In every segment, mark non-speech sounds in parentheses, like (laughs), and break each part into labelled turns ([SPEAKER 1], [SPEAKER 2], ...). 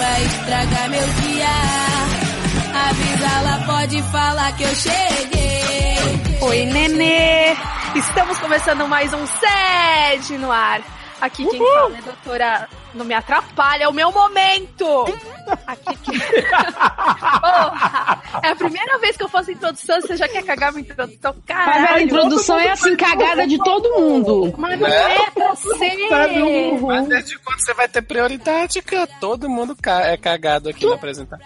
[SPEAKER 1] é estragar meu dia. Avisa ela, pode falar que eu cheguei.
[SPEAKER 2] Oi, nenê! Estamos começando mais um SED no ar. Aqui quem fala é a doutora. Não me atrapalha, é o meu momento! Aqui quem. (laughs) Porra! É a primeira vez que eu faço introdução, você já quer cagar minha introdução?
[SPEAKER 3] Mas a
[SPEAKER 2] Caralho!
[SPEAKER 3] introdução é assim, cagada de todo mundo.
[SPEAKER 2] Mas não é pra
[SPEAKER 4] um, É.
[SPEAKER 2] ser!
[SPEAKER 5] Mas desde quando você vai ter prioridade, cara? Todo mundo ca- é cagado aqui na apresentação.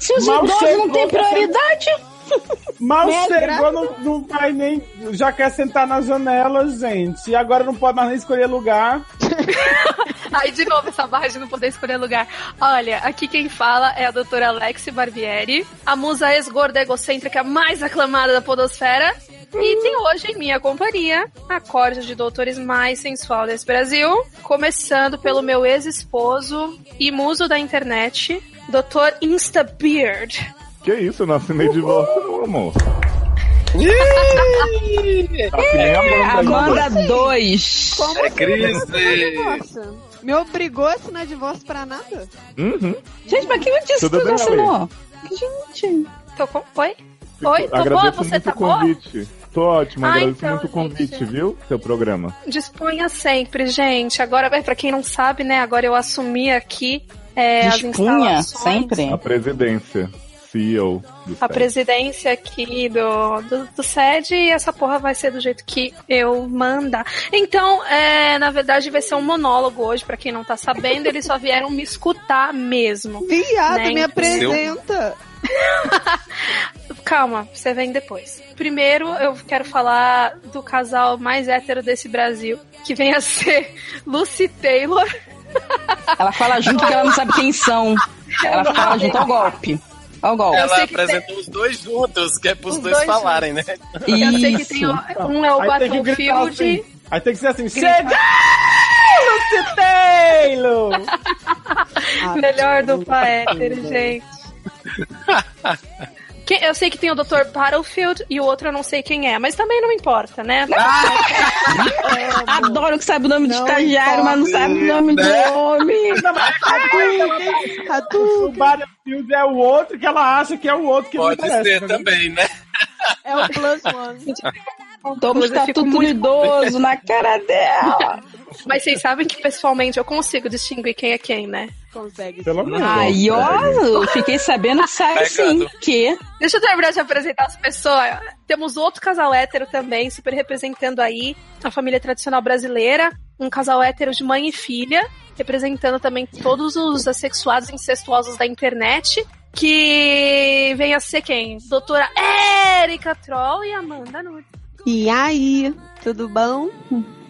[SPEAKER 3] Se os
[SPEAKER 4] Mal
[SPEAKER 3] idosos não
[SPEAKER 4] chegou,
[SPEAKER 3] têm prioridade,
[SPEAKER 4] Mal
[SPEAKER 3] Né,
[SPEAKER 4] chegou, não, não vai nem. Já quer sentar na janela, gente. E agora não pode mais nem escolher lugar.
[SPEAKER 2] Aí, de novo, essa barra de não poder escolher lugar. Olha, aqui quem fala é a doutora Alexi Barbieri, a musa ex-gorda egocêntrica mais aclamada da podosfera. E tem hoje em minha companhia a corda de doutores mais sensual desse Brasil, começando pelo meu ex-esposo e muso da internet, Dr. Instabeard.
[SPEAKER 6] Que isso, eu não assinei de volta, não, amor. Tá que nem a Amanda, ainda.
[SPEAKER 3] Amanda 2.
[SPEAKER 7] Como
[SPEAKER 5] É crise!
[SPEAKER 7] Nossa, me obrigou a assinar divórcio pra nada?
[SPEAKER 6] Uhum.
[SPEAKER 3] Gente, mas quem disse que
[SPEAKER 6] Tudo
[SPEAKER 3] tu
[SPEAKER 6] bem,
[SPEAKER 3] não assinou? Gente.
[SPEAKER 2] Tô com... Oi? Oi? Tô boa?
[SPEAKER 6] agradeço
[SPEAKER 2] Você
[SPEAKER 6] muito
[SPEAKER 2] tá
[SPEAKER 6] o
[SPEAKER 2] boa?
[SPEAKER 6] convite. Tô ótimo,
[SPEAKER 2] Ah,
[SPEAKER 6] agradeço
[SPEAKER 2] então,
[SPEAKER 6] muito o convite,
[SPEAKER 2] gente.
[SPEAKER 6] viu? Seu programa.
[SPEAKER 2] Disponha sempre, gente. Agora, é, pra quem não sabe, né, agora eu assumi aqui é, as
[SPEAKER 3] Dispunha
[SPEAKER 2] instalações.
[SPEAKER 3] sempre.
[SPEAKER 6] A presidência, CEO do
[SPEAKER 2] a
[SPEAKER 6] site.
[SPEAKER 2] presidência aqui do, do, do SED e essa porra vai ser do jeito que eu mandar. Então, é, na verdade, vai ser um monólogo hoje, pra quem não tá sabendo, eles só vieram me escutar mesmo.
[SPEAKER 7] Viado,
[SPEAKER 2] Nem
[SPEAKER 7] me apresenta!
[SPEAKER 2] Calma, você vem depois. Primeiro, eu quero falar do casal mais hétero desse Brasil, que vem a ser (laughs) Lucy Taylor.
[SPEAKER 3] Ela fala junto que ela não sabe quem são. Ela fala junto ao golpe. Ao golpe.
[SPEAKER 2] sei
[SPEAKER 5] Ela
[SPEAKER 2] que
[SPEAKER 5] apresentou os dois juntos, que é pros
[SPEAKER 2] Os
[SPEAKER 5] dois,
[SPEAKER 2] dois
[SPEAKER 5] falarem, né?
[SPEAKER 2] Eu sei que
[SPEAKER 3] Isso.
[SPEAKER 2] tem o- um é o
[SPEAKER 4] Então, Aí tem que gritar
[SPEAKER 2] Battlefield.
[SPEAKER 4] assim. Aí tem que ser assim:
[SPEAKER 2] Gritar.
[SPEAKER 4] Chega! Lucy Taylor!
[SPEAKER 7] Ah,
[SPEAKER 2] Melhor dupla hétero, gente. Quem- eu sei que tem o Dr. Battlefield e o outro eu não sei quem é, mas também não importa, né?
[SPEAKER 3] Adoro que sabe o nome de
[SPEAKER 7] Não
[SPEAKER 3] estagiário, mas não sabe o nome do
[SPEAKER 5] né?
[SPEAKER 3] homem.
[SPEAKER 4] Não, mas
[SPEAKER 2] (laughs)
[SPEAKER 4] a
[SPEAKER 7] tipo,
[SPEAKER 2] Tá
[SPEAKER 4] o
[SPEAKER 7] Cadu,
[SPEAKER 4] Battlefield é o outro que ela acha que é o outro que
[SPEAKER 5] Pode
[SPEAKER 4] não interessa.
[SPEAKER 5] ser também, né?
[SPEAKER 7] é o plus one.
[SPEAKER 3] Toma o
[SPEAKER 2] Inclusive, eu fico
[SPEAKER 3] estatuto do
[SPEAKER 2] muito-
[SPEAKER 3] idoso na cara dela.
[SPEAKER 2] Mas vocês sabem que pessoalmente eu consigo distinguir quem é quem, né?
[SPEAKER 7] Consegue.
[SPEAKER 4] Pelo menos.
[SPEAKER 3] Aí, ó, eu fiquei sabendo que sai sim.
[SPEAKER 5] Pegado.
[SPEAKER 3] Que?
[SPEAKER 2] Deixa eu terminar de apresentar as pessoas. Temos outro casal hétero também, super representando aí a família tradicional brasileira. Um casal hétero de mãe e filha, representando também todos os assexuados e incestuosos da internet. Que vem a ser quem? Doutora Érica Troll e Amanda Nunes.
[SPEAKER 7] E aí, tudo bom?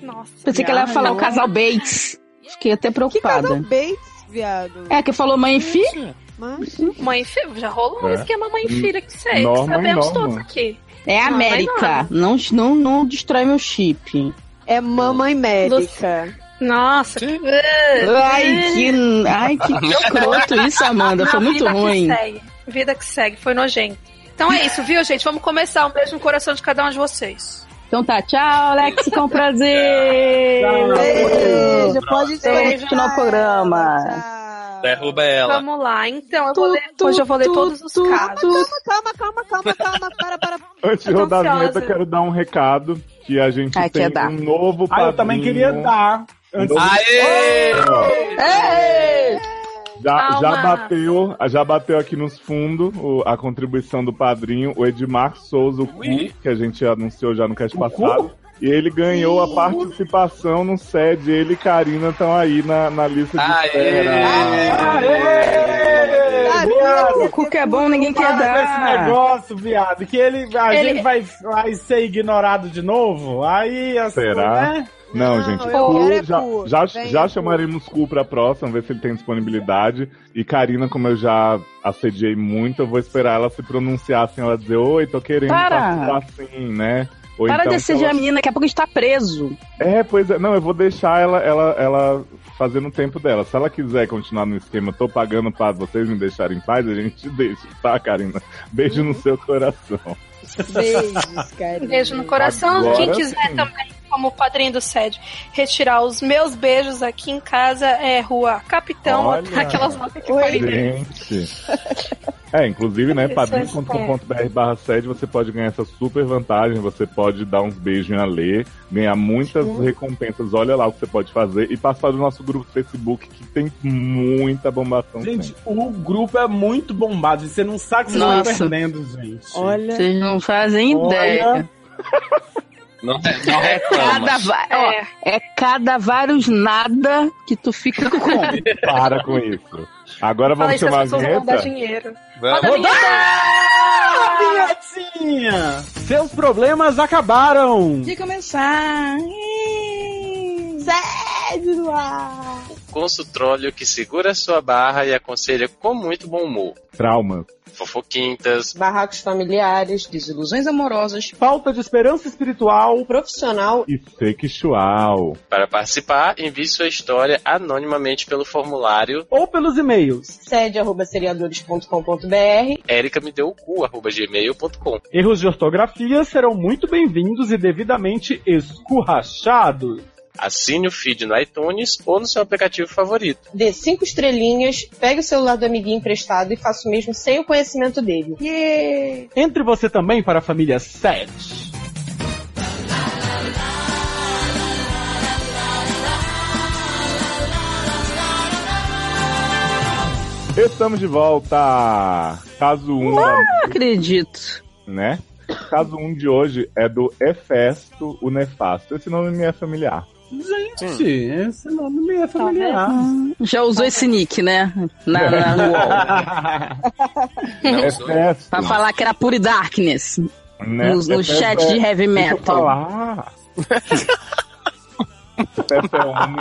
[SPEAKER 2] Nossa.
[SPEAKER 3] Pensei que ela ia falar o casal Bates. Fiquei até
[SPEAKER 7] Que casal
[SPEAKER 3] preocupada.
[SPEAKER 7] Bates, viado?
[SPEAKER 3] É, que falou mãe e filho?
[SPEAKER 7] Mas,
[SPEAKER 2] Mãe e filho, já rolou um
[SPEAKER 6] É.
[SPEAKER 2] esquema mãe e filha que sei, que
[SPEAKER 6] Norma e
[SPEAKER 2] sabemos
[SPEAKER 6] Norma.
[SPEAKER 2] todos aqui.
[SPEAKER 3] É
[SPEAKER 2] Não, vai
[SPEAKER 3] América. Não, não, não destrói meu chip.
[SPEAKER 7] é mamãe médica.
[SPEAKER 2] Nossa, que.
[SPEAKER 3] Ai, que, ai, que escroto isso, Amanda. Foi
[SPEAKER 2] Não,
[SPEAKER 3] muito
[SPEAKER 2] vida
[SPEAKER 3] ruim.
[SPEAKER 2] Que segue. Vida que segue, foi nojento. Então é isso, viu, gente? Vamos começar. Um beijo no coração de cada um de vocês.
[SPEAKER 3] Então tá, tchau, Alex. Com prazer.
[SPEAKER 7] Beijo, pode
[SPEAKER 3] Beijo no
[SPEAKER 7] desconectar
[SPEAKER 3] programa.
[SPEAKER 7] ela, tchau.
[SPEAKER 5] Derruba ela.
[SPEAKER 2] Vamos lá. Então, eu
[SPEAKER 3] Tu,
[SPEAKER 2] vou ler,
[SPEAKER 3] tu,
[SPEAKER 2] hoje eu vou ler
[SPEAKER 3] tu,
[SPEAKER 2] todos os
[SPEAKER 3] tu,
[SPEAKER 2] casos.
[SPEAKER 3] tu.
[SPEAKER 7] Calma, calma, calma, calma. Para, para.
[SPEAKER 6] Antes de
[SPEAKER 2] Eu tô
[SPEAKER 6] rodar a vinheta,
[SPEAKER 2] ansiosa.
[SPEAKER 6] quero dar um recado que a gente
[SPEAKER 3] Ai, que ia
[SPEAKER 6] tem
[SPEAKER 3] dar.
[SPEAKER 6] um novo
[SPEAKER 4] Ah,
[SPEAKER 6] padrinho.
[SPEAKER 4] eu também queria dar. Antes
[SPEAKER 5] Aê!
[SPEAKER 6] Ó,
[SPEAKER 3] Ei!
[SPEAKER 6] Já, já
[SPEAKER 2] Calma.
[SPEAKER 6] bateu, já bateu aqui nos fundos o- a contribuição do padrinho, o Edmar Souza, o cu,
[SPEAKER 5] Ui.
[SPEAKER 6] que a gente anunciou já no cast passado. E ele ganhou a participação no SED. Ele e Karina estão aí na, na lista de
[SPEAKER 5] Aê!
[SPEAKER 6] espera.
[SPEAKER 7] Ah,
[SPEAKER 3] O cu que é bom, ninguém quer
[SPEAKER 4] Para com esse
[SPEAKER 3] dar.
[SPEAKER 4] negócio, viado. Que ele, a
[SPEAKER 2] Ele-
[SPEAKER 4] gente vai, vai ser ignorado de novo. Aí, assim,
[SPEAKER 6] Será?
[SPEAKER 4] né?
[SPEAKER 6] Não,
[SPEAKER 7] Não,
[SPEAKER 6] gente,
[SPEAKER 7] eu
[SPEAKER 6] cu,
[SPEAKER 7] quero é
[SPEAKER 6] já,
[SPEAKER 7] cu.
[SPEAKER 6] já,
[SPEAKER 7] Vem
[SPEAKER 6] já
[SPEAKER 7] cu.
[SPEAKER 6] chamaremos cu pra próxima, ver se ele tem disponibilidade. E Karina, como eu já assediei muito, eu vou esperar ela se pronunciar assim, ela dizer, oi, tô querendo
[SPEAKER 3] Para.
[SPEAKER 6] participar assim, né? Ou
[SPEAKER 3] Para
[SPEAKER 6] então
[SPEAKER 3] de
[SPEAKER 6] que
[SPEAKER 3] ser
[SPEAKER 6] ela-
[SPEAKER 3] a menina, daqui a pouco a gente tá preso.
[SPEAKER 6] É, pois é, não, eu vou deixar ela, ela, ela fazendo o tempo dela. Se ela quiser continuar no esquema, tô pagando pra vocês me deixarem em paz, a gente (laughs) deixa, tá, Karina?
[SPEAKER 7] Uhum.
[SPEAKER 6] Beijo no seu coração.
[SPEAKER 7] Beijos, cara.
[SPEAKER 2] Um beijo no coração.
[SPEAKER 6] Agora
[SPEAKER 2] Quem quiser
[SPEAKER 6] sim.
[SPEAKER 2] também
[SPEAKER 8] como padrinho do SED, retirar os meus beijos aqui em casa é rua Capitão,
[SPEAKER 6] Olha.
[SPEAKER 8] aquelas notas que
[SPEAKER 7] Oi.
[SPEAKER 8] parecem.
[SPEAKER 6] Gente. É, inclusive, né,
[SPEAKER 8] Pessoas
[SPEAKER 6] padrinho.com.br barra sede, você pode ganhar essa super vantagem, você pode dar uns beijos em Alê, ganhar muitas recompensas, olha lá o que você pode fazer, e passar do nosso grupo do Facebook, que tem muita bombação.
[SPEAKER 4] Gente, o grupo é muito bombado. Você não sabe que vocês estão
[SPEAKER 3] Nossa.
[SPEAKER 4] perdendo, gente.
[SPEAKER 7] Olha.
[SPEAKER 3] Vocês não fazem
[SPEAKER 4] Olha.
[SPEAKER 3] ideia.
[SPEAKER 5] Não, não reclama.
[SPEAKER 3] Cada, va- ó,
[SPEAKER 8] É,
[SPEAKER 3] é cada vários nada que tu fica com.
[SPEAKER 6] sempre. Para com isso. Agora
[SPEAKER 8] fala
[SPEAKER 6] vamos
[SPEAKER 8] isso,
[SPEAKER 6] chamar Tá a
[SPEAKER 8] as pessoas vão dar
[SPEAKER 6] vinheta?
[SPEAKER 8] dinheiro.
[SPEAKER 5] Vamos.
[SPEAKER 8] Roda a vinheta!
[SPEAKER 4] Vinhetinha! Ah, Seus problemas acabaram!
[SPEAKER 3] De começar.
[SPEAKER 7] Sede no ar.
[SPEAKER 5] Consultróleo que segura sua barra e aconselha com muito bom humor.
[SPEAKER 6] Trauma.
[SPEAKER 5] Fofoquintas,
[SPEAKER 9] Barracos familiares, desilusões amorosas,
[SPEAKER 4] Falta de esperança espiritual.
[SPEAKER 9] profissional
[SPEAKER 6] E sexual.
[SPEAKER 5] Para participar, envie sua história anonimamente pelo formulário
[SPEAKER 4] Ou pelos e-mails.
[SPEAKER 9] sede arroba seriadores.com.br
[SPEAKER 5] ericamedeucu.gmail.com
[SPEAKER 4] Erros de ortografia serão muito bem-vindos e devidamente escurrachados.
[SPEAKER 5] Assine o feed no iTunes ou no seu aplicativo favorito.
[SPEAKER 9] dê cinco estrelinhas, pegue o celular do amiguinho emprestado e faça o mesmo sem o conhecimento dele.
[SPEAKER 4] Entre você também para a família 7.
[SPEAKER 6] Estamos de volta! Caso 1,
[SPEAKER 3] Não acredito.
[SPEAKER 6] né? Caso 1 de hoje é do Hefesto, o Nefasto. Esse nome me é familiar.
[SPEAKER 4] Gente,
[SPEAKER 3] Hum.
[SPEAKER 4] esse nome me é familiar.
[SPEAKER 3] Já usou esse nick, né?
[SPEAKER 6] (laughs)
[SPEAKER 3] Na, na, no UOL. (laughs) É
[SPEAKER 6] É
[SPEAKER 5] Não sou eu.
[SPEAKER 6] Hefesto.
[SPEAKER 3] Pra falar que era Pure Darkness.
[SPEAKER 6] né?
[SPEAKER 3] Tá no, no
[SPEAKER 6] Hefesto
[SPEAKER 3] chat
[SPEAKER 6] é-
[SPEAKER 3] de heavy
[SPEAKER 6] Deixa eu
[SPEAKER 3] metal. (laughs)
[SPEAKER 6] falar. Hefesto é homem,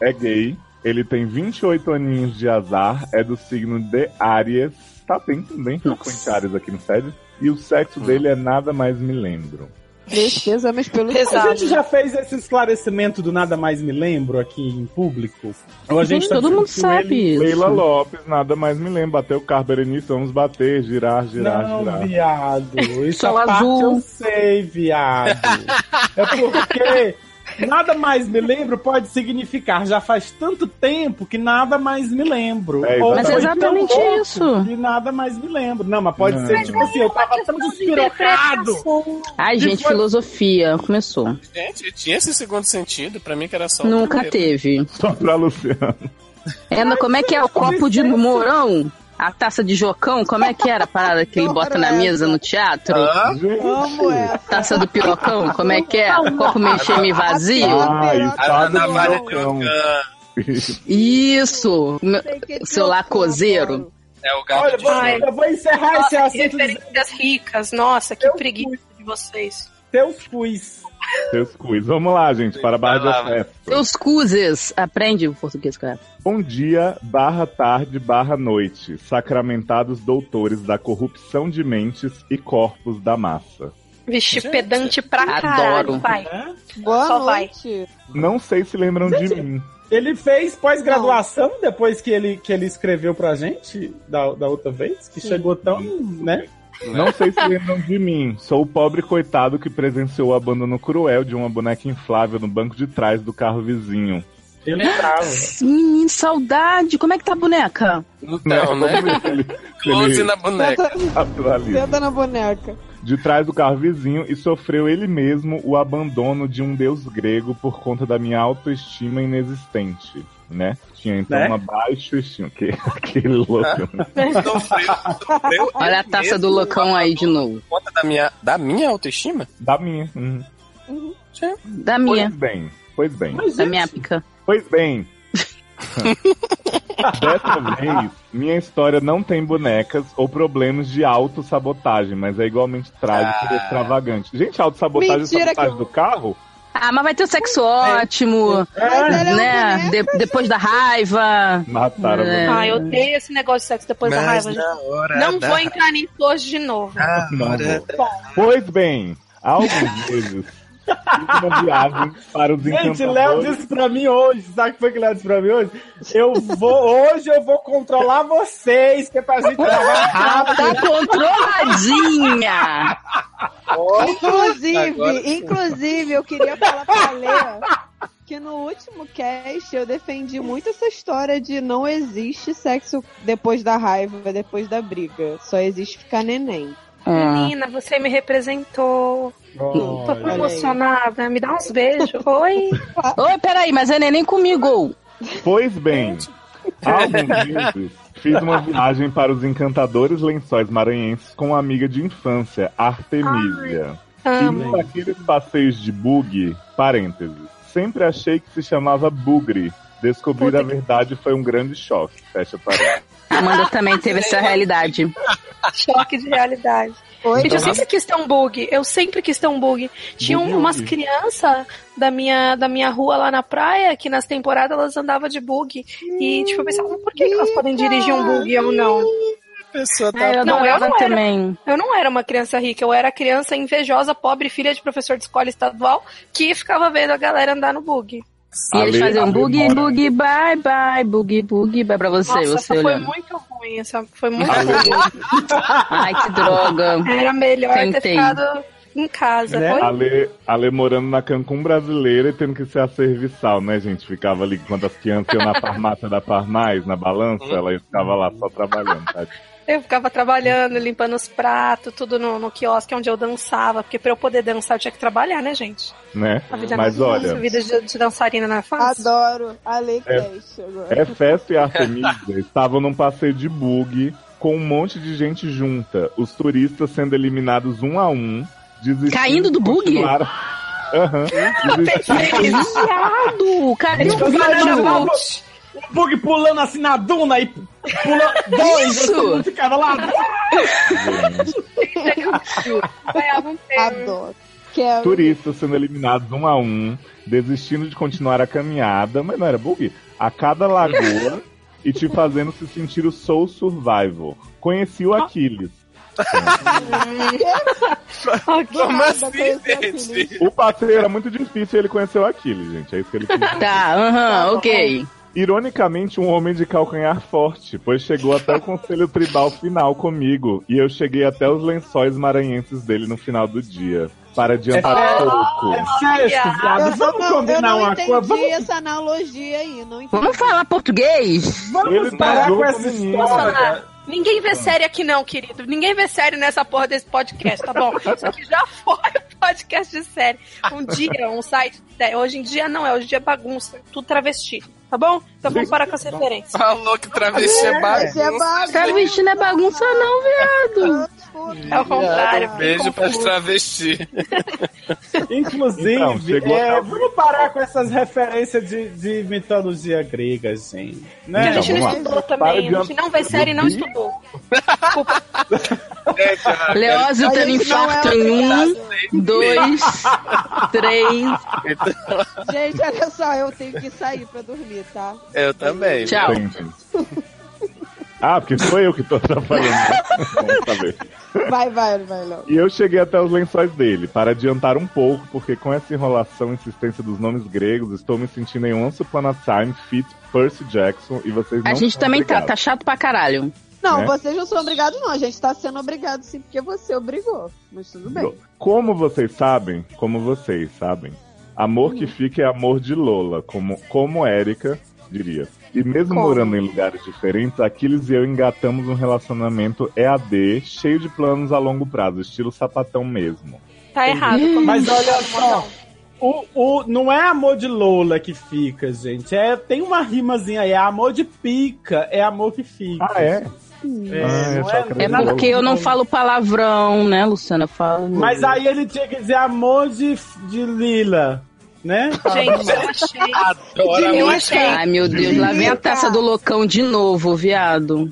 [SPEAKER 6] é gay, ele tem 28 aninhos de azar, é do signo de Áries. Tá bem, bem frequente Áries aqui no sede. E o
[SPEAKER 5] Hum.
[SPEAKER 6] sexo dele é nada mais me lembro.
[SPEAKER 7] Meus pesames pelo
[SPEAKER 4] A
[SPEAKER 8] Pesado.
[SPEAKER 4] gente já fez esse esclarecimento do Nada Mais Me Lembro aqui em público? Ou a gente tá
[SPEAKER 3] Todo mundo
[SPEAKER 4] discutindo ele?
[SPEAKER 3] sabe isso.
[SPEAKER 6] Leila Lopes, nada mais me lembro. Bateu o carro, Berenice, vamos bater, girar, girar,
[SPEAKER 4] Não,
[SPEAKER 6] girar.
[SPEAKER 4] viado. Isso
[SPEAKER 3] Sol
[SPEAKER 4] a parte
[SPEAKER 3] azul.
[SPEAKER 4] eu sei, viado. É porque nada mais me lembro pode significar. Já faz tanto tempo que nada mais me lembro.
[SPEAKER 6] É,
[SPEAKER 4] Ou
[SPEAKER 3] Mas é
[SPEAKER 4] foi
[SPEAKER 3] exatamente
[SPEAKER 4] tão pouco
[SPEAKER 3] isso.
[SPEAKER 4] Que nada mais me lembro. Não, mas pode
[SPEAKER 6] Não.
[SPEAKER 4] ser tipo assim, eu tava tão despirocado.
[SPEAKER 3] Ai,
[SPEAKER 4] Isso
[SPEAKER 3] gente,
[SPEAKER 4] foi-
[SPEAKER 3] filosofia. Começou.
[SPEAKER 5] Gente, tinha esse segundo sentido, pra mim que era só o
[SPEAKER 3] Nunca
[SPEAKER 5] primeiro.
[SPEAKER 3] teve.
[SPEAKER 6] Só pra Luciana.
[SPEAKER 3] É, mas como é que é o copo de mourão? A taça de jocão? Como é que era a parada que ele bota na mesa no teatro?
[SPEAKER 6] Ah.
[SPEAKER 5] Hã?
[SPEAKER 7] Como
[SPEAKER 6] Gente.
[SPEAKER 7] é?
[SPEAKER 3] Taça do pirocão? Como é que é? Copo meio cheio e vazio?
[SPEAKER 6] Ah,
[SPEAKER 5] A
[SPEAKER 6] espada
[SPEAKER 5] Ana
[SPEAKER 6] do
[SPEAKER 5] Maria
[SPEAKER 6] balcão.
[SPEAKER 5] Teogan
[SPEAKER 3] Isso! Meu-
[SPEAKER 7] assim
[SPEAKER 3] Seu lá cozeiro.
[SPEAKER 5] é o gato
[SPEAKER 4] Olha,
[SPEAKER 5] de
[SPEAKER 4] vou,
[SPEAKER 8] Ai.
[SPEAKER 4] eu vou encerrar esse
[SPEAKER 8] Nossa, que
[SPEAKER 4] assunto dos
[SPEAKER 8] referências ricas, nossa, que
[SPEAKER 4] Eu
[SPEAKER 8] preguiça de vocês.
[SPEAKER 4] teus cuis.
[SPEAKER 6] Seus quiz. Vamos lá, gente, para a barra de
[SPEAKER 5] Vai lá.
[SPEAKER 6] acesso.
[SPEAKER 3] Seus cuzes. Aprende o português, cara.
[SPEAKER 6] Bom dia, barra tarde, barra noite. Sacramentados doutores da corrupção de mentes e corpos da massa.
[SPEAKER 8] Vixe,
[SPEAKER 5] Gente.
[SPEAKER 8] pedante pra
[SPEAKER 3] Adoro.
[SPEAKER 8] caralho, pai.
[SPEAKER 4] né?
[SPEAKER 7] Boa
[SPEAKER 8] Só vai.
[SPEAKER 7] noite.
[SPEAKER 6] Não sei se lembram de mim.
[SPEAKER 4] Ele fez pós-graduação depois que ele, que ele escreveu pra gente da, da outra vez, que chegou tão, né?
[SPEAKER 6] Não sei se lembram de mim. Sou o pobre coitado que presenciou o abandono cruel de uma boneca inflável no banco de trás do carro vizinho.
[SPEAKER 4] Eu lembrava.
[SPEAKER 3] Menino, saudade. Como é que tá a boneca?
[SPEAKER 5] Então, né?
[SPEAKER 6] Vamos ver se ele- se é ele
[SPEAKER 5] Close na boneca.
[SPEAKER 7] Senta,
[SPEAKER 6] atualiza.
[SPEAKER 7] senta na boneca.
[SPEAKER 6] de trás do carro vizinho e sofreu ele mesmo o abandono de um deus grego por conta da minha autoestima inexistente, né? Tinha então
[SPEAKER 4] Né?
[SPEAKER 6] uma baixa estima, que, (laughs) aquele louco.
[SPEAKER 5] Sofreu, sofreu
[SPEAKER 3] Olha a
[SPEAKER 5] ele
[SPEAKER 3] taça
[SPEAKER 5] mesmo
[SPEAKER 3] do loucão aí de novo.
[SPEAKER 5] Por conta da minha, da minha autoestima?
[SPEAKER 6] Da minha. uhum.
[SPEAKER 3] Da
[SPEAKER 6] Pois
[SPEAKER 3] minha.
[SPEAKER 6] bem, pois bem,
[SPEAKER 4] Mas,
[SPEAKER 3] Da
[SPEAKER 4] gente,
[SPEAKER 3] minha pica.
[SPEAKER 6] pois
[SPEAKER 7] (laughs)
[SPEAKER 6] bem. Dessa vez, minha história não tem bonecas ou problemas de autossabotagem, mas é igualmente trágico e extravagante. Gente, autossabotagem e
[SPEAKER 7] Mentira que
[SPEAKER 6] sabotagem
[SPEAKER 7] eu-
[SPEAKER 6] do carro?
[SPEAKER 3] Ah, mas vai ter o sexo ótimo,
[SPEAKER 7] Mas ele é um
[SPEAKER 3] né?
[SPEAKER 7] boneco.
[SPEAKER 3] De- depois da raiva.
[SPEAKER 6] Mataram a
[SPEAKER 3] É.
[SPEAKER 2] Ah,
[SPEAKER 8] Ai, eu odeio esse negócio de sexo depois da raiva. gente.
[SPEAKER 5] hora
[SPEAKER 8] Não Ah. vou entrar nisso hoje de novo.
[SPEAKER 6] Não vou. Pois bem, há alguns meses fiz uma viagem para os
[SPEAKER 4] Gente, Léo
[SPEAKER 6] encantadores.
[SPEAKER 4] disse pra mim hoje, sabe o que foi que o Léo disse pra mim hoje? Eu vou, hoje eu vou controlar
[SPEAKER 2] Ah,
[SPEAKER 4] vocês, que é pra gente trabalhar
[SPEAKER 2] (laughs)
[SPEAKER 3] Ah, tá controladinha!
[SPEAKER 7] Inclusive,
[SPEAKER 5] Agora sim.
[SPEAKER 7] inclusive, eu queria falar pra Lea que no último cast eu defendi muito essa história de não existe sexo depois da raiva, depois da briga. Só existe ficar neném.
[SPEAKER 3] Ah,
[SPEAKER 2] Menina, você me representou. Tô
[SPEAKER 4] Olha.
[SPEAKER 2] emocionada. Me dá uns beijos. Oi.
[SPEAKER 3] Oi, peraí, mas é neném comigo.
[SPEAKER 6] Pois bem, há alguns meses fiz uma viagem para os encantadores lençóis maranhenses com uma amiga de infância, Artemisia. E
[SPEAKER 2] Amo.
[SPEAKER 6] um daqueles passeios de bug, parênteses, sempre achei que se chamava bugre. Descobrir a verdade foi um grande choque. Fecha parênteses.
[SPEAKER 3] Amanda também teve essa realidade.
[SPEAKER 2] Choque de realidade.
[SPEAKER 7] Oi?
[SPEAKER 2] Gente, eu sempre quis ter um bug. Eu sempre quis ter um bug. Tinha
[SPEAKER 6] Bug é
[SPEAKER 2] um- umas
[SPEAKER 6] horrível.
[SPEAKER 2] crianças da minha, da minha rua lá na praia que nas temporadas elas andavam de bug. E tipo, eu pensava, por que, que elas podem dirigir um bug e eu não?
[SPEAKER 5] A pessoa tá.
[SPEAKER 3] É, eu
[SPEAKER 2] Não, eu
[SPEAKER 3] adorava
[SPEAKER 2] não era.
[SPEAKER 3] também.
[SPEAKER 2] Eu não era uma criança rica, eu era criança invejosa, pobre, filha de professor de escola estadual, que ficava vendo a galera andar no bug.
[SPEAKER 3] E eles
[SPEAKER 6] Ale-
[SPEAKER 3] faziam
[SPEAKER 6] Ale
[SPEAKER 3] boogie,
[SPEAKER 6] mora-
[SPEAKER 3] boogie, bye, bye, boogie, boogie, bye pra você,
[SPEAKER 2] Nossa,
[SPEAKER 3] você
[SPEAKER 2] essa foi
[SPEAKER 3] olhando. Ah,
[SPEAKER 2] muito ruim, essa foi muito
[SPEAKER 6] Ale-
[SPEAKER 2] ruim.
[SPEAKER 3] Ai, que droga.
[SPEAKER 2] Era melhor ter
[SPEAKER 3] Tentei.
[SPEAKER 2] ficado em casa.
[SPEAKER 4] Né?
[SPEAKER 2] Foi
[SPEAKER 6] Ale, Ale morando na Cancún brasileira e tendo que ser a serviçal, né, gente? Ficava ali quando as crianças iam na farmácia da Parmais, na balança, ela ficava lá só trabalhando, tá?
[SPEAKER 2] Eu ficava trabalhando, limpando os pratos, tudo no, no quiosque onde eu dançava, porque pra eu poder dançar eu tinha que trabalhar, né, gente?
[SPEAKER 6] né?
[SPEAKER 2] A vida
[SPEAKER 6] Mas
[SPEAKER 2] não é fácil,
[SPEAKER 6] olha,
[SPEAKER 2] a vida de, de dançarina não é fácil.
[SPEAKER 7] Adoro a Lei Cast agora.
[SPEAKER 6] Hefesto é e Artemisia estavam num passeio de bug com um monte de gente junta, os turistas sendo eliminados um a um, desistindo
[SPEAKER 3] Caindo do
[SPEAKER 6] de
[SPEAKER 3] bug?
[SPEAKER 6] continuar- Aham, desistindo-
[SPEAKER 3] Viado! Cadê o
[SPEAKER 4] Tipo,
[SPEAKER 3] vídeo?
[SPEAKER 4] banana O bug pulando assim na duna e
[SPEAKER 3] (laughs)
[SPEAKER 4] pula dois,
[SPEAKER 3] Isso!
[SPEAKER 4] assim, ficava lá.
[SPEAKER 2] Ganhava um prêmio.
[SPEAKER 7] Adoro. Quero.
[SPEAKER 6] turistas sendo eliminados um a um, desistindo de continuar a caminhada, mas não era bug, a cada
[SPEAKER 4] (laughs)
[SPEAKER 6] lagoa e te fazendo se sentir o Soul Survival. Conheci o Aquiles.
[SPEAKER 7] Do
[SPEAKER 5] Como
[SPEAKER 7] nada,
[SPEAKER 5] assim,
[SPEAKER 7] conheci aquele
[SPEAKER 5] gente?
[SPEAKER 6] O passeio era muito difícil e ele conheceu o Aquiles, gente. É isso que ele quis.
[SPEAKER 4] (laughs)
[SPEAKER 3] Tá, aham, ok.
[SPEAKER 6] Ironicamente, um homem de calcanhar forte, pois chegou até o conselho tribal final comigo, e eu cheguei até os lençóis maranhenses dele no final do dia. Para adiantar
[SPEAKER 4] É-
[SPEAKER 6] um pouco.
[SPEAKER 4] É sexto, viado.
[SPEAKER 7] Eu
[SPEAKER 4] Vamos
[SPEAKER 7] não-
[SPEAKER 4] combinar
[SPEAKER 7] eu não
[SPEAKER 4] uma
[SPEAKER 7] entendi
[SPEAKER 4] coisa. Vamos,
[SPEAKER 7] essa analogia aí, não entendi.
[SPEAKER 3] Vamos falar português?
[SPEAKER 4] vamos
[SPEAKER 6] Ele
[SPEAKER 4] parar
[SPEAKER 6] pagou
[SPEAKER 4] com essa
[SPEAKER 6] pro menino.
[SPEAKER 4] história.
[SPEAKER 2] Ninguém vê série aqui não, querido. Ninguém vê série nessa porra desse podcast, tá bom? Isso aqui já foi um podcast de série. Um dia, um site. é, Hoje em dia não é, hoje em dia é bagunça. Tudo travesti, tá bom? Então vamos parar com essa referência.
[SPEAKER 5] Falou que travesti é
[SPEAKER 7] Esse é
[SPEAKER 5] bagunça.
[SPEAKER 7] bagunça.
[SPEAKER 3] Tá vestindo é bagunça, não, viado.
[SPEAKER 2] É o contrário.
[SPEAKER 5] Um beijo para travesti.
[SPEAKER 4] Inclusive,
[SPEAKER 6] Então, chegou
[SPEAKER 4] é,
[SPEAKER 6] a-
[SPEAKER 4] vamos parar com essas referências de, de mitologia grega, gente.
[SPEAKER 2] Que
[SPEAKER 4] Né?
[SPEAKER 2] a gente
[SPEAKER 6] Então,
[SPEAKER 2] não
[SPEAKER 6] vamos lá.
[SPEAKER 2] estudou
[SPEAKER 6] Para
[SPEAKER 2] também.
[SPEAKER 6] de-
[SPEAKER 2] A gente não vê série e não estudou.
[SPEAKER 5] É, já,
[SPEAKER 3] Leózio tendo
[SPEAKER 7] é
[SPEAKER 3] infarto em um, dois, três.
[SPEAKER 7] Gente, olha só, eu tenho que sair pra dormir, tá?
[SPEAKER 5] eu também.
[SPEAKER 3] Tchau.
[SPEAKER 6] Entendi. Ah, porque sou eu que tô
[SPEAKER 3] (laughs)
[SPEAKER 6] atrapalhando. Vamos saber.
[SPEAKER 7] Vai, vai, vai, Léo.
[SPEAKER 6] E eu cheguei até os lençóis dele, para adiantar um pouco, porque com essa enrolação e insistência dos nomes gregos, estou me sentindo em Once Upon a Time, Fit, Percy Jackson, e vocês não
[SPEAKER 3] A gente
[SPEAKER 6] são
[SPEAKER 3] também tá,
[SPEAKER 6] obrigados.
[SPEAKER 3] tá chato pra caralho.
[SPEAKER 7] Não,
[SPEAKER 6] né?
[SPEAKER 7] vocês não são obrigados, não. A gente tá sendo obrigado sim, porque você obrigou. Mas tudo bem.
[SPEAKER 6] Como vocês sabem, como vocês sabem, amor que fica é amor de Lola, como, como Érica diria. E mesmo
[SPEAKER 7] Como?
[SPEAKER 6] morando em lugares diferentes, Aquiles e eu engatamos um relacionamento EAD cheio de planos a longo prazo, estilo sapatão mesmo.
[SPEAKER 2] Tá errado. como
[SPEAKER 4] Mas
[SPEAKER 2] diz
[SPEAKER 4] olha
[SPEAKER 2] o Morão.
[SPEAKER 4] só. O, o, não é amor de Lola que fica, gente. É, tem uma rimazinha aí. É amor de pica, é amor que fica.
[SPEAKER 6] Ah, é?
[SPEAKER 4] É,
[SPEAKER 6] Ah, eu
[SPEAKER 4] não
[SPEAKER 6] só
[SPEAKER 4] é-
[SPEAKER 6] acredito.
[SPEAKER 3] É
[SPEAKER 4] nada-
[SPEAKER 3] porque eu não falo palavrão, né, Luciana? Fala.
[SPEAKER 4] Mas aí ele tinha que dizer amor de, de Lila, né?
[SPEAKER 2] Gente, eu achei.
[SPEAKER 5] Adoro
[SPEAKER 2] Eu
[SPEAKER 5] muito.
[SPEAKER 2] achei,
[SPEAKER 3] Ai, meu Deus, lá vem a taça do loucão de novo, viado.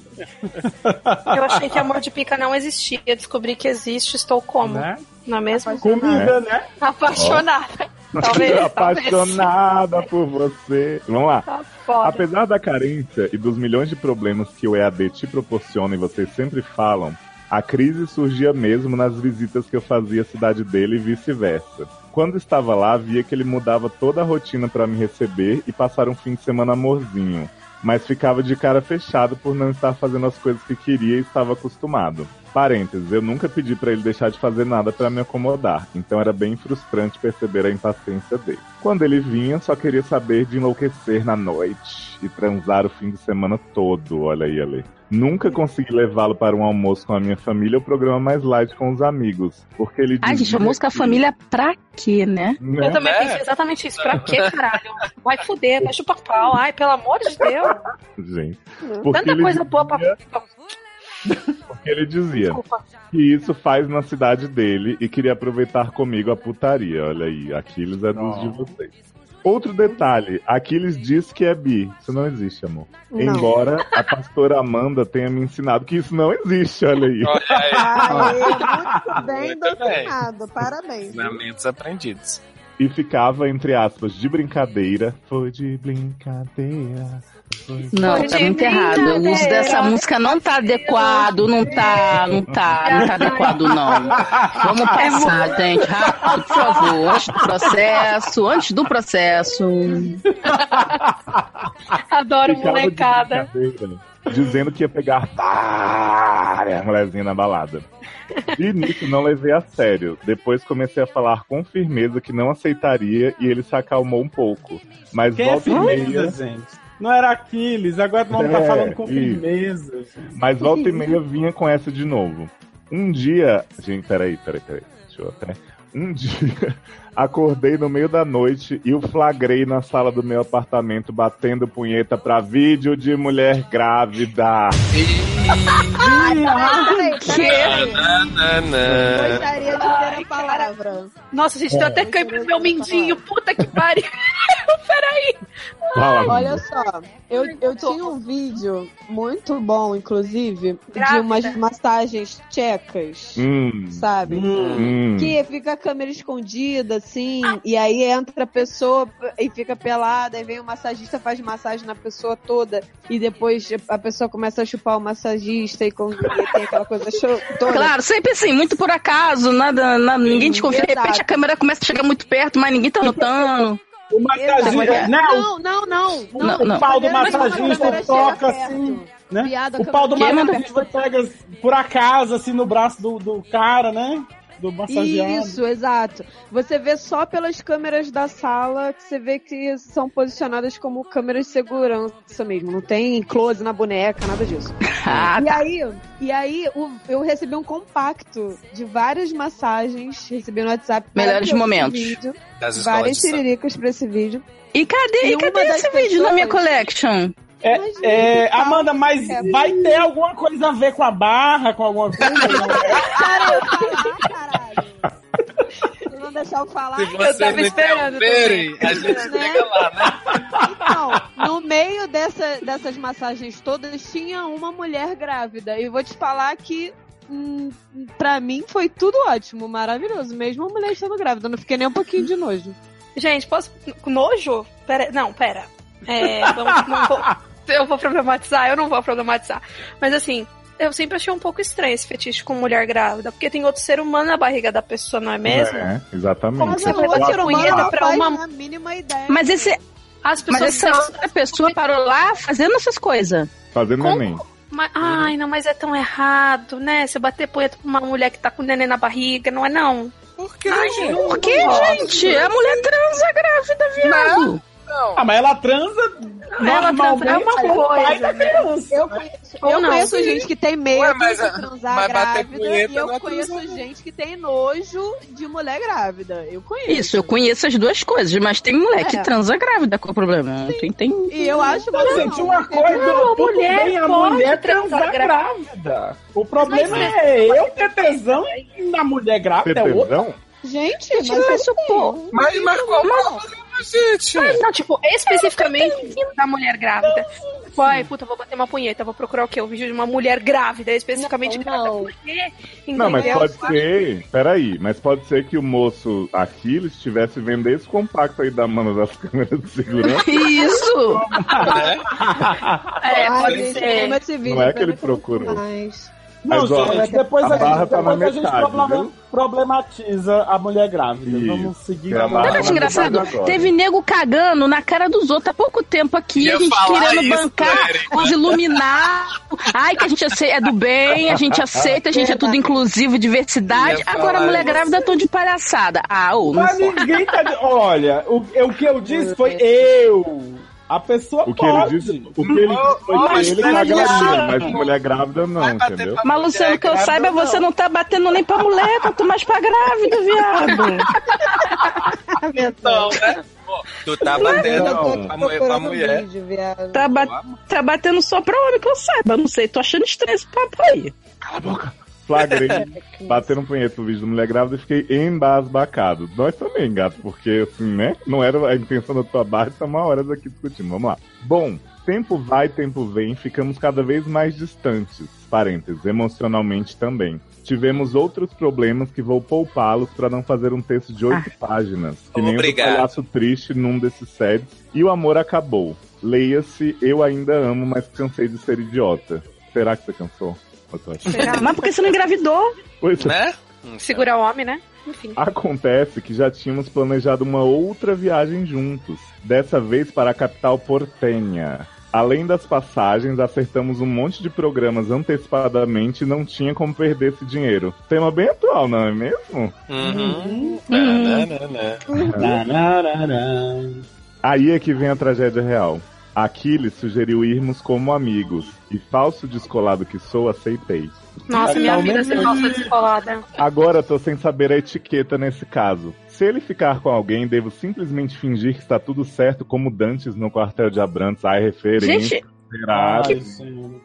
[SPEAKER 2] eu achei que amor de pica não existia. Eu descobri que existe, estou como?
[SPEAKER 4] Né?
[SPEAKER 2] Não é mesmo?
[SPEAKER 4] Comida, né?
[SPEAKER 2] Apaixonada. Talvez. talvez.
[SPEAKER 6] Apaixonada por você. Vamos lá.
[SPEAKER 2] Tá foda.
[SPEAKER 6] Apesar da carência e dos milhões de problemas que o EAD te proporciona e vocês sempre falam, a crise surgia mesmo nas visitas que eu fazia à cidade dele e vice-versa. Quando estava lá, via que ele mudava toda a rotina para me receber e passar um fim de semana amorzinho, mas ficava de cara fechado por não estar fazendo as coisas que queria e estava acostumado. Parênteses, eu nunca pedi pra ele deixar de fazer nada pra me acomodar, então era bem frustrante perceber a impaciência dele. Quando ele vinha, só queria saber de enlouquecer na noite e transar o fim de semana todo, olha aí, Ale. Nunca consegui levá-lo para um almoço com a minha família ou programa mais light com os amigos, porque ele
[SPEAKER 3] Ai, gente,
[SPEAKER 6] dizia
[SPEAKER 3] almoço com a
[SPEAKER 6] que-
[SPEAKER 3] família pra quê, né?
[SPEAKER 6] Né?
[SPEAKER 8] Eu também
[SPEAKER 5] né?
[SPEAKER 8] pensei exatamente isso. Pra quê, caralho? Vai fuder, vai chupar pau. Ai, pelo amor de Deus.
[SPEAKER 6] Gente, porque
[SPEAKER 8] Tanta
[SPEAKER 6] ele
[SPEAKER 8] coisa boa pra.
[SPEAKER 6] dizia-
[SPEAKER 8] pra-
[SPEAKER 6] Porque ele dizia
[SPEAKER 8] Desculpa.
[SPEAKER 6] que isso faz na cidade dele e queria aproveitar comigo a putaria. Olha aí, Aquiles é dos de vocês. Outro detalhe, Aquiles diz que é bi. Isso não existe, amor.
[SPEAKER 7] Não.
[SPEAKER 6] Embora a pastora Amanda tenha me ensinado que isso não existe, olha aí.
[SPEAKER 5] Olha aí.
[SPEAKER 7] Aê, muito bem
[SPEAKER 5] Muito bem.
[SPEAKER 7] doutrinado, parabéns.
[SPEAKER 5] Ensinamentos aprendidos.
[SPEAKER 6] E ficava, entre aspas, de brincadeira. Foi de brincadeira. Foi de...
[SPEAKER 3] Não,
[SPEAKER 8] Foi
[SPEAKER 3] tá
[SPEAKER 8] de
[SPEAKER 3] muito errado. O uso
[SPEAKER 8] brincadeira.
[SPEAKER 3] dessa música não tá adequado, não tá, não tá, não tá adequado, não. Vamos passar, gente, rápido, por favor. Antes do processo, antes do processo.
[SPEAKER 8] Adoro
[SPEAKER 6] Ficava de
[SPEAKER 8] molecada.
[SPEAKER 6] brincadeira, Dizendo que ia pegar várias mulherzinhas na balada. E nisso não levei a sério. Depois comecei a falar com firmeza que não aceitaria e ele se acalmou um pouco. Mas
[SPEAKER 4] Quem é
[SPEAKER 6] volta e
[SPEAKER 4] firmeza,
[SPEAKER 6] meia,
[SPEAKER 4] gente? Não era Aquiles, agora não tá
[SPEAKER 6] É,
[SPEAKER 4] falando com
[SPEAKER 6] isso.
[SPEAKER 4] firmeza.
[SPEAKER 6] mas volta e meia vinha com essa de novo. Um dia. Gente, peraí, peraí, peraí. Deixa eu até. Um dia (laughs) acordei no meio da noite e o flagrei na sala do meu apartamento batendo punheta pra vídeo de mulher grávida.
[SPEAKER 7] tá Peraí, peraí.
[SPEAKER 5] Nananã.
[SPEAKER 7] Gostaria de ter a palavra.
[SPEAKER 8] Nossa, gente, deu
[SPEAKER 6] É.
[SPEAKER 8] até cãibra no meu mindinho. Puta que pariu.
[SPEAKER 6] Fala,
[SPEAKER 7] Olha só, eu, eu tinha um vídeo muito bom, inclusive, de
[SPEAKER 8] Grávida.
[SPEAKER 7] umas massagens tchecas,
[SPEAKER 6] Hum,
[SPEAKER 7] sabe?
[SPEAKER 6] hum.
[SPEAKER 7] Que fica a câmera escondida, assim, e aí entra a pessoa e fica pelada, e vem o massagista, faz massagem na pessoa toda, e depois a pessoa começa a chupar o massagista e, com, e tem aquela coisa cho- toda.
[SPEAKER 3] Claro, sempre assim, muito por acaso, nada, nada ninguém desconfia. De repente a câmera começa a chegar muito perto, mas ninguém tá notando.
[SPEAKER 4] O massagista.
[SPEAKER 2] é-
[SPEAKER 7] Exato.
[SPEAKER 4] Não,
[SPEAKER 7] Não, não, não,
[SPEAKER 4] o-
[SPEAKER 3] Não,
[SPEAKER 4] o
[SPEAKER 3] não.
[SPEAKER 4] pau do
[SPEAKER 7] Mas quando a câmera
[SPEAKER 4] massagista
[SPEAKER 7] chega
[SPEAKER 4] toca
[SPEAKER 7] perto,
[SPEAKER 4] assim. né?
[SPEAKER 7] viado, a
[SPEAKER 4] O pau do
[SPEAKER 3] Quem mandou?
[SPEAKER 4] massagista pega por acaso, assim, no braço do, do cara, né? Do massageado.
[SPEAKER 7] Isso, exato. Você vê só pelas câmeras da sala que você vê que são posicionadas como câmeras de segurança mesmo. Não tem close na boneca, nada disso.
[SPEAKER 3] Ah,
[SPEAKER 7] E aí, e aí o- eu recebi um compacto de várias massagens, recebi no WhatsApp.
[SPEAKER 3] Melhores
[SPEAKER 7] maravilhoso
[SPEAKER 3] momentos.
[SPEAKER 7] vídeo,
[SPEAKER 5] Das escolas
[SPEAKER 7] várias
[SPEAKER 5] de samba.
[SPEAKER 7] tiriricas pra esse vídeo. (laughs)
[SPEAKER 3] e cadê,
[SPEAKER 7] E
[SPEAKER 3] e
[SPEAKER 7] uma
[SPEAKER 3] cadê
[SPEAKER 7] das
[SPEAKER 3] esse vídeo na minha
[SPEAKER 7] pessoas-
[SPEAKER 3] collection?
[SPEAKER 4] É,
[SPEAKER 7] Mas,
[SPEAKER 4] é,
[SPEAKER 7] gente, tá.
[SPEAKER 4] Amanda, mas
[SPEAKER 7] É.
[SPEAKER 4] vai ter alguma coisa a ver com a barra, com alguma coisa?
[SPEAKER 8] (laughs)
[SPEAKER 4] Não?
[SPEAKER 7] Para eu falar, tá, caralho. Vocês vão deixar eu falar?
[SPEAKER 5] Se
[SPEAKER 7] eu
[SPEAKER 5] vocês
[SPEAKER 7] tava
[SPEAKER 5] me
[SPEAKER 7] esperando. também.
[SPEAKER 5] interromperem, a gente
[SPEAKER 7] Né?
[SPEAKER 5] chega lá, né?
[SPEAKER 7] Então, no meio dessa- dessas massagens todas, tinha uma mulher grávida. E vou te falar que, hum, pra mim, foi tudo ótimo, maravilhoso. Mesmo a mulher estando grávida, eu não fiquei nem um pouquinho de nojo.
[SPEAKER 8] Gente, posso. Nojo? Pera... Não, pera. É, vamos- não vou- Eu vou problematizar, eu não vou problematizar. Mas assim, eu sempre achei um pouco estranho esse fetiche com mulher grávida, porque tem outro ser humano na barriga da pessoa, não é mesmo?
[SPEAKER 6] É, exatamente.
[SPEAKER 8] Como você
[SPEAKER 6] Eu
[SPEAKER 8] levou
[SPEAKER 6] acho
[SPEAKER 8] ser humano
[SPEAKER 6] que-
[SPEAKER 8] pra uma-
[SPEAKER 7] a mínima ideia.
[SPEAKER 3] Mas esse,
[SPEAKER 8] As
[SPEAKER 3] mas é
[SPEAKER 8] pessoas
[SPEAKER 3] essa outra pessoa parou lá fazendo essas coisas.
[SPEAKER 6] Fazendo
[SPEAKER 8] Como?
[SPEAKER 6] neném.
[SPEAKER 8] Mas- ai, não, mas é tão errado, né? Você bater punheta pra uma mulher que tá com neném na barriga, não é não?
[SPEAKER 5] Por que, gente?
[SPEAKER 3] Por que, gente? É A mulher transa grávida, viado.
[SPEAKER 5] Não.
[SPEAKER 4] Ah, mas ela transa
[SPEAKER 8] Ela
[SPEAKER 4] normalmente
[SPEAKER 8] transa é uma
[SPEAKER 4] com o pai da
[SPEAKER 8] coisa, né?
[SPEAKER 4] criança.
[SPEAKER 7] Eu conheço,
[SPEAKER 8] Ou
[SPEAKER 7] eu
[SPEAKER 8] não.
[SPEAKER 7] conheço gente que tem medo
[SPEAKER 5] Ué, mas
[SPEAKER 7] de
[SPEAKER 5] a- mas
[SPEAKER 7] transar
[SPEAKER 5] bater
[SPEAKER 7] grávida
[SPEAKER 5] punheta
[SPEAKER 7] e eu
[SPEAKER 5] não é
[SPEAKER 7] conheço
[SPEAKER 5] transar.
[SPEAKER 7] gente que tem nojo de mulher grávida. Eu conheço.
[SPEAKER 3] Isso, eu conheço as duas coisas, mas tem mulher que
[SPEAKER 7] É.
[SPEAKER 3] transa grávida, qual o problema? Tem, tem...
[SPEAKER 7] E eu acho
[SPEAKER 4] Mas,
[SPEAKER 7] normal.
[SPEAKER 4] gente, uma
[SPEAKER 7] Não tem
[SPEAKER 4] coisa,
[SPEAKER 8] Não, a
[SPEAKER 4] tudo
[SPEAKER 8] mulher
[SPEAKER 4] bem a
[SPEAKER 8] pode
[SPEAKER 4] mulher
[SPEAKER 8] transar
[SPEAKER 4] transar grávida. O problema
[SPEAKER 8] Mas,
[SPEAKER 4] é eu ter tesão na mulher grávida, é outra.
[SPEAKER 6] Tetezão?
[SPEAKER 7] Gente,
[SPEAKER 3] Gente,
[SPEAKER 7] mas assim, ah,
[SPEAKER 3] mas
[SPEAKER 7] eu
[SPEAKER 3] pô,
[SPEAKER 5] Mas, mas como gente?
[SPEAKER 8] Mas não, tipo, especificamente da mulher grávida. Tipo, ai, puta, vou bater uma punheta, vou procurar o quê? O vídeo de uma mulher grávida, especificamente
[SPEAKER 7] Não,
[SPEAKER 8] grávida.
[SPEAKER 7] não.
[SPEAKER 8] Por quê?
[SPEAKER 6] Não, mas
[SPEAKER 8] Entendeu?
[SPEAKER 6] pode ser. Peraí, mas pode ser que o moço Aquiles estivesse vendo esse compacto aí da mano das (laughs) câmeras de segurança.
[SPEAKER 3] isso!
[SPEAKER 5] Né?
[SPEAKER 8] É,
[SPEAKER 7] Ai,
[SPEAKER 8] pode
[SPEAKER 7] gente,
[SPEAKER 8] ser.
[SPEAKER 7] como esse vídeo
[SPEAKER 6] Não é
[SPEAKER 7] pra
[SPEAKER 6] que ele
[SPEAKER 7] mim foi muito
[SPEAKER 6] procurou.
[SPEAKER 7] mais.
[SPEAKER 4] Não,
[SPEAKER 6] Mas, ó,
[SPEAKER 4] gente, depois
[SPEAKER 6] a
[SPEAKER 4] a,
[SPEAKER 6] barra
[SPEAKER 4] gente,
[SPEAKER 6] tá na
[SPEAKER 4] depois a gente
[SPEAKER 6] metade,
[SPEAKER 4] problema-
[SPEAKER 6] viu?
[SPEAKER 4] problematiza a mulher grávida.
[SPEAKER 6] Isso,
[SPEAKER 4] Vamos seguir
[SPEAKER 6] que a
[SPEAKER 4] a
[SPEAKER 6] barra
[SPEAKER 4] barra.
[SPEAKER 6] tá
[SPEAKER 3] Sabe o que é engraçado?
[SPEAKER 6] Agora.
[SPEAKER 3] Teve nego cagando na cara dos outros há pouco tempo aqui,
[SPEAKER 5] Ia
[SPEAKER 3] a gente
[SPEAKER 5] falar
[SPEAKER 3] querendo
[SPEAKER 5] isso,
[SPEAKER 3] bancar os iluminados. Ai, que a gente ace- é do bem, a gente aceita, a gente é tudo inclusivo, diversidade.
[SPEAKER 5] Ia falar
[SPEAKER 3] Agora a mulher
[SPEAKER 5] isso.
[SPEAKER 3] grávida tão de palhaçada. Ah, ô, não
[SPEAKER 4] Mas
[SPEAKER 3] sei.
[SPEAKER 4] ninguém tá. de- Olha, o, o que eu disse foi eu. A pessoa
[SPEAKER 6] O que ele
[SPEAKER 4] pode.
[SPEAKER 6] disse, o que ele disse foi
[SPEAKER 5] Mas
[SPEAKER 6] que ele
[SPEAKER 5] tá
[SPEAKER 6] tá
[SPEAKER 3] ligado.
[SPEAKER 6] grávida, mas mulher grávida não,
[SPEAKER 5] Vai bater
[SPEAKER 6] entendeu?
[SPEAKER 5] pra
[SPEAKER 3] Mas, Luciano,
[SPEAKER 5] mulher
[SPEAKER 3] que eu
[SPEAKER 5] grávida,
[SPEAKER 3] saiba, você não tá batendo nem pra mulher, quanto mais pra grávida,
[SPEAKER 5] (laughs)
[SPEAKER 3] viado.
[SPEAKER 5] Não, né? Pô, tu tá batendo
[SPEAKER 6] Não.
[SPEAKER 5] a mulher. pra mulher.
[SPEAKER 7] vídeo, viado.
[SPEAKER 3] Tá, ba- tá batendo só pra homem, que eu saiba. Não sei, tô achando estranho esse papo aí.
[SPEAKER 6] Flagrei, batendo punheta no vídeo da mulher grávida e fiquei embasbacado. Nós também, gato, porque assim, né? Não era a intenção da tua barra, tá estamos há horas aqui discutindo. Vamos lá. Bom, tempo vai, tempo vem, ficamos cada vez mais distantes, parênteses, emocionalmente também. Tivemos outros problemas que vou poupá-los para não fazer um texto de oito páginas, que nem o do
[SPEAKER 5] Obrigado.
[SPEAKER 6] palhaço triste num desses sets. E o amor acabou. Leia-se, eu ainda amo, mas cansei de ser idiota. Será que você cansou? Eu tô achando.
[SPEAKER 3] Mas porque você não engravidou?
[SPEAKER 6] Pois é.
[SPEAKER 5] Né?
[SPEAKER 2] Hum.
[SPEAKER 8] Segura o homem, né? Enfim.
[SPEAKER 6] Acontece que já tínhamos planejado uma outra viagem juntos, dessa vez para a capital portenha. Além das passagens, acertamos um monte de programas antecipadamente e não tinha como perder esse dinheiro. Tema bem atual, não é mesmo?
[SPEAKER 5] Uhum.
[SPEAKER 3] Uhum.
[SPEAKER 5] Tananana.
[SPEAKER 6] Aí é que vem a tragédia real. Aquiles sugeriu irmos como amigos, e falso descolado que sou, aceitei.
[SPEAKER 8] Nossa, minha
[SPEAKER 4] Totalmente.
[SPEAKER 8] vida sem falsa descolada.
[SPEAKER 6] Agora tô sem saber a etiqueta nesse caso. Se ele ficar com alguém, devo simplesmente fingir que está tudo certo, como Dantes no quartel de Abrantes. Ai, referência.
[SPEAKER 3] Gente,
[SPEAKER 6] Será?
[SPEAKER 4] Ai, senhor.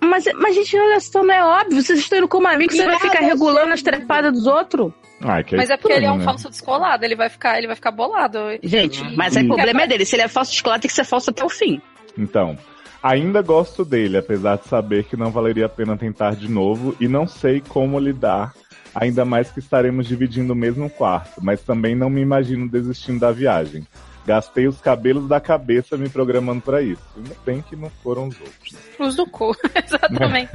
[SPEAKER 3] Mas, mas, gente, olha só, não é óbvio. Vocês estão indo como amigo, você vai
[SPEAKER 7] Nada,
[SPEAKER 3] ficar regulando as trepadas dos outros?
[SPEAKER 6] Ai, que
[SPEAKER 8] Mas é porque ele é
[SPEAKER 6] estranho,
[SPEAKER 8] um
[SPEAKER 6] né?
[SPEAKER 8] falso descolado, ele vai ficar, ele vai ficar bolado.
[SPEAKER 3] Gente, mas aí o problema é dele. Se ele é falso escolar, tem que ser falso até o fim.
[SPEAKER 6] Então, ainda gosto dele, apesar de saber que não valeria a pena tentar de novo e não sei como lidar. Ainda mais que estaremos dividindo o mesmo quarto, mas também não me imagino desistindo da viagem. Gastei os cabelos da cabeça me programando pra isso. Ainda bem que não foram os outros.
[SPEAKER 8] Cruz do cu, (laughs) exatamente.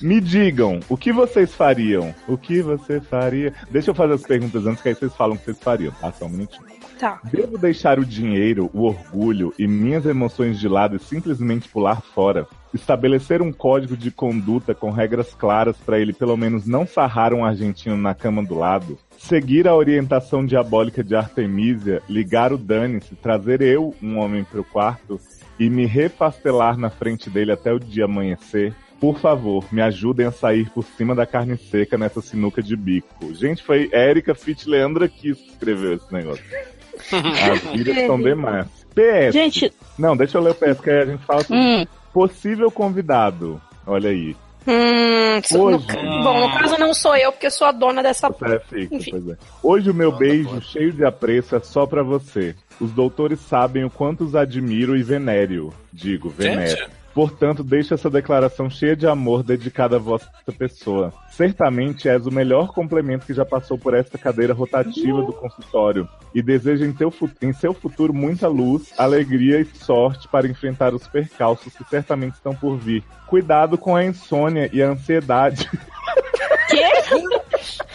[SPEAKER 6] Me digam, o que vocês fariam? O que você faria? Deixa eu fazer as perguntas antes, que aí vocês falam o que vocês fariam, tá? Só um minutinho.
[SPEAKER 8] Tá.
[SPEAKER 6] Devo deixar o dinheiro, o orgulho e minhas emoções de lado e simplesmente pular fora? Estabelecer um código de conduta com regras claras para ele pelo menos não sarrar um argentino na cama do lado? Seguir a orientação diabólica de Artemisia, ligar o dane-se, trazer eu, um homem, para o quarto e me refastelar na frente dele até o dia amanhecer? Por favor, me ajudem a sair por cima da carne seca nessa sinuca de bico. Gente, foi Érica Fit Leandra Kiss que escreveu esse negócio. As vidas são demais. PS.
[SPEAKER 3] Gente,
[SPEAKER 6] Não, deixa eu ler o PS, que aí a gente fala. sobre
[SPEAKER 3] hum,
[SPEAKER 6] Possível convidado. Olha aí.
[SPEAKER 8] Hum, isso no
[SPEAKER 6] Hoje.
[SPEAKER 8] ca- bom, no caso não sou eu, porque sou a dona
[SPEAKER 2] Tá
[SPEAKER 8] dessa
[SPEAKER 6] Você é fixa,
[SPEAKER 8] Enfim.
[SPEAKER 6] pois é. Hoje o meu
[SPEAKER 5] Nossa,
[SPEAKER 6] beijo
[SPEAKER 5] pode.
[SPEAKER 6] cheio de apreço é só pra você. Os doutores sabem o quanto os admiro e venéreo. Digo, venéreo.
[SPEAKER 5] Gente,
[SPEAKER 6] Portanto, deixo essa declaração cheia de amor dedicada a vossa pessoa. Certamente és o melhor complemento que já passou por esta cadeira rotativa do consultório. E desejo em, teu fu- em seu futuro muita luz, alegria e sorte para enfrentar os percalços que certamente estão por vir. Cuidado com a insônia e a ansiedade.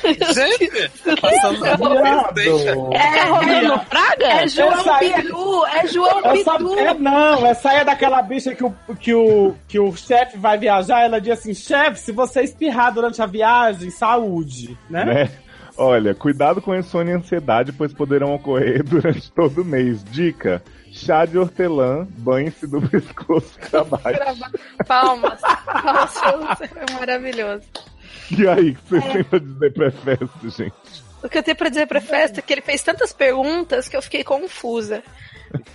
[SPEAKER 5] gente, passando por PlayStation.
[SPEAKER 4] Viado.
[SPEAKER 3] é Romano Fraga?
[SPEAKER 8] É João
[SPEAKER 4] Essa aí-
[SPEAKER 8] Bidu, é João
[SPEAKER 4] Essa,
[SPEAKER 8] Bidu.
[SPEAKER 4] é, não, essa é daquela bicha que o, que o, que o chefe vai viajar, ela diz assim, chefe, se você espirrar durante a viagem, saúde, né?
[SPEAKER 6] (laughs) né? Olha, cuidado com insônia e ansiedade, pois poderão ocorrer (laughs) durante todo o mês. Dica: chá de hortelã, banhe-se do (laughs) pescoço para baixo.
[SPEAKER 8] Palmas. Palmas, você foi um maravilhoso.
[SPEAKER 6] E aí, o que
[SPEAKER 2] É.
[SPEAKER 6] vocês têm pra dizer pra festa, gente?
[SPEAKER 8] O que eu tenho pra dizer pra festa é que ele fez tantas perguntas que eu fiquei confusa.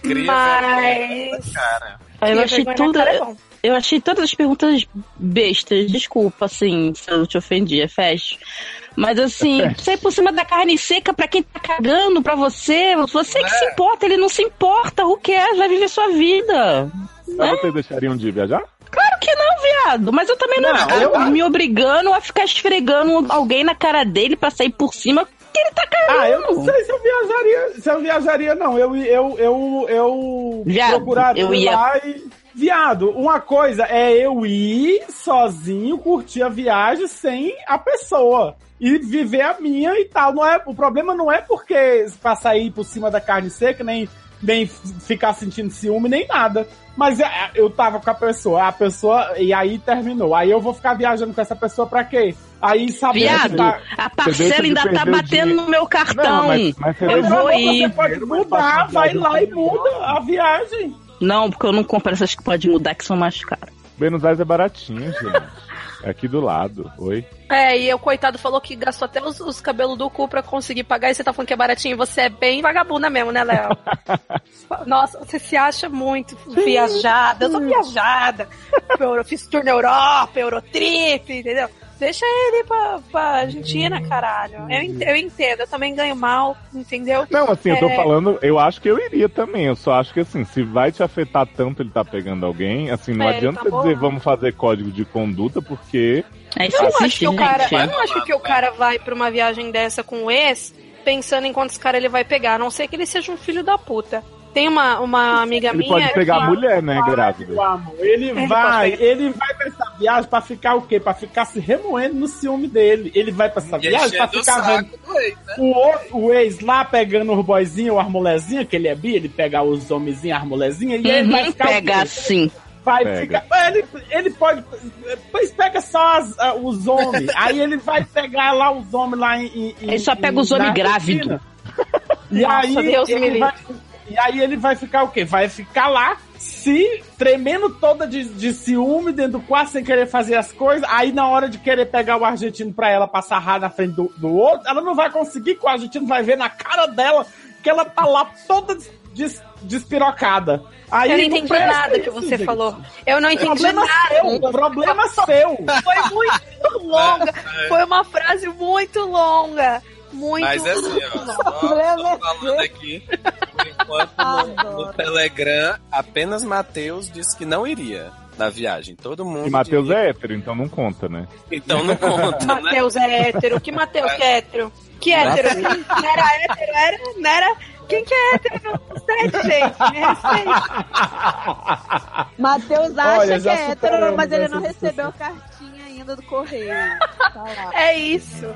[SPEAKER 5] Cria
[SPEAKER 8] Mas.
[SPEAKER 5] Cara,
[SPEAKER 3] Eu
[SPEAKER 8] Cria
[SPEAKER 3] achei,
[SPEAKER 8] vergonha na
[SPEAKER 3] tudo,
[SPEAKER 8] cara é bom.
[SPEAKER 3] eu achei todas as perguntas bestas. Desculpa, assim, se eu te ofendi, é fest. Mas assim, sair por cima da carne seca pra quem tá cagando pra você, você que se importa, ele não se importa, who cares, vai viver sua vida.
[SPEAKER 6] Mas vocês deixariam de viajar?
[SPEAKER 3] Claro que não, viado. Mas eu também não,
[SPEAKER 4] Não,
[SPEAKER 3] estou me obrigando a ficar esfregando alguém na cara dele pra sair por cima que ele tá cagando.
[SPEAKER 4] Ah, eu não sei se eu viajaria, se eu viajaria não, eu, eu, eu, eu
[SPEAKER 3] Viado,
[SPEAKER 4] procuraria
[SPEAKER 3] eu ia-
[SPEAKER 4] lá e... Viado, uma coisa é eu ir sozinho, curtir a viagem sem a pessoa. E viver a minha e tal. Não é, o problema não é porque pra sair por cima da carne seca, nem, nem f- ficar sentindo ciúme, nem nada. Mas é- é, eu tava com a pessoa, a pessoa, e aí terminou. Aí eu vou ficar viajando com essa pessoa pra quê? Aí sabendo
[SPEAKER 3] Viado,
[SPEAKER 4] que tá...
[SPEAKER 6] Você
[SPEAKER 3] a
[SPEAKER 6] deixa
[SPEAKER 3] parcela
[SPEAKER 6] de
[SPEAKER 3] ainda tá
[SPEAKER 6] perder o
[SPEAKER 3] batendo
[SPEAKER 6] dinheiro.
[SPEAKER 3] no meu cartão. Não,
[SPEAKER 6] mas, mas você
[SPEAKER 3] Eu
[SPEAKER 4] Mas,
[SPEAKER 6] vai-
[SPEAKER 3] vou
[SPEAKER 4] amor, Você
[SPEAKER 3] ir.
[SPEAKER 4] pode mudar, vai lá e muda a viagem.
[SPEAKER 3] porque eu não compro essas que pode mudar, que são mais caras.
[SPEAKER 6] Buenos Aires é baratinho, gente. É Aqui do lado. Oi.
[SPEAKER 2] É, e o coitado falou que gastou até os, os cabelos do cu pra conseguir pagar, e você tá falando que é baratinho, você é bem vagabunda mesmo, né, Léo? Nossa, você se acha muito viajada, eu sou viajada. Tipo, Eu fiz tour na Europa, Eurotrip, entendeu? Deixa ele pra, pra Argentina, caralho. Eu, ent- eu entendo, eu também ganho mal, entendeu?
[SPEAKER 6] Não, assim, eu tô
[SPEAKER 2] É.
[SPEAKER 6] falando, eu acho que eu iria também. Eu só acho que assim, se vai te afetar tanto ele tá pegando alguém, assim, não
[SPEAKER 2] É, ele
[SPEAKER 6] adianta
[SPEAKER 2] tá
[SPEAKER 6] você dizer
[SPEAKER 2] bolado.
[SPEAKER 6] vamos fazer código de conduta, porque.
[SPEAKER 3] É isso
[SPEAKER 2] Eu não acho
[SPEAKER 3] existe,
[SPEAKER 2] que o cara, eu
[SPEAKER 3] gente.
[SPEAKER 2] não acho que o cara vai pra uma viagem dessa com o ex pensando em quantos caras ele vai pegar, a não ser que ele seja um filho da puta. Tem uma, uma amiga
[SPEAKER 6] Ele
[SPEAKER 2] minha. é assim,
[SPEAKER 6] pode pegar
[SPEAKER 2] que-
[SPEAKER 6] a mulher, né, grávida.
[SPEAKER 4] Meu amor, ele, vai, ele vai pra essa viagem pra ficar o quê? Pra ficar se remoendo no ciúme dele. Ele vai pra essa
[SPEAKER 5] E
[SPEAKER 4] viagem pra
[SPEAKER 5] enchendo o
[SPEAKER 4] ficar vendo
[SPEAKER 5] saco é do ex, né?
[SPEAKER 4] o, outro- o ex lá pegando os boizinhos, as molezinhas, que ele é bi, ele pega os homenzinhos, as molezinhas, e ele vai
[SPEAKER 3] Uhum,
[SPEAKER 4] ficar. o quê?
[SPEAKER 3] pega assim.
[SPEAKER 4] Vai
[SPEAKER 6] Pega.
[SPEAKER 4] ficar. Ele, ele pode. Pois pega só as- ah, os homens. aí ele vai pegar lá os homens lá em. em-
[SPEAKER 3] Ele
[SPEAKER 4] em-
[SPEAKER 3] só pega
[SPEAKER 4] em-
[SPEAKER 3] os homens
[SPEAKER 4] na
[SPEAKER 3] grávidos.
[SPEAKER 4] Argentina. E
[SPEAKER 2] Nossa,
[SPEAKER 4] aí.
[SPEAKER 2] Deus me
[SPEAKER 4] ele
[SPEAKER 2] livre.
[SPEAKER 4] vai, e aí ele vai ficar o quê? Vai ficar lá se tremendo toda de, de ciúme dentro do quarto sem querer fazer as coisas. Aí na hora de querer pegar o argentino pra ela passar sarrar na frente do, do outro, ela não vai conseguir, que o argentino vai ver na cara dela que ela tá lá toda des- des- despirocada. Aí
[SPEAKER 2] Eu não
[SPEAKER 4] não
[SPEAKER 2] entendi
[SPEAKER 4] presta
[SPEAKER 2] nada que
[SPEAKER 4] isso,
[SPEAKER 2] você
[SPEAKER 4] gente.
[SPEAKER 2] falou. Eu não entendi
[SPEAKER 4] Problema é
[SPEAKER 2] nada.
[SPEAKER 4] seu, problema seu.
[SPEAKER 2] Foi muito
[SPEAKER 4] (laughs)
[SPEAKER 2] longa.
[SPEAKER 5] né?
[SPEAKER 2] Foi uma frase muito longa. Muito
[SPEAKER 5] Mas é assim, ó.
[SPEAKER 2] longa.
[SPEAKER 5] Só, só falando aqui. Por enquanto, no, no Telegram, apenas Matheus disse que não iria na viagem. Todo mundo.
[SPEAKER 6] E Matheus
[SPEAKER 5] diria.
[SPEAKER 6] é hétero, então não conta, né?
[SPEAKER 5] Então não conta, né?
[SPEAKER 2] Matheus é hétero. Que Matheus que é hétero? Que hétero? Não era hétero, era. Não era. Quem que é hétero no site, gente? Me respeita.
[SPEAKER 7] Matheus
[SPEAKER 4] Olha,
[SPEAKER 7] acha que
[SPEAKER 4] já
[SPEAKER 7] é hétero,
[SPEAKER 4] superamos
[SPEAKER 7] mas ele
[SPEAKER 4] essa
[SPEAKER 7] não
[SPEAKER 4] discussão.
[SPEAKER 7] recebeu cartinha ainda do correio. Tá lá.
[SPEAKER 2] É isso.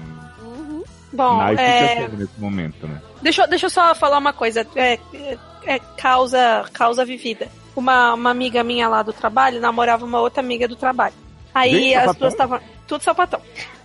[SPEAKER 7] Uhum.
[SPEAKER 2] Bom,
[SPEAKER 6] Nike
[SPEAKER 2] é,
[SPEAKER 4] assim.
[SPEAKER 6] que é hétero nesse momento, né?
[SPEAKER 2] Deixa, eu- deixa eu só falar uma coisa. É, é- é causa, causa vivida. Uma, uma amiga minha lá do trabalho namorava uma outra amiga do trabalho. Aí
[SPEAKER 6] Bem
[SPEAKER 2] as
[SPEAKER 6] sapatão?
[SPEAKER 2] duas estavam. Tudo sapatão.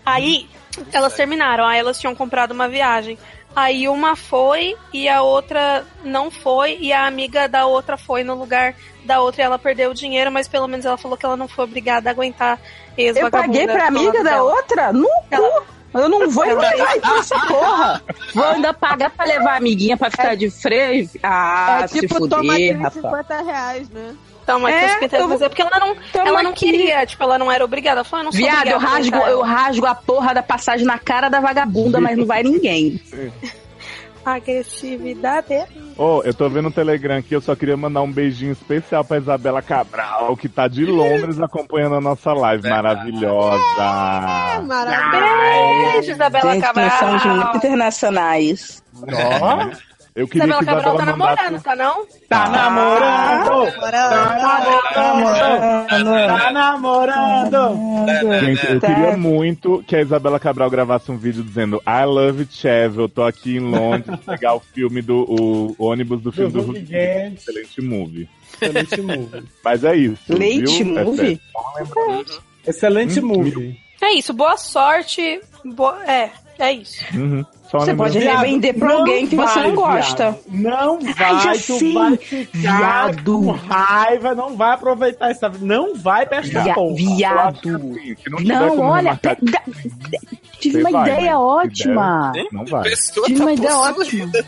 [SPEAKER 2] Aí elas terminaram. Aí elas tinham comprado uma viagem. Aí uma foi e a outra não foi. E a amiga da outra foi no lugar da outra e ela perdeu o dinheiro, mas pelo menos ela falou que ela não foi obrigada a aguentar ex
[SPEAKER 3] Eu paguei pra amiga da outra? No
[SPEAKER 2] Ela-
[SPEAKER 3] cu! Eu não vou entrar nessa porra! É. Vou ainda pagar pra levar a amiguinha pra ficar de freio? Ah,
[SPEAKER 7] é tipo,
[SPEAKER 3] se
[SPEAKER 7] toma aqui
[SPEAKER 3] fuder,
[SPEAKER 7] uns
[SPEAKER 3] rapaz.
[SPEAKER 7] 50 reais, né?
[SPEAKER 2] Então, mas
[SPEAKER 3] É,
[SPEAKER 2] é,
[SPEAKER 3] eu vou-
[SPEAKER 2] porque ela não,
[SPEAKER 3] Toma
[SPEAKER 2] ela não
[SPEAKER 3] aqui.
[SPEAKER 2] queria, tipo, ela não era obrigada. Ela falou, eu não sou
[SPEAKER 3] Viado, eu
[SPEAKER 2] obrigada a
[SPEAKER 3] rasgo,
[SPEAKER 2] aguentar
[SPEAKER 3] eu
[SPEAKER 2] ela.
[SPEAKER 3] rasgo a porra da passagem na cara da vagabunda, mas não vai ninguém.
[SPEAKER 2] Agressividade.
[SPEAKER 6] Ô, eu tô vendo o Telegram aqui, eu só queria mandar um beijinho especial pra Isabela Cabral, que tá de Londres acompanhando a nossa live maravilhosa.
[SPEAKER 7] É
[SPEAKER 3] Tá
[SPEAKER 7] maravilhoso.
[SPEAKER 2] Beijo, Isabela
[SPEAKER 3] Gente, nós somos muito
[SPEAKER 2] Cabral.
[SPEAKER 3] internacionais.
[SPEAKER 4] Ó,
[SPEAKER 6] Eu queria
[SPEAKER 2] Isabela
[SPEAKER 6] que
[SPEAKER 2] Cabral
[SPEAKER 6] Isabela
[SPEAKER 2] tá namorando,
[SPEAKER 3] né?
[SPEAKER 6] mandasse... um
[SPEAKER 2] tá não?
[SPEAKER 4] tá namorando, tá namorando,
[SPEAKER 5] né?
[SPEAKER 3] é
[SPEAKER 4] tá namorando.
[SPEAKER 6] Gente, eu
[SPEAKER 3] Tá.
[SPEAKER 6] queria muito que a Isabela Cabral gravasse um vídeo dizendo I love Chevel, tô aqui em Londres, pegar o filme do o ônibus do filme do Hulk.
[SPEAKER 4] Gente,
[SPEAKER 6] Excelente movie.
[SPEAKER 4] excelente movie.
[SPEAKER 6] Mas é isso.
[SPEAKER 3] Leite
[SPEAKER 6] viu? É
[SPEAKER 3] movie?
[SPEAKER 6] sério.
[SPEAKER 4] Excelente
[SPEAKER 6] Hum,
[SPEAKER 4] movie.
[SPEAKER 2] É isso, boa sorte. Boa... É, é isso.
[SPEAKER 6] Uhum. Só uma
[SPEAKER 3] Você
[SPEAKER 6] lembrança.
[SPEAKER 3] pode revender pra
[SPEAKER 4] Não
[SPEAKER 3] alguém que você
[SPEAKER 4] vai,
[SPEAKER 3] não gosta.
[SPEAKER 4] viado. Não vai,
[SPEAKER 3] já
[SPEAKER 4] tu
[SPEAKER 3] sei,
[SPEAKER 4] vai ficar
[SPEAKER 3] viado.
[SPEAKER 4] com raiva, não vai aproveitar essa Não vai pra essa
[SPEAKER 3] Via-
[SPEAKER 4] porra.
[SPEAKER 3] viado.
[SPEAKER 6] Sim, se tiver
[SPEAKER 3] Não,
[SPEAKER 6] como
[SPEAKER 3] olha,
[SPEAKER 6] remarcar-
[SPEAKER 3] te- da- tive
[SPEAKER 6] Você
[SPEAKER 3] uma
[SPEAKER 6] vai,
[SPEAKER 3] ideia
[SPEAKER 6] né?
[SPEAKER 3] ótima.
[SPEAKER 6] Não é vai.
[SPEAKER 5] Pessoa
[SPEAKER 3] Tive
[SPEAKER 5] tá
[SPEAKER 3] uma ideia
[SPEAKER 5] possuída.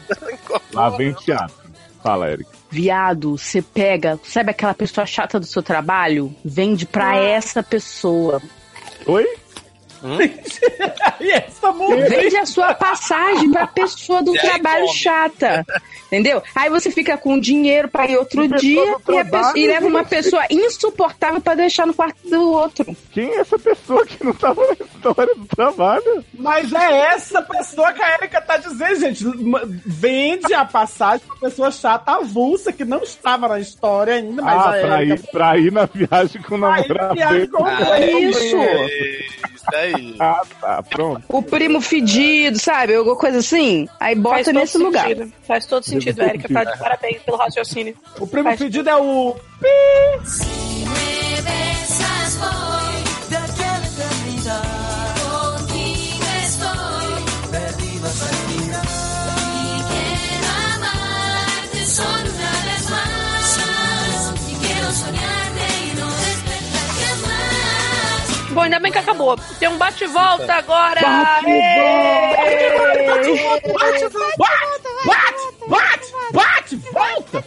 [SPEAKER 3] ótima.
[SPEAKER 6] Lá vem teatro. Fala, Eric.
[SPEAKER 3] Viado, você pega, sabe aquela pessoa chata do seu trabalho? Vende pra essa pessoa.
[SPEAKER 6] Oi?
[SPEAKER 4] E essa movie?
[SPEAKER 3] Vende a sua passagem pra pessoa do
[SPEAKER 5] E aí
[SPEAKER 3] trabalho
[SPEAKER 5] come.
[SPEAKER 3] chata. Entendeu? Aí você fica com dinheiro pra ir outro
[SPEAKER 6] Pessoa
[SPEAKER 3] dia
[SPEAKER 6] do
[SPEAKER 3] e, a
[SPEAKER 6] trabalho,
[SPEAKER 3] pessoa- e leva uma pessoa insuportável pra deixar no quarto do outro.
[SPEAKER 6] Quem tá é essa pessoa que não tava na história do trabalho?
[SPEAKER 4] Mas é essa pessoa que a Erika tá tá dizendo, gente? ma- Vende a passagem pra pessoa chata avulsa que não estava na história ainda, mas
[SPEAKER 6] Ah,
[SPEAKER 4] já era.
[SPEAKER 6] pra ir, pra ir na viagem com o namorado
[SPEAKER 4] viagem
[SPEAKER 6] dele.
[SPEAKER 4] com o
[SPEAKER 6] Ah,
[SPEAKER 4] namorado.
[SPEAKER 3] Isso.
[SPEAKER 5] Isso aí.
[SPEAKER 6] Ah, tá, pronto.
[SPEAKER 3] O primo fedido, sabe? Alguma coisa assim. Aí
[SPEAKER 2] Faz
[SPEAKER 3] bota
[SPEAKER 2] todo
[SPEAKER 3] nesse lugar.
[SPEAKER 2] sentido. Faz todo sentido, Erika. Tá de parabéns pelo raciocínio.
[SPEAKER 4] O primo
[SPEAKER 2] Faz-
[SPEAKER 4] pedido é o.
[SPEAKER 10] Me besas hoy, de aquel Contigo estoy, Y quiero amarte solo una vez más. Y quiero soñarte y no despertar jamás.
[SPEAKER 2] Bom, ainda bem que acabou. Tem um bate-volta agora.
[SPEAKER 4] Bate, bate, bate, bate, volta!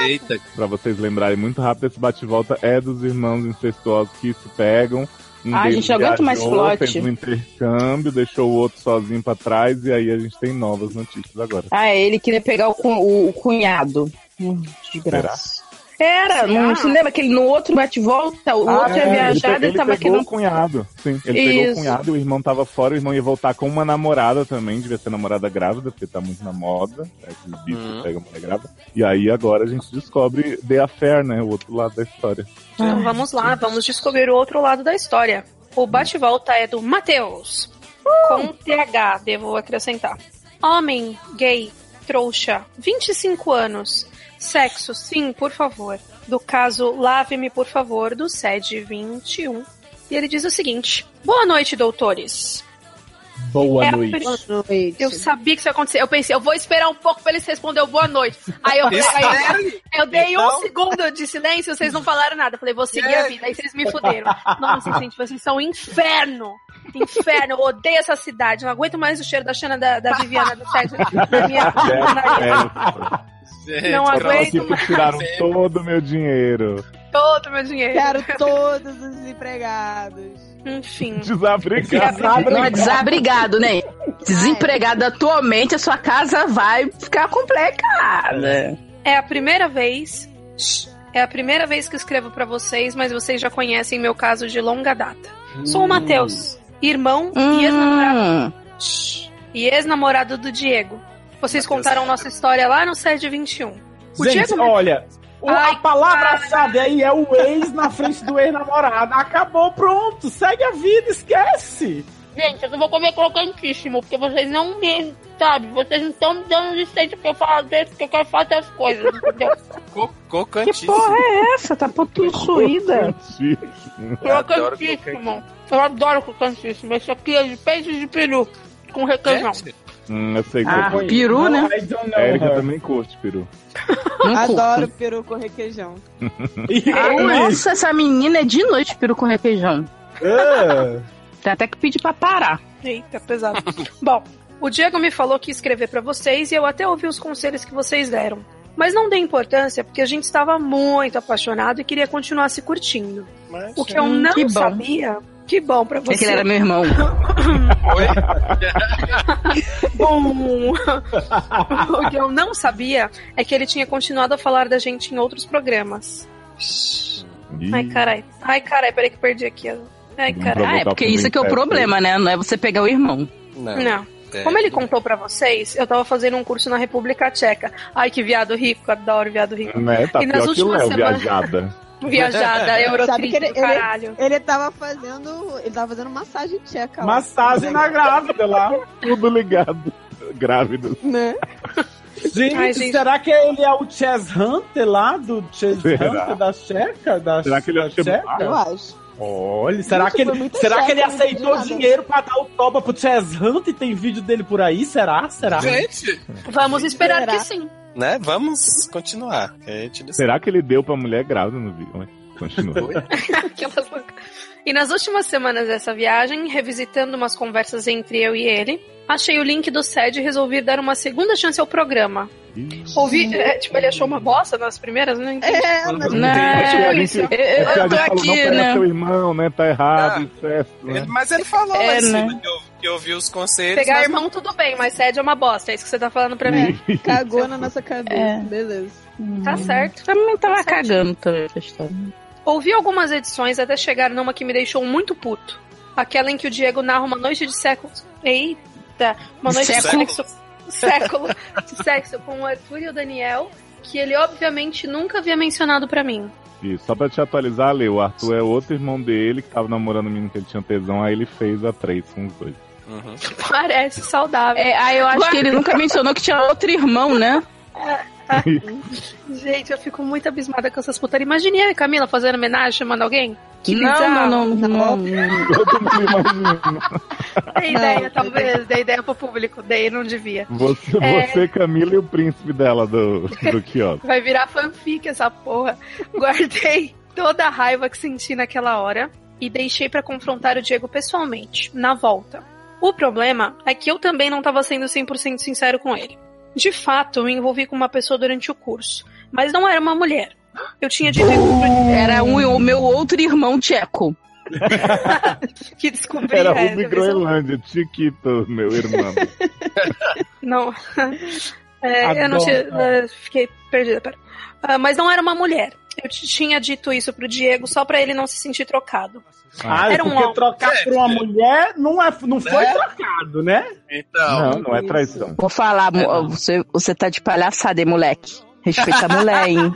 [SPEAKER 5] Eita,
[SPEAKER 6] Pra vocês lembrarem muito rápido, esse bate-volta é dos irmãos incestuosos que se pegam. Um
[SPEAKER 3] Ai,
[SPEAKER 6] deles
[SPEAKER 3] gente, eu aguento mais
[SPEAKER 6] viajou,
[SPEAKER 3] plot.
[SPEAKER 6] Fez um intercâmbio, deixou o outro sozinho pra trás e aí a gente tem novas notícias agora.
[SPEAKER 3] Ah, é, ele queria pegar o, cu- o- o cunhado. Hum, desgraça. Era, não se lembra que ele no outro bate-volta, o outro ia
[SPEAKER 6] é, ele,
[SPEAKER 3] viajar, ele,
[SPEAKER 6] pe- ele
[SPEAKER 3] tava
[SPEAKER 6] pegou o
[SPEAKER 3] querendo.
[SPEAKER 6] cunhado. Sim, ele pegou o
[SPEAKER 3] Isso.
[SPEAKER 6] cunhado e o irmão tava fora, o irmão ia voltar com uma namorada também, devia ser namorada grávida, porque tá muito na moda. né, Esses bichos
[SPEAKER 5] Uhum.
[SPEAKER 6] pegam mulher grávida. E aí agora a gente descobre The Affair, né? O outro lado da história.
[SPEAKER 2] Então vamos lá, vamos descobrir o outro lado da história. O bate-volta é do Matheus.
[SPEAKER 4] Uh!
[SPEAKER 2] Com TH, devo acrescentar. Homem, gay, trouxa, 25 anos. Sexo, sim, por favor. Do caso Lave-me, por favor, do SED 21. E ele diz o seguinte: Boa noite, doutores.
[SPEAKER 4] Boa
[SPEAKER 2] É a
[SPEAKER 4] noite.
[SPEAKER 2] prim-
[SPEAKER 7] noite.
[SPEAKER 8] Eu sabia que isso ia acontecer. Eu pensei, eu vou esperar um pouco pra eles responder o boa noite. Aí eu,
[SPEAKER 5] Isso
[SPEAKER 8] aí eu- eu dei
[SPEAKER 5] Então?
[SPEAKER 8] um segundo de silêncio, vocês não falaram nada. Eu Falei, vou seguir a vida. Aí vocês me fuderam. Nossa, gente, vocês são um inferno. Inferno, eu odeio essa cidade. Não aguento mais o cheiro da Xana da, da Viviana do Sérgio. na
[SPEAKER 6] (laughs)
[SPEAKER 8] minha- na
[SPEAKER 2] (laughs)
[SPEAKER 8] minha-
[SPEAKER 6] É,
[SPEAKER 5] gente,
[SPEAKER 2] Não
[SPEAKER 5] pronto.
[SPEAKER 2] aguento.
[SPEAKER 6] aqui que tiraram
[SPEAKER 5] Sempre.
[SPEAKER 6] todo o meu dinheiro.
[SPEAKER 8] Todo meu dinheiro.
[SPEAKER 7] Quero todos os empregados.
[SPEAKER 2] Enfim.
[SPEAKER 6] Desabrigado.
[SPEAKER 3] Não é desabrigado, né? Desempregado atualmente, a sua casa vai ficar complicada.
[SPEAKER 2] É a primeira vez. É a primeira vez que escrevo pra vocês, mas vocês já conhecem meu caso de longa data. Sou o Matheus, irmão e ex-namorado-
[SPEAKER 3] Hum,
[SPEAKER 2] e ex-namorado do Diego. Vocês contaram nossa história lá no SED 21. O
[SPEAKER 4] Gente,
[SPEAKER 2] Diego-
[SPEAKER 4] olha, o- a
[SPEAKER 2] Ai,
[SPEAKER 4] palavra-chave aí é o ex na frente do ex-namorado. Acabou, pronto, segue a vida, esquece.
[SPEAKER 11] Gente, eu não vou comer crocantíssimo, porque vocês não me. Sabe, vocês não estão me dando licença pra eu falar desse, porque eu quero fazer as coisas, entendeu?
[SPEAKER 5] Co-
[SPEAKER 3] Que
[SPEAKER 5] Cocantíssimo.
[SPEAKER 3] porra é essa? Tá possuída.
[SPEAKER 11] Eu
[SPEAKER 5] adoro
[SPEAKER 11] crocantíssimo. Eu adoro crocantíssimo. Esse aqui é de peito de peru, com
[SPEAKER 3] é
[SPEAKER 11] requeijão.
[SPEAKER 5] Gente,
[SPEAKER 6] Hum, eu sei que
[SPEAKER 3] Ah,
[SPEAKER 6] eu conheço.
[SPEAKER 3] peru, né?
[SPEAKER 4] I don't know
[SPEAKER 6] Érica
[SPEAKER 4] her.
[SPEAKER 6] também curte, peru.
[SPEAKER 3] Não
[SPEAKER 6] Ah,
[SPEAKER 7] Adoro peru com requeijão.
[SPEAKER 4] E
[SPEAKER 6] tá
[SPEAKER 3] curto. Ah,
[SPEAKER 4] ui,
[SPEAKER 3] nossa, essa menina é de noite peru com requeijão.
[SPEAKER 4] ah,
[SPEAKER 3] Tem até que pedir pra parar.
[SPEAKER 2] Eita,
[SPEAKER 3] (laughs)
[SPEAKER 2] pesado. Bom, o Diego me falou que ia escrever pra vocês e eu até ouvi os conselhos que vocês deram. Mas não dei importância porque a gente estava muito apaixonado e queria continuar se curtindo.
[SPEAKER 5] mas-
[SPEAKER 2] O que eu
[SPEAKER 3] Hum,
[SPEAKER 2] não
[SPEAKER 3] que bom.
[SPEAKER 2] sabia. Que bom pra
[SPEAKER 3] É que
[SPEAKER 2] você. (laughs)
[SPEAKER 3] ele era meu irmão.
[SPEAKER 5] Oi?
[SPEAKER 2] Bom, (laughs) o que eu não sabia é que ele tinha continuado a falar da gente em outros programas.
[SPEAKER 6] Ih,
[SPEAKER 2] Ai, carai. Ai, carai, peraí que eu perdi aqui. ó. Ai,
[SPEAKER 6] Não
[SPEAKER 2] carai.
[SPEAKER 3] Ah, é porque isso que é o problema, né? Não é você pegar o irmão.
[SPEAKER 5] Não.
[SPEAKER 2] Não.
[SPEAKER 3] é
[SPEAKER 2] Como ele contou pra vocês, eu tava fazendo um curso na República Tcheca. Ai, que viado rico, adoro viado rico.
[SPEAKER 6] né? Tá
[SPEAKER 2] E nas
[SPEAKER 6] pior que o
[SPEAKER 2] últimas
[SPEAKER 6] Léo,
[SPEAKER 2] semanas-
[SPEAKER 6] viajada.
[SPEAKER 2] Viajada,
[SPEAKER 7] Sabe
[SPEAKER 2] eurotrip
[SPEAKER 7] que ele-
[SPEAKER 2] do caralho.
[SPEAKER 7] Ele tava fazendo. Ele tava fazendo massagem tcheca lá.
[SPEAKER 4] massagem na grávida lá.
[SPEAKER 6] Tudo ligado. Grávido.
[SPEAKER 7] Né?
[SPEAKER 4] Gente,
[SPEAKER 2] Ai, gente.
[SPEAKER 4] será que ele é o Chess Hunter lá? Do Chess
[SPEAKER 6] Será?
[SPEAKER 4] Hunter da Checa? Da
[SPEAKER 6] Será que ele
[SPEAKER 4] da
[SPEAKER 6] é o Chess
[SPEAKER 4] Checa?
[SPEAKER 7] Eu acho.
[SPEAKER 4] Olha, será
[SPEAKER 7] Gente,
[SPEAKER 4] que
[SPEAKER 7] foi
[SPEAKER 4] ele,
[SPEAKER 7] muito
[SPEAKER 4] será que ele
[SPEAKER 7] checa, não entendi
[SPEAKER 4] aceitou
[SPEAKER 7] nada.
[SPEAKER 4] dinheiro pra dar o toba pro Chess Hunter e tem vídeo dele por aí? Será?
[SPEAKER 3] tá?
[SPEAKER 4] Será?
[SPEAKER 5] é, Gente,
[SPEAKER 2] Vamos esperar
[SPEAKER 7] Será?
[SPEAKER 2] que sim. (laughs)
[SPEAKER 5] né? Vamos continuar. que a gente descobre.
[SPEAKER 6] Será que ele deu pra mulher grávida no vídeo? Mas Continua.
[SPEAKER 2] Aquelas loucas. E nas últimas semanas dessa viagem, revisitando umas conversas entre eu e ele, achei o link do SED e resolvi dar uma segunda chance ao programa.
[SPEAKER 6] Ih.
[SPEAKER 2] Ouvi, é, tipo, ele achou uma bosta nas primeiras, né? é não entendi.
[SPEAKER 7] É, mas
[SPEAKER 3] Não,
[SPEAKER 6] Tipo, a
[SPEAKER 3] eu,
[SPEAKER 6] gente-
[SPEAKER 3] eu-
[SPEAKER 6] Porque a
[SPEAKER 3] eu tô
[SPEAKER 6] gente falou, não
[SPEAKER 3] aqui,
[SPEAKER 6] pega
[SPEAKER 3] né?
[SPEAKER 6] seu irmão, né? Tá errado,
[SPEAKER 5] Ah.
[SPEAKER 6] incesto, né?
[SPEAKER 5] Ele- Mas ele falou
[SPEAKER 3] É,
[SPEAKER 5] lá em cima
[SPEAKER 3] né?
[SPEAKER 5] que, eu, que eu vi os conselhos.
[SPEAKER 2] Pegar
[SPEAKER 5] mas-
[SPEAKER 2] irmão tudo bem, mas SED é uma bosta, é isso que você tá falando pra mim.
[SPEAKER 7] (laughs) cagou na nossa cabeça.
[SPEAKER 3] É.
[SPEAKER 7] Beleza.
[SPEAKER 2] Tá certo.
[SPEAKER 3] Também tava cagando também essa história.
[SPEAKER 2] Ouvi algumas edições até chegar numa que me deixou muito puto. Aquela em que o Diego narra uma noite de sexo. Ei, Eita! Uma noite
[SPEAKER 5] Século.
[SPEAKER 2] de sexo. Século de sexo com o Arthur e o Daniel, que ele obviamente nunca havia mencionado pra mim.
[SPEAKER 6] Isso, só pra te atualizar, Ale, o Arthur é outro irmão dele que tava namorando o menino que ele tinha tesão, aí ele fez a três com os
[SPEAKER 3] (laughs)
[SPEAKER 6] dois.
[SPEAKER 5] Uhum.
[SPEAKER 2] Parece saudável.
[SPEAKER 3] É, aí eu acho que ele nunca mencionou que tinha outro irmão, né?
[SPEAKER 2] Gente, eu fico muito abismada com essas putaria. Imagine eu e Camila fazendo homenagem, chamando alguém. Que
[SPEAKER 3] não,
[SPEAKER 2] bizarro.
[SPEAKER 3] não, não, não,
[SPEAKER 6] Todo mundo imagina.
[SPEAKER 2] Dei
[SPEAKER 7] Não,
[SPEAKER 2] ideia,
[SPEAKER 7] não.
[SPEAKER 2] talvez. Dei ideia pro público. Dei, não devia.
[SPEAKER 6] Você,
[SPEAKER 2] É.
[SPEAKER 6] você, Camila e o príncipe dela do, do quiosque.
[SPEAKER 2] Vai virar fanfic essa porra. Guardei toda a raiva que senti naquela hora e deixei pra confrontar o Diego pessoalmente, na volta. O problema é que eu também não tava sendo 100% sincero com ele. De fato, eu me envolvi com uma pessoa durante o curso, mas não era uma mulher. Eu tinha dito
[SPEAKER 3] Era um, o meu outro irmão tcheco.
[SPEAKER 2] que descobri
[SPEAKER 6] Era
[SPEAKER 2] é,
[SPEAKER 6] Ruby
[SPEAKER 2] talvez eu-
[SPEAKER 6] Groenlândia, Chiquito, meu irmão.
[SPEAKER 2] Não. (laughs) É, eu não tinha. é, Fiquei perdida, pera. Ah, mas não era uma mulher. Eu t- tinha dito isso pro Diego só pra ele não se sentir trocado.
[SPEAKER 4] Ah,
[SPEAKER 2] Era um
[SPEAKER 4] porque
[SPEAKER 2] homem.
[SPEAKER 4] trocar por uma mulher não, é, não foi trocado, né?
[SPEAKER 5] Então,
[SPEAKER 6] Não, não é traição.
[SPEAKER 3] Vou falar, mo- ó, você, você tá de palhaçada, hein, moleque? Respeita a mulher, hein?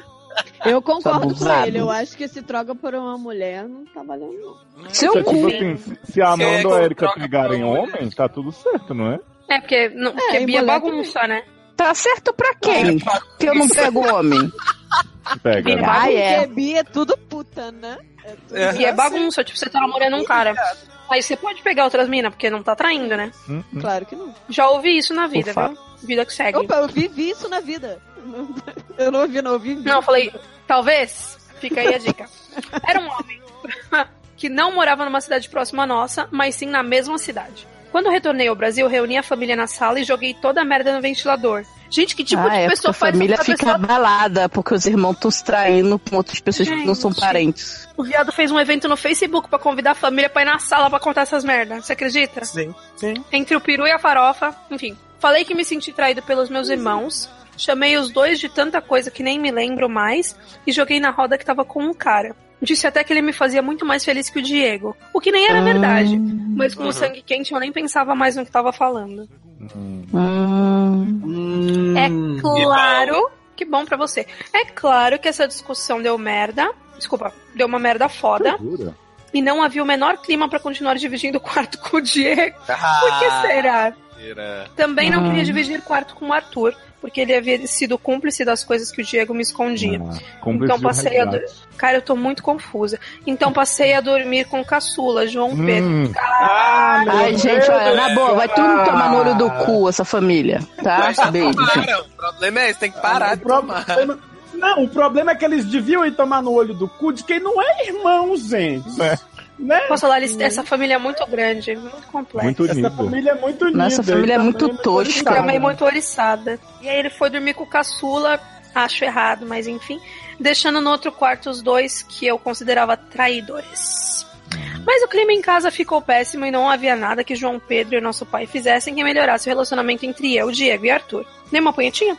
[SPEAKER 7] Eu concordo com
[SPEAKER 3] abusado.
[SPEAKER 7] ele. Eu acho que se troca por uma mulher, não tá valendo. não.
[SPEAKER 3] Seu
[SPEAKER 6] Isso é
[SPEAKER 3] cu.
[SPEAKER 6] tipo assim, se- se a
[SPEAKER 5] Se é
[SPEAKER 6] Amanda ou a Erika
[SPEAKER 5] troca
[SPEAKER 6] pegarem
[SPEAKER 5] por uma
[SPEAKER 6] homem, tá tudo certo, não é?
[SPEAKER 2] É, porque, não, porque
[SPEAKER 7] e
[SPEAKER 2] Bia
[SPEAKER 7] moleque-
[SPEAKER 2] bagunça, né?
[SPEAKER 3] Tá certo pra quem?
[SPEAKER 2] Ah, é
[SPEAKER 3] Que
[SPEAKER 2] tipo
[SPEAKER 3] eu não pego homem.
[SPEAKER 6] Pega.
[SPEAKER 2] Vira-
[SPEAKER 6] né?
[SPEAKER 3] Ah,
[SPEAKER 7] Porque
[SPEAKER 3] é.
[SPEAKER 7] Bi é tudo puta, né? É tudo-
[SPEAKER 5] É.
[SPEAKER 2] E é bagunça, tipo, você tá namorando um cara. Aí você pode pegar outras minas, porque não tá traindo, né?
[SPEAKER 6] Hum, hum.
[SPEAKER 7] Claro que não.
[SPEAKER 2] Já ouvi isso na vida,
[SPEAKER 3] Ufa.
[SPEAKER 2] viu? Vida que segue.
[SPEAKER 7] Opa, eu vivi isso na vida. (laughs) Eu não ouvi, não ouvi.
[SPEAKER 2] Não, eu falei, talvez. Fica aí a dica. Era um homem (laughs) que não morava numa cidade próxima à nossa, mas sim na mesma cidade. Quando retornei ao Brasil, reuni a família na sala e joguei toda a merda no ventilador. Gente, que (laughs) tipo
[SPEAKER 3] ah,
[SPEAKER 2] de
[SPEAKER 3] é, porque
[SPEAKER 2] pessoa
[SPEAKER 3] a
[SPEAKER 2] faz
[SPEAKER 3] família
[SPEAKER 2] isso? A
[SPEAKER 3] fica abalada porque os irmãos estão se traindo com outras pessoas que não são
[SPEAKER 2] Gente.
[SPEAKER 3] parentes.
[SPEAKER 2] O viado fez um evento no Facebook pra convidar a família pra ir na sala pra contar essas merdas. Você acredita?
[SPEAKER 5] Sim, sim.
[SPEAKER 2] Entre o peru e a farofa, enfim. Falei que me senti traído pelos meus irmãos, chamei os dois de tanta coisa que nem me lembro mais e joguei na roda que tava com um cara. Disse até que ele me fazia muito mais feliz que o Diego, o que nem era verdade, mas com
[SPEAKER 5] Uhum.
[SPEAKER 2] o sangue quente eu nem pensava mais no que tava falando.
[SPEAKER 6] Hum.
[SPEAKER 3] Hum,
[SPEAKER 5] hum,
[SPEAKER 2] É claro, que bom pra você. É claro que essa discussão deu merda, desculpa, deu uma merda foda
[SPEAKER 6] Jura?
[SPEAKER 2] e não havia o menor clima pra continuar dividindo o quarto com o Diego. Por que
[SPEAKER 5] Ah,
[SPEAKER 2] será?
[SPEAKER 5] mentira.
[SPEAKER 2] Também não
[SPEAKER 3] Hum.
[SPEAKER 2] queria dividir quarto com o Arthur, porque ele havia sido cúmplice das coisas que o Diego me escondia.
[SPEAKER 6] Ah, cúmplice
[SPEAKER 2] Então
[SPEAKER 6] de um
[SPEAKER 2] passei a
[SPEAKER 6] resgate.
[SPEAKER 2] Cara, eu tô muito confusa. Então passei a dormir com o caçula, João Pedro.
[SPEAKER 6] Hum,
[SPEAKER 4] Ah, meu
[SPEAKER 3] Ai, gente, olha, na boa, vai tudo tomar no olho do
[SPEAKER 4] Ah.
[SPEAKER 3] cu essa família, tá?
[SPEAKER 5] Mas já
[SPEAKER 3] Beijo.
[SPEAKER 5] tomaram. O problema é esse, tem que parar
[SPEAKER 4] o
[SPEAKER 5] de tomar.
[SPEAKER 4] problema... Não, o problema é que eles deviam ir tomar no olho do cu de quem não é irmão, gente.
[SPEAKER 6] É.
[SPEAKER 4] Né?
[SPEAKER 2] Posso falar, eles- essa família é muito grande, muito complexa.
[SPEAKER 6] muito
[SPEAKER 4] Essa
[SPEAKER 6] nível.
[SPEAKER 4] família é muito unida.
[SPEAKER 3] Nossa, a família é
[SPEAKER 4] então,
[SPEAKER 3] muito
[SPEAKER 4] não
[SPEAKER 3] tosca.
[SPEAKER 4] sabe.
[SPEAKER 2] Também é muito oriçada. E aí ele foi dormir com o caçula, acho errado, mas enfim. Deixando no outro quarto os dois que eu considerava traidores. Mas o clima em casa ficou péssimo e não havia nada que João Pedro e nosso pai fizessem que melhorasse o relacionamento entre eu, Diego e Arthur. Nem uma punhetinha?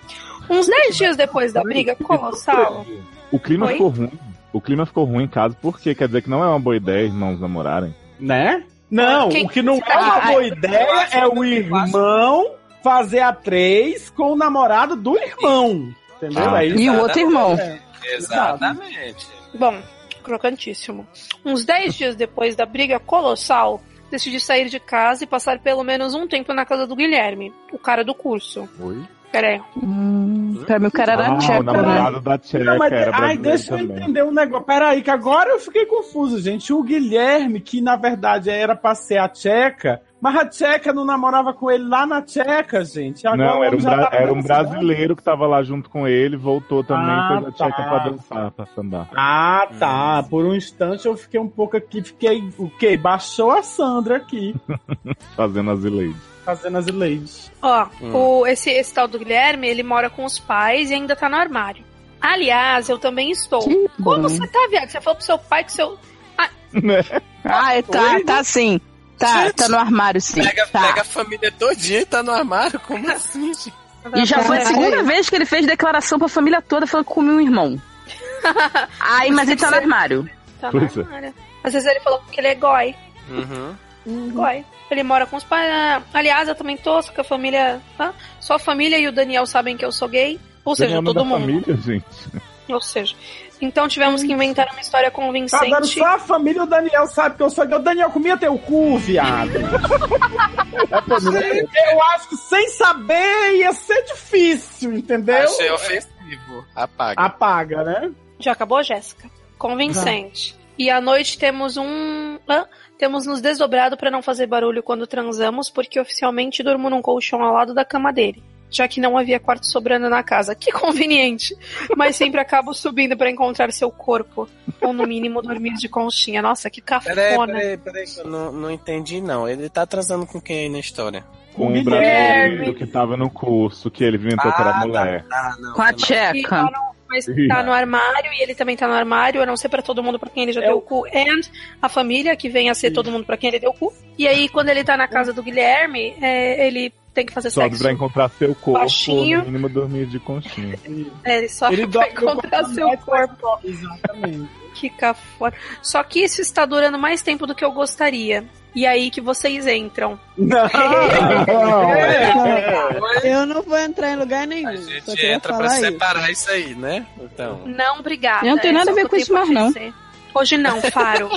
[SPEAKER 2] Uns 10 dias depois da briga colossal.
[SPEAKER 6] O clima
[SPEAKER 2] Oi?
[SPEAKER 6] ficou ruim. O clima ficou ruim em casa, porque quer dizer que não é uma boa ideia irmãos namorarem.
[SPEAKER 4] Né? Não,
[SPEAKER 2] Quem-
[SPEAKER 4] o que não é
[SPEAKER 2] Ah,
[SPEAKER 4] uma
[SPEAKER 2] ah,
[SPEAKER 4] boa ideia é o irmão fazer a três com o namorado do irmão. Entendeu?
[SPEAKER 6] Ah,
[SPEAKER 4] É
[SPEAKER 3] E
[SPEAKER 4] isso.
[SPEAKER 3] o outro irmão.
[SPEAKER 5] Exatamente.
[SPEAKER 2] Bom, crocantíssimo. Uns 10 dias depois da briga colossal, decidi sair de casa e passar pelo menos um tempo na casa do Guilherme, o cara do curso.
[SPEAKER 6] Oi?
[SPEAKER 2] Pera aí.
[SPEAKER 3] Hum, pra mim o cara era
[SPEAKER 6] Ah, o
[SPEAKER 3] tcheco, né?
[SPEAKER 6] namorado da Tcheca
[SPEAKER 4] Não, mas, é- ai,
[SPEAKER 6] era brasileiro
[SPEAKER 4] deixa eu
[SPEAKER 6] também.
[SPEAKER 4] entender um negócio. Peraí, que agora eu fiquei confuso, gente. O Guilherme, que na verdade era pra ser a tcheca, mas a tcheca não namorava com ele lá na tcheca, gente. Agora
[SPEAKER 6] Não,
[SPEAKER 4] o
[SPEAKER 6] era um,
[SPEAKER 4] homem já
[SPEAKER 6] bra-
[SPEAKER 4] tá
[SPEAKER 6] era um
[SPEAKER 4] dançando.
[SPEAKER 6] brasileiro que tava lá junto com ele, voltou também,
[SPEAKER 4] Ah,
[SPEAKER 6] fez a tcheca
[SPEAKER 4] tá.
[SPEAKER 6] pra dançar, pra sambar.
[SPEAKER 4] Ah, tá. Por um instante eu fiquei um pouco aqui, fiquei o quê? Baixou a Sandra aqui,
[SPEAKER 6] Fazendo as leis.
[SPEAKER 4] fazendo as leis.
[SPEAKER 2] Ó,
[SPEAKER 5] Hum.
[SPEAKER 2] o, esse, esse tal do Guilherme, ele mora com os pais e ainda tá no armário. Aliás, eu também estou.
[SPEAKER 3] Que
[SPEAKER 2] Como
[SPEAKER 3] bom.
[SPEAKER 2] você tá, viado? Você falou pro seu pai que seu.
[SPEAKER 3] Ah, é, tá, tá sim. Tá, tá no armário sim.
[SPEAKER 5] Pega, pega
[SPEAKER 3] Tá.
[SPEAKER 5] a família todinha e tá no armário? Como assim, gente?
[SPEAKER 3] E já foi a
[SPEAKER 7] Caralho.
[SPEAKER 3] segunda vez que ele fez declaração pra família toda falando que comia um irmão. Ai, mas ele tá no armário.
[SPEAKER 2] Tá no
[SPEAKER 6] Pois é.
[SPEAKER 2] armário. Às vezes ele falou que ele é goi.
[SPEAKER 5] Uhum.
[SPEAKER 2] Uai. Ele mora com os pais. Ah, Aliás, eu também tô, só que a família. tá? Só a família e o Daniel sabem que eu sou gay. Ou seja,
[SPEAKER 6] Daniel é
[SPEAKER 2] todo
[SPEAKER 6] da
[SPEAKER 2] mundo.
[SPEAKER 6] família, gente.
[SPEAKER 2] Ou seja. Então tivemos
[SPEAKER 3] Uhum.
[SPEAKER 2] que inventar uma história
[SPEAKER 4] Tá dando
[SPEAKER 2] convincente.
[SPEAKER 4] só a família, o Daniel sabe que eu sou gay. O Daniel comia teu cu, viado.
[SPEAKER 3] (laughs)
[SPEAKER 4] eu acho que sem saber ia ser difícil, entendeu?
[SPEAKER 5] Achei ofensivo. Apaga.
[SPEAKER 4] Apaga, né?
[SPEAKER 2] Já acabou, Jéssica? Convincente. E à noite temos um. hã? Temos nos desdobrado pra não fazer barulho quando transamos, porque oficialmente durmo num colchão ao lado da cama dele. Já que não havia quarto sobrando na casa. Que (laughs) conveniente! Mas sempre acabo subindo pra encontrar seu corpo. Ou no mínimo dormir de conchinha. Nossa, que
[SPEAKER 5] Peraí,
[SPEAKER 2] cafona.
[SPEAKER 5] peraí, peraí, que eu não, não entendi, não. Ele tá atrasando com quem aí na história?
[SPEAKER 6] Com
[SPEAKER 4] Guilherme.
[SPEAKER 6] um brasileiro que tava no curso, que ele vinha trocar
[SPEAKER 5] Ah,
[SPEAKER 6] a mulher.
[SPEAKER 5] Ah, não.
[SPEAKER 3] Com a
[SPEAKER 5] não.
[SPEAKER 2] Que tá
[SPEAKER 3] tcheca.
[SPEAKER 2] no, mas tá no armário e ele também tá no armário. Eu não sei pra todo mundo pra quem ele já deu É o cu. And a família, que vem a ser todo mundo pra quem ele deu o cu. E aí, quando ele tá na casa do Guilherme, é, ele tem que fazer
[SPEAKER 6] Sobe
[SPEAKER 2] sexo.
[SPEAKER 6] pra encontrar seu corpo,
[SPEAKER 2] Baixinho.
[SPEAKER 6] no mínimo dormir de conchinha.
[SPEAKER 2] É, ele só (laughs)
[SPEAKER 4] Ele
[SPEAKER 2] vai
[SPEAKER 4] dorme no
[SPEAKER 6] (laughs)
[SPEAKER 2] encontrar
[SPEAKER 4] quarto
[SPEAKER 2] seu
[SPEAKER 4] mais
[SPEAKER 2] corpo.
[SPEAKER 4] Exatamente.
[SPEAKER 2] Que cafona. Só que isso está durando mais tempo do que eu gostaria. E aí que vocês entram.
[SPEAKER 4] Não.
[SPEAKER 6] Ah, É,
[SPEAKER 2] é,
[SPEAKER 7] é, Eu não vou entrar em lugar nenhum.
[SPEAKER 5] A
[SPEAKER 7] só
[SPEAKER 5] gente
[SPEAKER 7] queria
[SPEAKER 5] entra pra
[SPEAKER 7] falar isso.
[SPEAKER 5] separar isso aí, né? Então.
[SPEAKER 2] Não, obrigada.
[SPEAKER 3] Eu não tenho
[SPEAKER 2] É
[SPEAKER 3] nada a
[SPEAKER 2] só
[SPEAKER 3] ver
[SPEAKER 2] que eu
[SPEAKER 3] com
[SPEAKER 2] tenho
[SPEAKER 3] isso mais,
[SPEAKER 2] pra
[SPEAKER 3] não.
[SPEAKER 2] dizer. Hoje não,
[SPEAKER 3] (laughs)
[SPEAKER 2] Faro.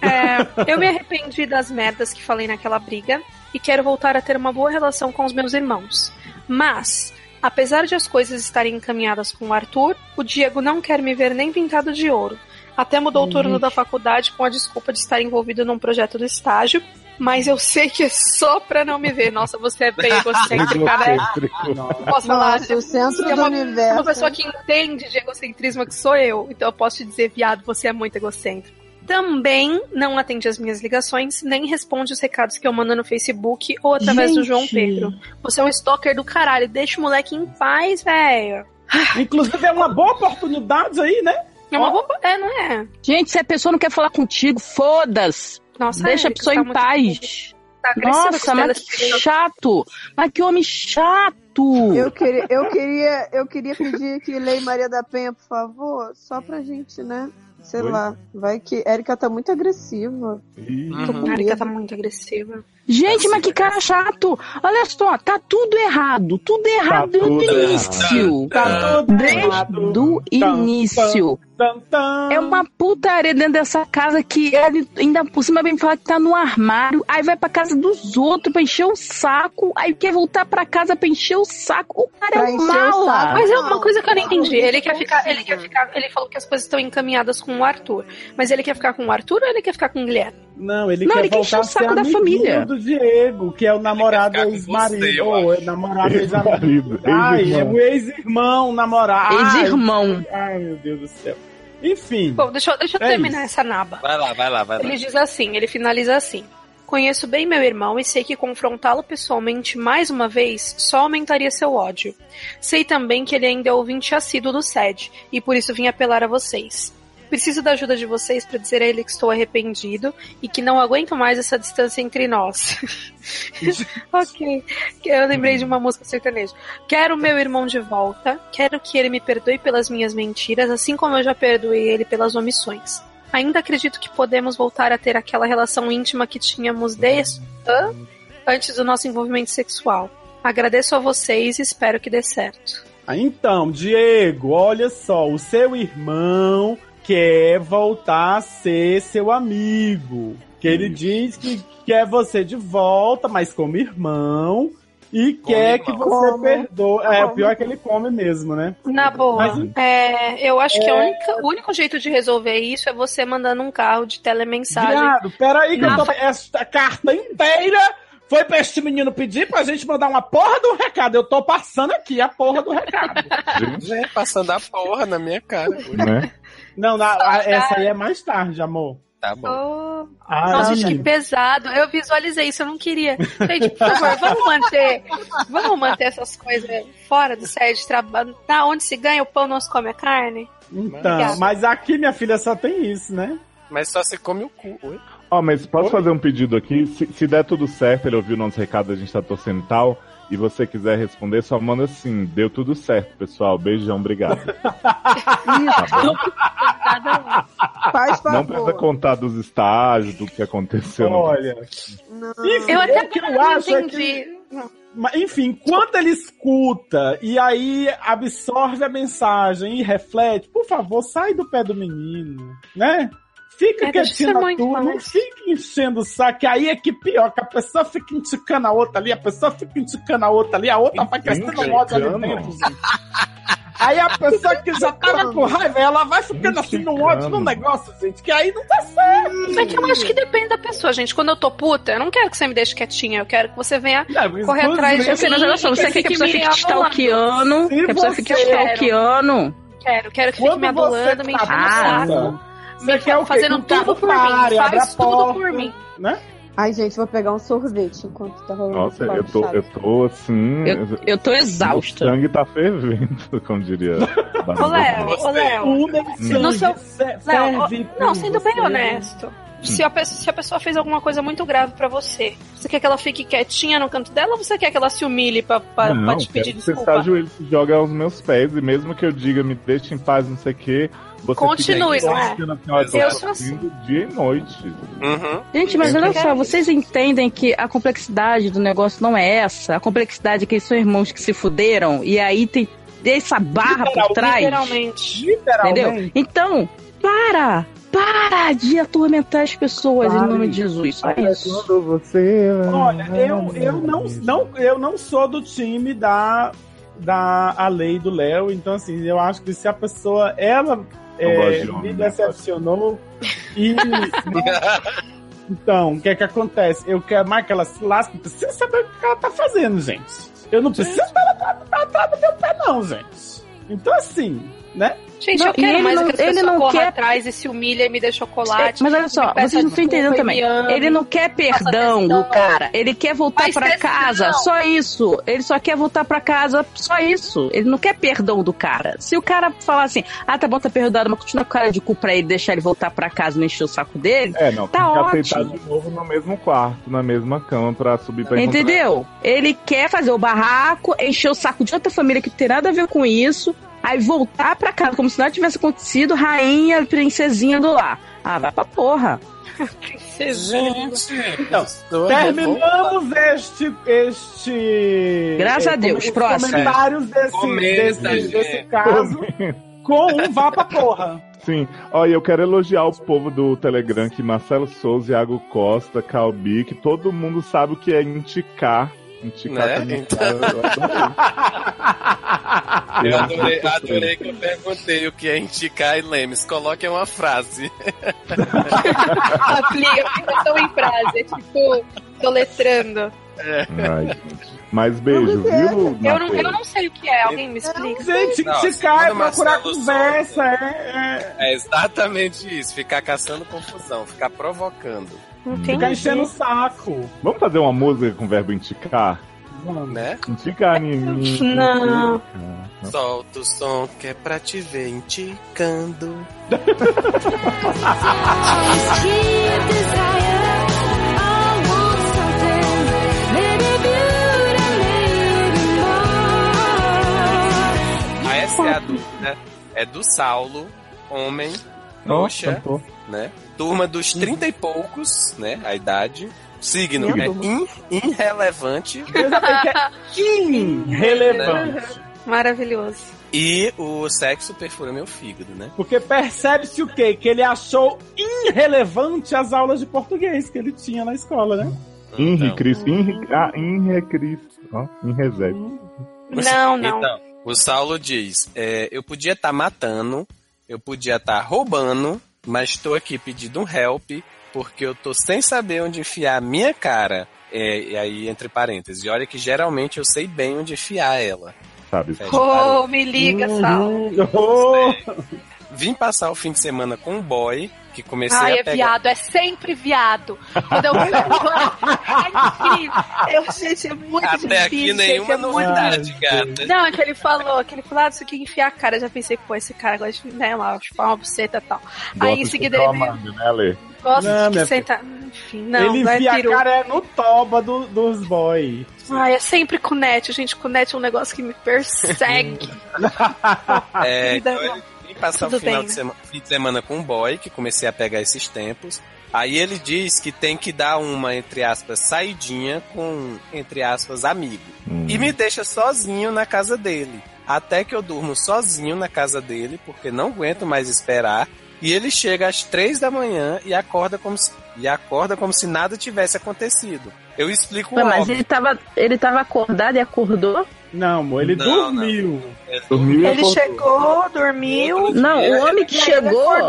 [SPEAKER 2] É, eu me arrependi das merdas que falei naquela briga e quero voltar a ter uma boa relação com os meus irmãos. Mas, apesar de as coisas estarem encaminhadas com o Arthur, o Diego não quer me ver nem pintado de ouro. Até mudou o turno da faculdade com a desculpa de estar envolvido num projeto do estágio, mas eu sei que é só pra não me ver. Nossa, você é bem egocêntrica, né?
[SPEAKER 6] Egocêntrico.
[SPEAKER 2] Posso falar,
[SPEAKER 7] Nossa, o centro
[SPEAKER 2] Você é
[SPEAKER 7] do
[SPEAKER 2] uma-
[SPEAKER 7] universo.
[SPEAKER 2] uma pessoa que entende de egocentrismo que sou eu, então eu posso te dizer, viado, você é muito egocêntrico. Também não atende as minhas ligações, nem responde os recados que eu mando no Facebook ou através do
[SPEAKER 4] Gente.
[SPEAKER 2] João Pedro. Você é um stalker do caralho, deixa o moleque em paz, velho.
[SPEAKER 4] Inclusive, é uma boa oportunidade aí, né?
[SPEAKER 2] É uma boba, é, não é?
[SPEAKER 3] Gente, se a pessoa não quer falar contigo, foda-se.
[SPEAKER 2] Nossa,
[SPEAKER 3] Deixa a
[SPEAKER 2] Erika,
[SPEAKER 3] pessoa
[SPEAKER 2] tá
[SPEAKER 3] em
[SPEAKER 2] muito-
[SPEAKER 3] paz.
[SPEAKER 2] tá crescendo com
[SPEAKER 3] Nossa,
[SPEAKER 2] ela,
[SPEAKER 3] mas
[SPEAKER 2] esse
[SPEAKER 3] que
[SPEAKER 2] menino.
[SPEAKER 3] chato. Mas que homem chato.
[SPEAKER 7] Eu queria, eu queria, eu queria pedir que Lei Maria da Penha, por favor, só pra gente, né? Sei
[SPEAKER 6] Oi?
[SPEAKER 7] lá, vai que Érica tá muito agressiva.
[SPEAKER 6] Ih,
[SPEAKER 7] Tô com
[SPEAKER 2] A Erika
[SPEAKER 7] medo.
[SPEAKER 2] tá muito agressiva.
[SPEAKER 3] Gente, mas que cara chato. Olha só, tá tudo errado. Tudo errado
[SPEAKER 6] Tá tudo
[SPEAKER 3] desde o
[SPEAKER 6] errado.
[SPEAKER 3] início.
[SPEAKER 4] Tá tudo errado.
[SPEAKER 3] Desde do
[SPEAKER 4] Tam,
[SPEAKER 3] início.
[SPEAKER 4] tam, tam.
[SPEAKER 3] É uma putaria dentro dessa casa que ele ainda por cima vem falar que tá no armário, aí vai pra casa dos outros pra encher o saco, aí quer voltar pra casa pra encher o saco. O cara
[SPEAKER 7] Pra
[SPEAKER 3] é um
[SPEAKER 7] encher o
[SPEAKER 3] mala.
[SPEAKER 7] saco.
[SPEAKER 2] Mas é uma coisa que eu não
[SPEAKER 7] Não,
[SPEAKER 2] entendi. Ele quer
[SPEAKER 7] não
[SPEAKER 2] ficar, ele
[SPEAKER 7] precisa.
[SPEAKER 2] quer ficar, ele falou que as coisas estão encaminhadas com o Arthur. Mas ele quer ficar com o Arthur ou ele quer ficar com o Guilherme?
[SPEAKER 4] Não, ele
[SPEAKER 3] Não,
[SPEAKER 4] quer
[SPEAKER 3] ele quer
[SPEAKER 4] voltar
[SPEAKER 3] encher o
[SPEAKER 4] a ser
[SPEAKER 3] saco da
[SPEAKER 4] amiguinho
[SPEAKER 3] família.
[SPEAKER 4] do Diego, que é o namorado
[SPEAKER 5] ficar com você,
[SPEAKER 4] ex-marido.
[SPEAKER 5] eu
[SPEAKER 4] Ou é namorado ex-marido.
[SPEAKER 6] Ex-marido,
[SPEAKER 4] Ai, é
[SPEAKER 6] ex-irmão.
[SPEAKER 4] o ex-irmão, namorado.
[SPEAKER 3] Ex-irmão.
[SPEAKER 4] Ai, ai, meu Deus do céu. Enfim.
[SPEAKER 2] Bom, deixa, eu- deixa eu
[SPEAKER 4] É
[SPEAKER 2] terminar
[SPEAKER 4] isso.
[SPEAKER 2] essa naba.
[SPEAKER 5] Vai lá, vai lá, vai lá.
[SPEAKER 2] Ele diz assim, ele finaliza assim. Conheço bem meu irmão e sei que confrontá-lo pessoalmente mais uma vez só aumentaria seu ódio. Sei também que ele ainda é ouvinte assíduo do SED e por isso vim apelar a vocês. Preciso da ajuda de vocês para dizer a ele que estou arrependido e que não aguento mais essa distância entre nós. (laughs) ok. Eu lembrei de uma música sertaneja. Quero meu irmão de volta, quero que ele me perdoe pelas minhas mentiras, assim como eu já perdoei ele pelas omissões. Ainda acredito que podemos voltar a ter aquela relação íntima que tínhamos desde hã? antes do nosso envolvimento sexual. Agradeço a vocês e espero que dê certo.
[SPEAKER 4] Ah, Então, Diego, olha só, o seu irmão quer voltar a ser seu amigo. Que ele diz que quer você de volta, mas como irmão, e quer
[SPEAKER 5] irmão.
[SPEAKER 4] que você
[SPEAKER 7] Como?
[SPEAKER 4] perdoe. É, o
[SPEAKER 7] Como?
[SPEAKER 4] pior é que ele come mesmo, né?
[SPEAKER 2] Na boa,
[SPEAKER 4] Mas-
[SPEAKER 2] é, eu acho que a única- o único jeito de resolver isso é você mandando um carro de telemensagem.
[SPEAKER 4] Viado, peraí que
[SPEAKER 2] Não,
[SPEAKER 4] eu tô... Esta carta inteira foi pra este menino pedir pra gente mandar uma porra do recado. Eu tô passando aqui a porra do recado.
[SPEAKER 6] Gente,
[SPEAKER 5] Gente, é passando a porra na minha cara.
[SPEAKER 6] né?
[SPEAKER 4] Não, na- a- essa aí é mais tarde, amor.
[SPEAKER 5] Tá bom.
[SPEAKER 2] Oh,
[SPEAKER 4] Ah,
[SPEAKER 2] nossa,
[SPEAKER 4] sim.
[SPEAKER 2] que pesado. Eu visualizei isso, eu não queria. Gente, por favor, vamos manter, vamos manter essas coisas fora do sede de trabalho. Na onde se ganha o pão, não se come a carne.
[SPEAKER 4] Então,
[SPEAKER 2] Obrigada.
[SPEAKER 4] mas aqui, minha filha, só tem isso, né?
[SPEAKER 5] Mas só se come o cu. Oi?
[SPEAKER 6] Ó, mas posso fazer um pedido aqui? Se, se der tudo certo, ele ouviu o nosso recado, a gente tá torcendo e tal. e você quiser responder, só manda assim: deu tudo certo, pessoal. Beijão, obrigado.
[SPEAKER 7] Faz
[SPEAKER 6] Ah, Não precisa
[SPEAKER 7] favor.
[SPEAKER 6] contar dos estágios, do que aconteceu. não.
[SPEAKER 4] Olha. Enfim,
[SPEAKER 2] Eu até
[SPEAKER 4] o que eu
[SPEAKER 2] agora não
[SPEAKER 4] acho é que-
[SPEAKER 2] entendi.
[SPEAKER 4] Mas, enfim, quando ele escuta e aí absorve a mensagem e reflete, por favor, sai do pé do menino, né? Fica
[SPEAKER 2] É, deixa
[SPEAKER 4] quietinho
[SPEAKER 2] ser
[SPEAKER 4] na
[SPEAKER 2] mãe
[SPEAKER 4] tua,
[SPEAKER 2] falar
[SPEAKER 4] não fica enchendo o saco. que Aí é que pior, que a pessoa fica indicando a outra ali, a pessoa fica indicando a outra ali, a outra vai crescendo um ódio ali
[SPEAKER 6] Indicando?
[SPEAKER 4] dentro. gente. Aí a pessoa que já tava com raiva, ela vai ficando assim no ódio, num
[SPEAKER 6] Indicando.
[SPEAKER 4] negócio, gente, que aí não tá certo.
[SPEAKER 2] É que eu acho que depende da pessoa, gente. Quando eu tô puta, eu não quero que você me deixe quietinha. Eu quero que você venha correr atrás de um
[SPEAKER 4] Inclusive,
[SPEAKER 3] Você, mas olha só, você quer que a pessoa fique te
[SPEAKER 4] Se
[SPEAKER 3] stalkeando, que a pessoa fique te
[SPEAKER 4] você-
[SPEAKER 3] stalkeando.
[SPEAKER 2] Quero, quero que fique
[SPEAKER 4] Quando
[SPEAKER 2] me
[SPEAKER 4] você
[SPEAKER 2] adulando,
[SPEAKER 4] tá
[SPEAKER 2] me enchendo o
[SPEAKER 4] puta,
[SPEAKER 2] saco.
[SPEAKER 4] Você quer o quê?
[SPEAKER 2] fazendo
[SPEAKER 3] Um
[SPEAKER 4] Que o
[SPEAKER 2] tudo
[SPEAKER 4] carro
[SPEAKER 2] por
[SPEAKER 4] pare,
[SPEAKER 2] mim.
[SPEAKER 4] abre
[SPEAKER 2] Faz
[SPEAKER 4] a
[SPEAKER 2] tudo
[SPEAKER 4] porta,
[SPEAKER 2] por mim.
[SPEAKER 4] Né?
[SPEAKER 7] Ai, gente, vou pegar um sorvete enquanto tá rolando.
[SPEAKER 6] Nossa,
[SPEAKER 7] esse papo
[SPEAKER 6] eu tô,
[SPEAKER 7] chato.
[SPEAKER 6] eu tô assim.
[SPEAKER 3] Eu, eu tô
[SPEAKER 6] O
[SPEAKER 3] exausta.
[SPEAKER 6] sangue tá fervendo, (laughs) como diria.
[SPEAKER 2] Ô, Léo, ô,
[SPEAKER 3] é um
[SPEAKER 2] Léo.
[SPEAKER 4] O negócio
[SPEAKER 2] No seu-
[SPEAKER 4] se-
[SPEAKER 2] Léo, ó,
[SPEAKER 4] serve
[SPEAKER 2] não,
[SPEAKER 4] com
[SPEAKER 2] sendo bem
[SPEAKER 4] você.
[SPEAKER 2] honesto. Se a, pessoa, se a pessoa fez alguma coisa muito grave pra você, você quer que ela fique quietinha no canto dela ou você quer que ela se humilhe pra, pra,
[SPEAKER 6] Não,
[SPEAKER 2] pra te
[SPEAKER 6] quero
[SPEAKER 2] pedir
[SPEAKER 6] que Você
[SPEAKER 2] desculpa?
[SPEAKER 6] está joelho se joga aos meus pés e mesmo que eu diga me deixe em paz, não sei o quê. Você
[SPEAKER 2] Continue,
[SPEAKER 6] fica
[SPEAKER 2] não é?
[SPEAKER 6] insiste na senhora,
[SPEAKER 5] Eu
[SPEAKER 2] sou assim.
[SPEAKER 6] sofrendo dia e noite.
[SPEAKER 5] Uhum.
[SPEAKER 3] Gente, mas olha só, vocês entendem que a complexidade do negócio não é essa. A complexidade é que eles são irmãos que se fuderam e aí tem essa barra por trás.
[SPEAKER 2] Literalmente.
[SPEAKER 4] Literalmente.
[SPEAKER 3] Entendeu? Então, para! Para de atormentar as pessoas em
[SPEAKER 6] Pare.
[SPEAKER 3] nome de Jesus. Só isso.
[SPEAKER 6] Quando você.
[SPEAKER 4] Olha, eu, eu, não, não, eu não sou do time da, da a lei do Léo, então assim, eu acho que se a pessoa, ela é,
[SPEAKER 6] gosto de
[SPEAKER 4] me
[SPEAKER 6] homem, né?
[SPEAKER 4] decepcionou e... Então, o que é que acontece? Eu quero mais que ela se lasque, eu preciso saber o que ela tá fazendo, gente. Eu não preciso dela atrás- atrás do meu pé, não, gente. Então, assim, né?
[SPEAKER 2] Gente,
[SPEAKER 3] Não,
[SPEAKER 2] eu quero
[SPEAKER 3] e ele
[SPEAKER 2] mais
[SPEAKER 3] não-
[SPEAKER 2] que as
[SPEAKER 3] ele
[SPEAKER 2] pessoas
[SPEAKER 3] não
[SPEAKER 2] corram
[SPEAKER 3] quer- É,
[SPEAKER 2] atrás e se humilhem e me dê chocolate.
[SPEAKER 3] Mas olha só,
[SPEAKER 2] me peça
[SPEAKER 3] vocês não estão
[SPEAKER 2] desculpa,
[SPEAKER 3] entendendo
[SPEAKER 2] me
[SPEAKER 3] também.
[SPEAKER 2] ama.
[SPEAKER 3] Ele não quer perdão
[SPEAKER 2] atenção.
[SPEAKER 3] do cara. Ele quer voltar
[SPEAKER 2] Faz
[SPEAKER 3] pra
[SPEAKER 2] atenção.
[SPEAKER 3] casa. Só isso. Ele só quer voltar pra casa. Só isso. Ele não quer perdão do cara. Se o cara falar assim, ah, tá bom, tá perdoado, mas continua com cara de cu pra ele deixar ele voltar pra casa e não encher o saco dele.
[SPEAKER 6] É, não,
[SPEAKER 3] Tá
[SPEAKER 6] tem que
[SPEAKER 3] ótimo.
[SPEAKER 6] aceitar de novo no mesmo quarto, na mesma cama, pra subir pra encontrar-
[SPEAKER 3] Entendeu? Ele quer fazer o barraco, encher o saco de outra família que não tem nada a ver com isso, aí voltar pra casa como se nada tivesse acontecido, rainha, princesinha do lar. Ah, vai pra porra.
[SPEAKER 5] Gente,
[SPEAKER 4] Não,
[SPEAKER 5] estou revoltado.
[SPEAKER 4] Terminamos este. este
[SPEAKER 3] Graças
[SPEAKER 4] eh,
[SPEAKER 3] a Deus,
[SPEAKER 4] os
[SPEAKER 3] próximo.
[SPEAKER 4] Comentários desse,
[SPEAKER 5] Comenta,
[SPEAKER 4] desse,
[SPEAKER 5] gente.
[SPEAKER 4] desse caso com um vá pra porra.
[SPEAKER 6] Sim. Olha, eu quero elogiar o povo do Telegram que Marcelo Souza, Iago Costa, Calbi, que todo mundo sabe o que é tá indicar. Indicar
[SPEAKER 5] Né?
[SPEAKER 6] também. Então...
[SPEAKER 5] (laughs) Eu adorei, adorei que eu perguntei o que é indicar e Lemes. Coloque uma frase.
[SPEAKER 2] Aplica, aplicação em frase. é Tipo, soletrando.
[SPEAKER 6] Ai, gente. Mas beijo, viu?
[SPEAKER 2] Eu não,
[SPEAKER 6] Matheus?
[SPEAKER 2] eu não sei o que é, alguém me explica.
[SPEAKER 4] Gente,
[SPEAKER 5] Não,
[SPEAKER 4] criticar é
[SPEAKER 5] segundo
[SPEAKER 4] procurar
[SPEAKER 5] Marcelo
[SPEAKER 4] conversa.
[SPEAKER 3] Uhum.
[SPEAKER 4] É, é
[SPEAKER 5] É exatamente isso. Ficar caçando confusão, ficar provocando,
[SPEAKER 4] ficar enchendo o saco.
[SPEAKER 6] Vamos fazer uma música com o verbo indicar?
[SPEAKER 4] Mano.
[SPEAKER 5] né?
[SPEAKER 6] Indicar anime.
[SPEAKER 2] Não.
[SPEAKER 5] Solta o som que é pra te ver indicando. Ah, essa é a dúvida. É do Saulo, homem,
[SPEAKER 6] Nossa,
[SPEAKER 5] Poxa.
[SPEAKER 6] tô.
[SPEAKER 5] né? Turma dos trinta e poucos, né? A idade. Signo
[SPEAKER 6] Signo.
[SPEAKER 5] é in- irrelevante.
[SPEAKER 4] Irrelevante.
[SPEAKER 5] Né?
[SPEAKER 2] Maravilhoso.
[SPEAKER 5] E o sexo perfura meu fígado, né?
[SPEAKER 4] Porque percebe-se o quê? Que ele achou irrelevante as aulas de português que ele tinha na escola, né?
[SPEAKER 6] Inri,
[SPEAKER 5] Então-
[SPEAKER 6] Cris. Inri, ah, Inri, Cris. Ó, é Inrezete.
[SPEAKER 2] Não, não.
[SPEAKER 5] Então, o Saulo diz: é, eu podia estar matando, eu podia estar roubando, mas estou aqui pedindo um help, porque eu tô sem saber onde enfiar a minha cara. É, e aí, entre parênteses, e olha que geralmente eu sei bem onde enfiar ela.
[SPEAKER 6] Sabe?
[SPEAKER 5] Fecha parênteses.
[SPEAKER 2] Oh, me liga,
[SPEAKER 4] Uhum.
[SPEAKER 2] Sal.
[SPEAKER 4] Oh,
[SPEAKER 5] Vim passar o fim de semana com um boy que comecei
[SPEAKER 2] Ai,
[SPEAKER 5] a
[SPEAKER 2] é
[SPEAKER 5] pegar.
[SPEAKER 2] viado, é sempre viado. Quando eu
[SPEAKER 4] (laughs)
[SPEAKER 2] é incrível. Eu, gente, é muito
[SPEAKER 5] Até
[SPEAKER 2] difícil.
[SPEAKER 5] aqui
[SPEAKER 2] gente,
[SPEAKER 5] nenhuma
[SPEAKER 2] é muito-
[SPEAKER 5] novidade, gata.
[SPEAKER 2] Não, é que ele falou, que ele falou, ah, isso aqui enfiar a cara. Eu já pensei, pô, esse cara gosta de, né, lá, chupar uma buceta e tal.
[SPEAKER 6] Gosta
[SPEAKER 2] em
[SPEAKER 6] de
[SPEAKER 2] seguida
[SPEAKER 6] ficar
[SPEAKER 2] ele-
[SPEAKER 6] amado, né, Lê?
[SPEAKER 2] Gosta
[SPEAKER 4] Não,
[SPEAKER 2] de
[SPEAKER 4] minha
[SPEAKER 2] que senta. Enfim, não,
[SPEAKER 4] ele
[SPEAKER 2] não é
[SPEAKER 4] enfia
[SPEAKER 2] peru.
[SPEAKER 4] a cara no toba do- dos boy.
[SPEAKER 2] Ai, é sempre cunete, gente. Cunete é um negócio que me
[SPEAKER 4] (laughs)
[SPEAKER 2] persegue.
[SPEAKER 5] É,
[SPEAKER 2] Vida
[SPEAKER 5] então
[SPEAKER 2] não.
[SPEAKER 5] ele vem passar
[SPEAKER 2] Tudo
[SPEAKER 5] o final
[SPEAKER 2] bem,
[SPEAKER 5] de,
[SPEAKER 2] né?
[SPEAKER 5] semana, fim de semana com um boy, que comecei a pegar esses tempos. Aí ele diz que tem que dar uma, entre aspas, saidinha com, entre aspas, amigo.
[SPEAKER 6] Hum.
[SPEAKER 5] E me deixa sozinho na casa dele. Até que eu durmo sozinho na casa dele, porque não aguento mais esperar. E ele chega às três da manhã e acorda como se, e acorda como se nada tivesse acontecido. Eu explico o
[SPEAKER 3] Ué, mas
[SPEAKER 5] óbvio.
[SPEAKER 3] ele tava, ele tava acordado e acordou?
[SPEAKER 4] Não, amor, ele
[SPEAKER 5] Não, é,
[SPEAKER 4] dormiu.
[SPEAKER 6] Dormiu e
[SPEAKER 2] Ele
[SPEAKER 6] acordou.
[SPEAKER 2] chegou, dormiu.
[SPEAKER 3] Não, o homem que chegou.
[SPEAKER 2] É o
[SPEAKER 3] O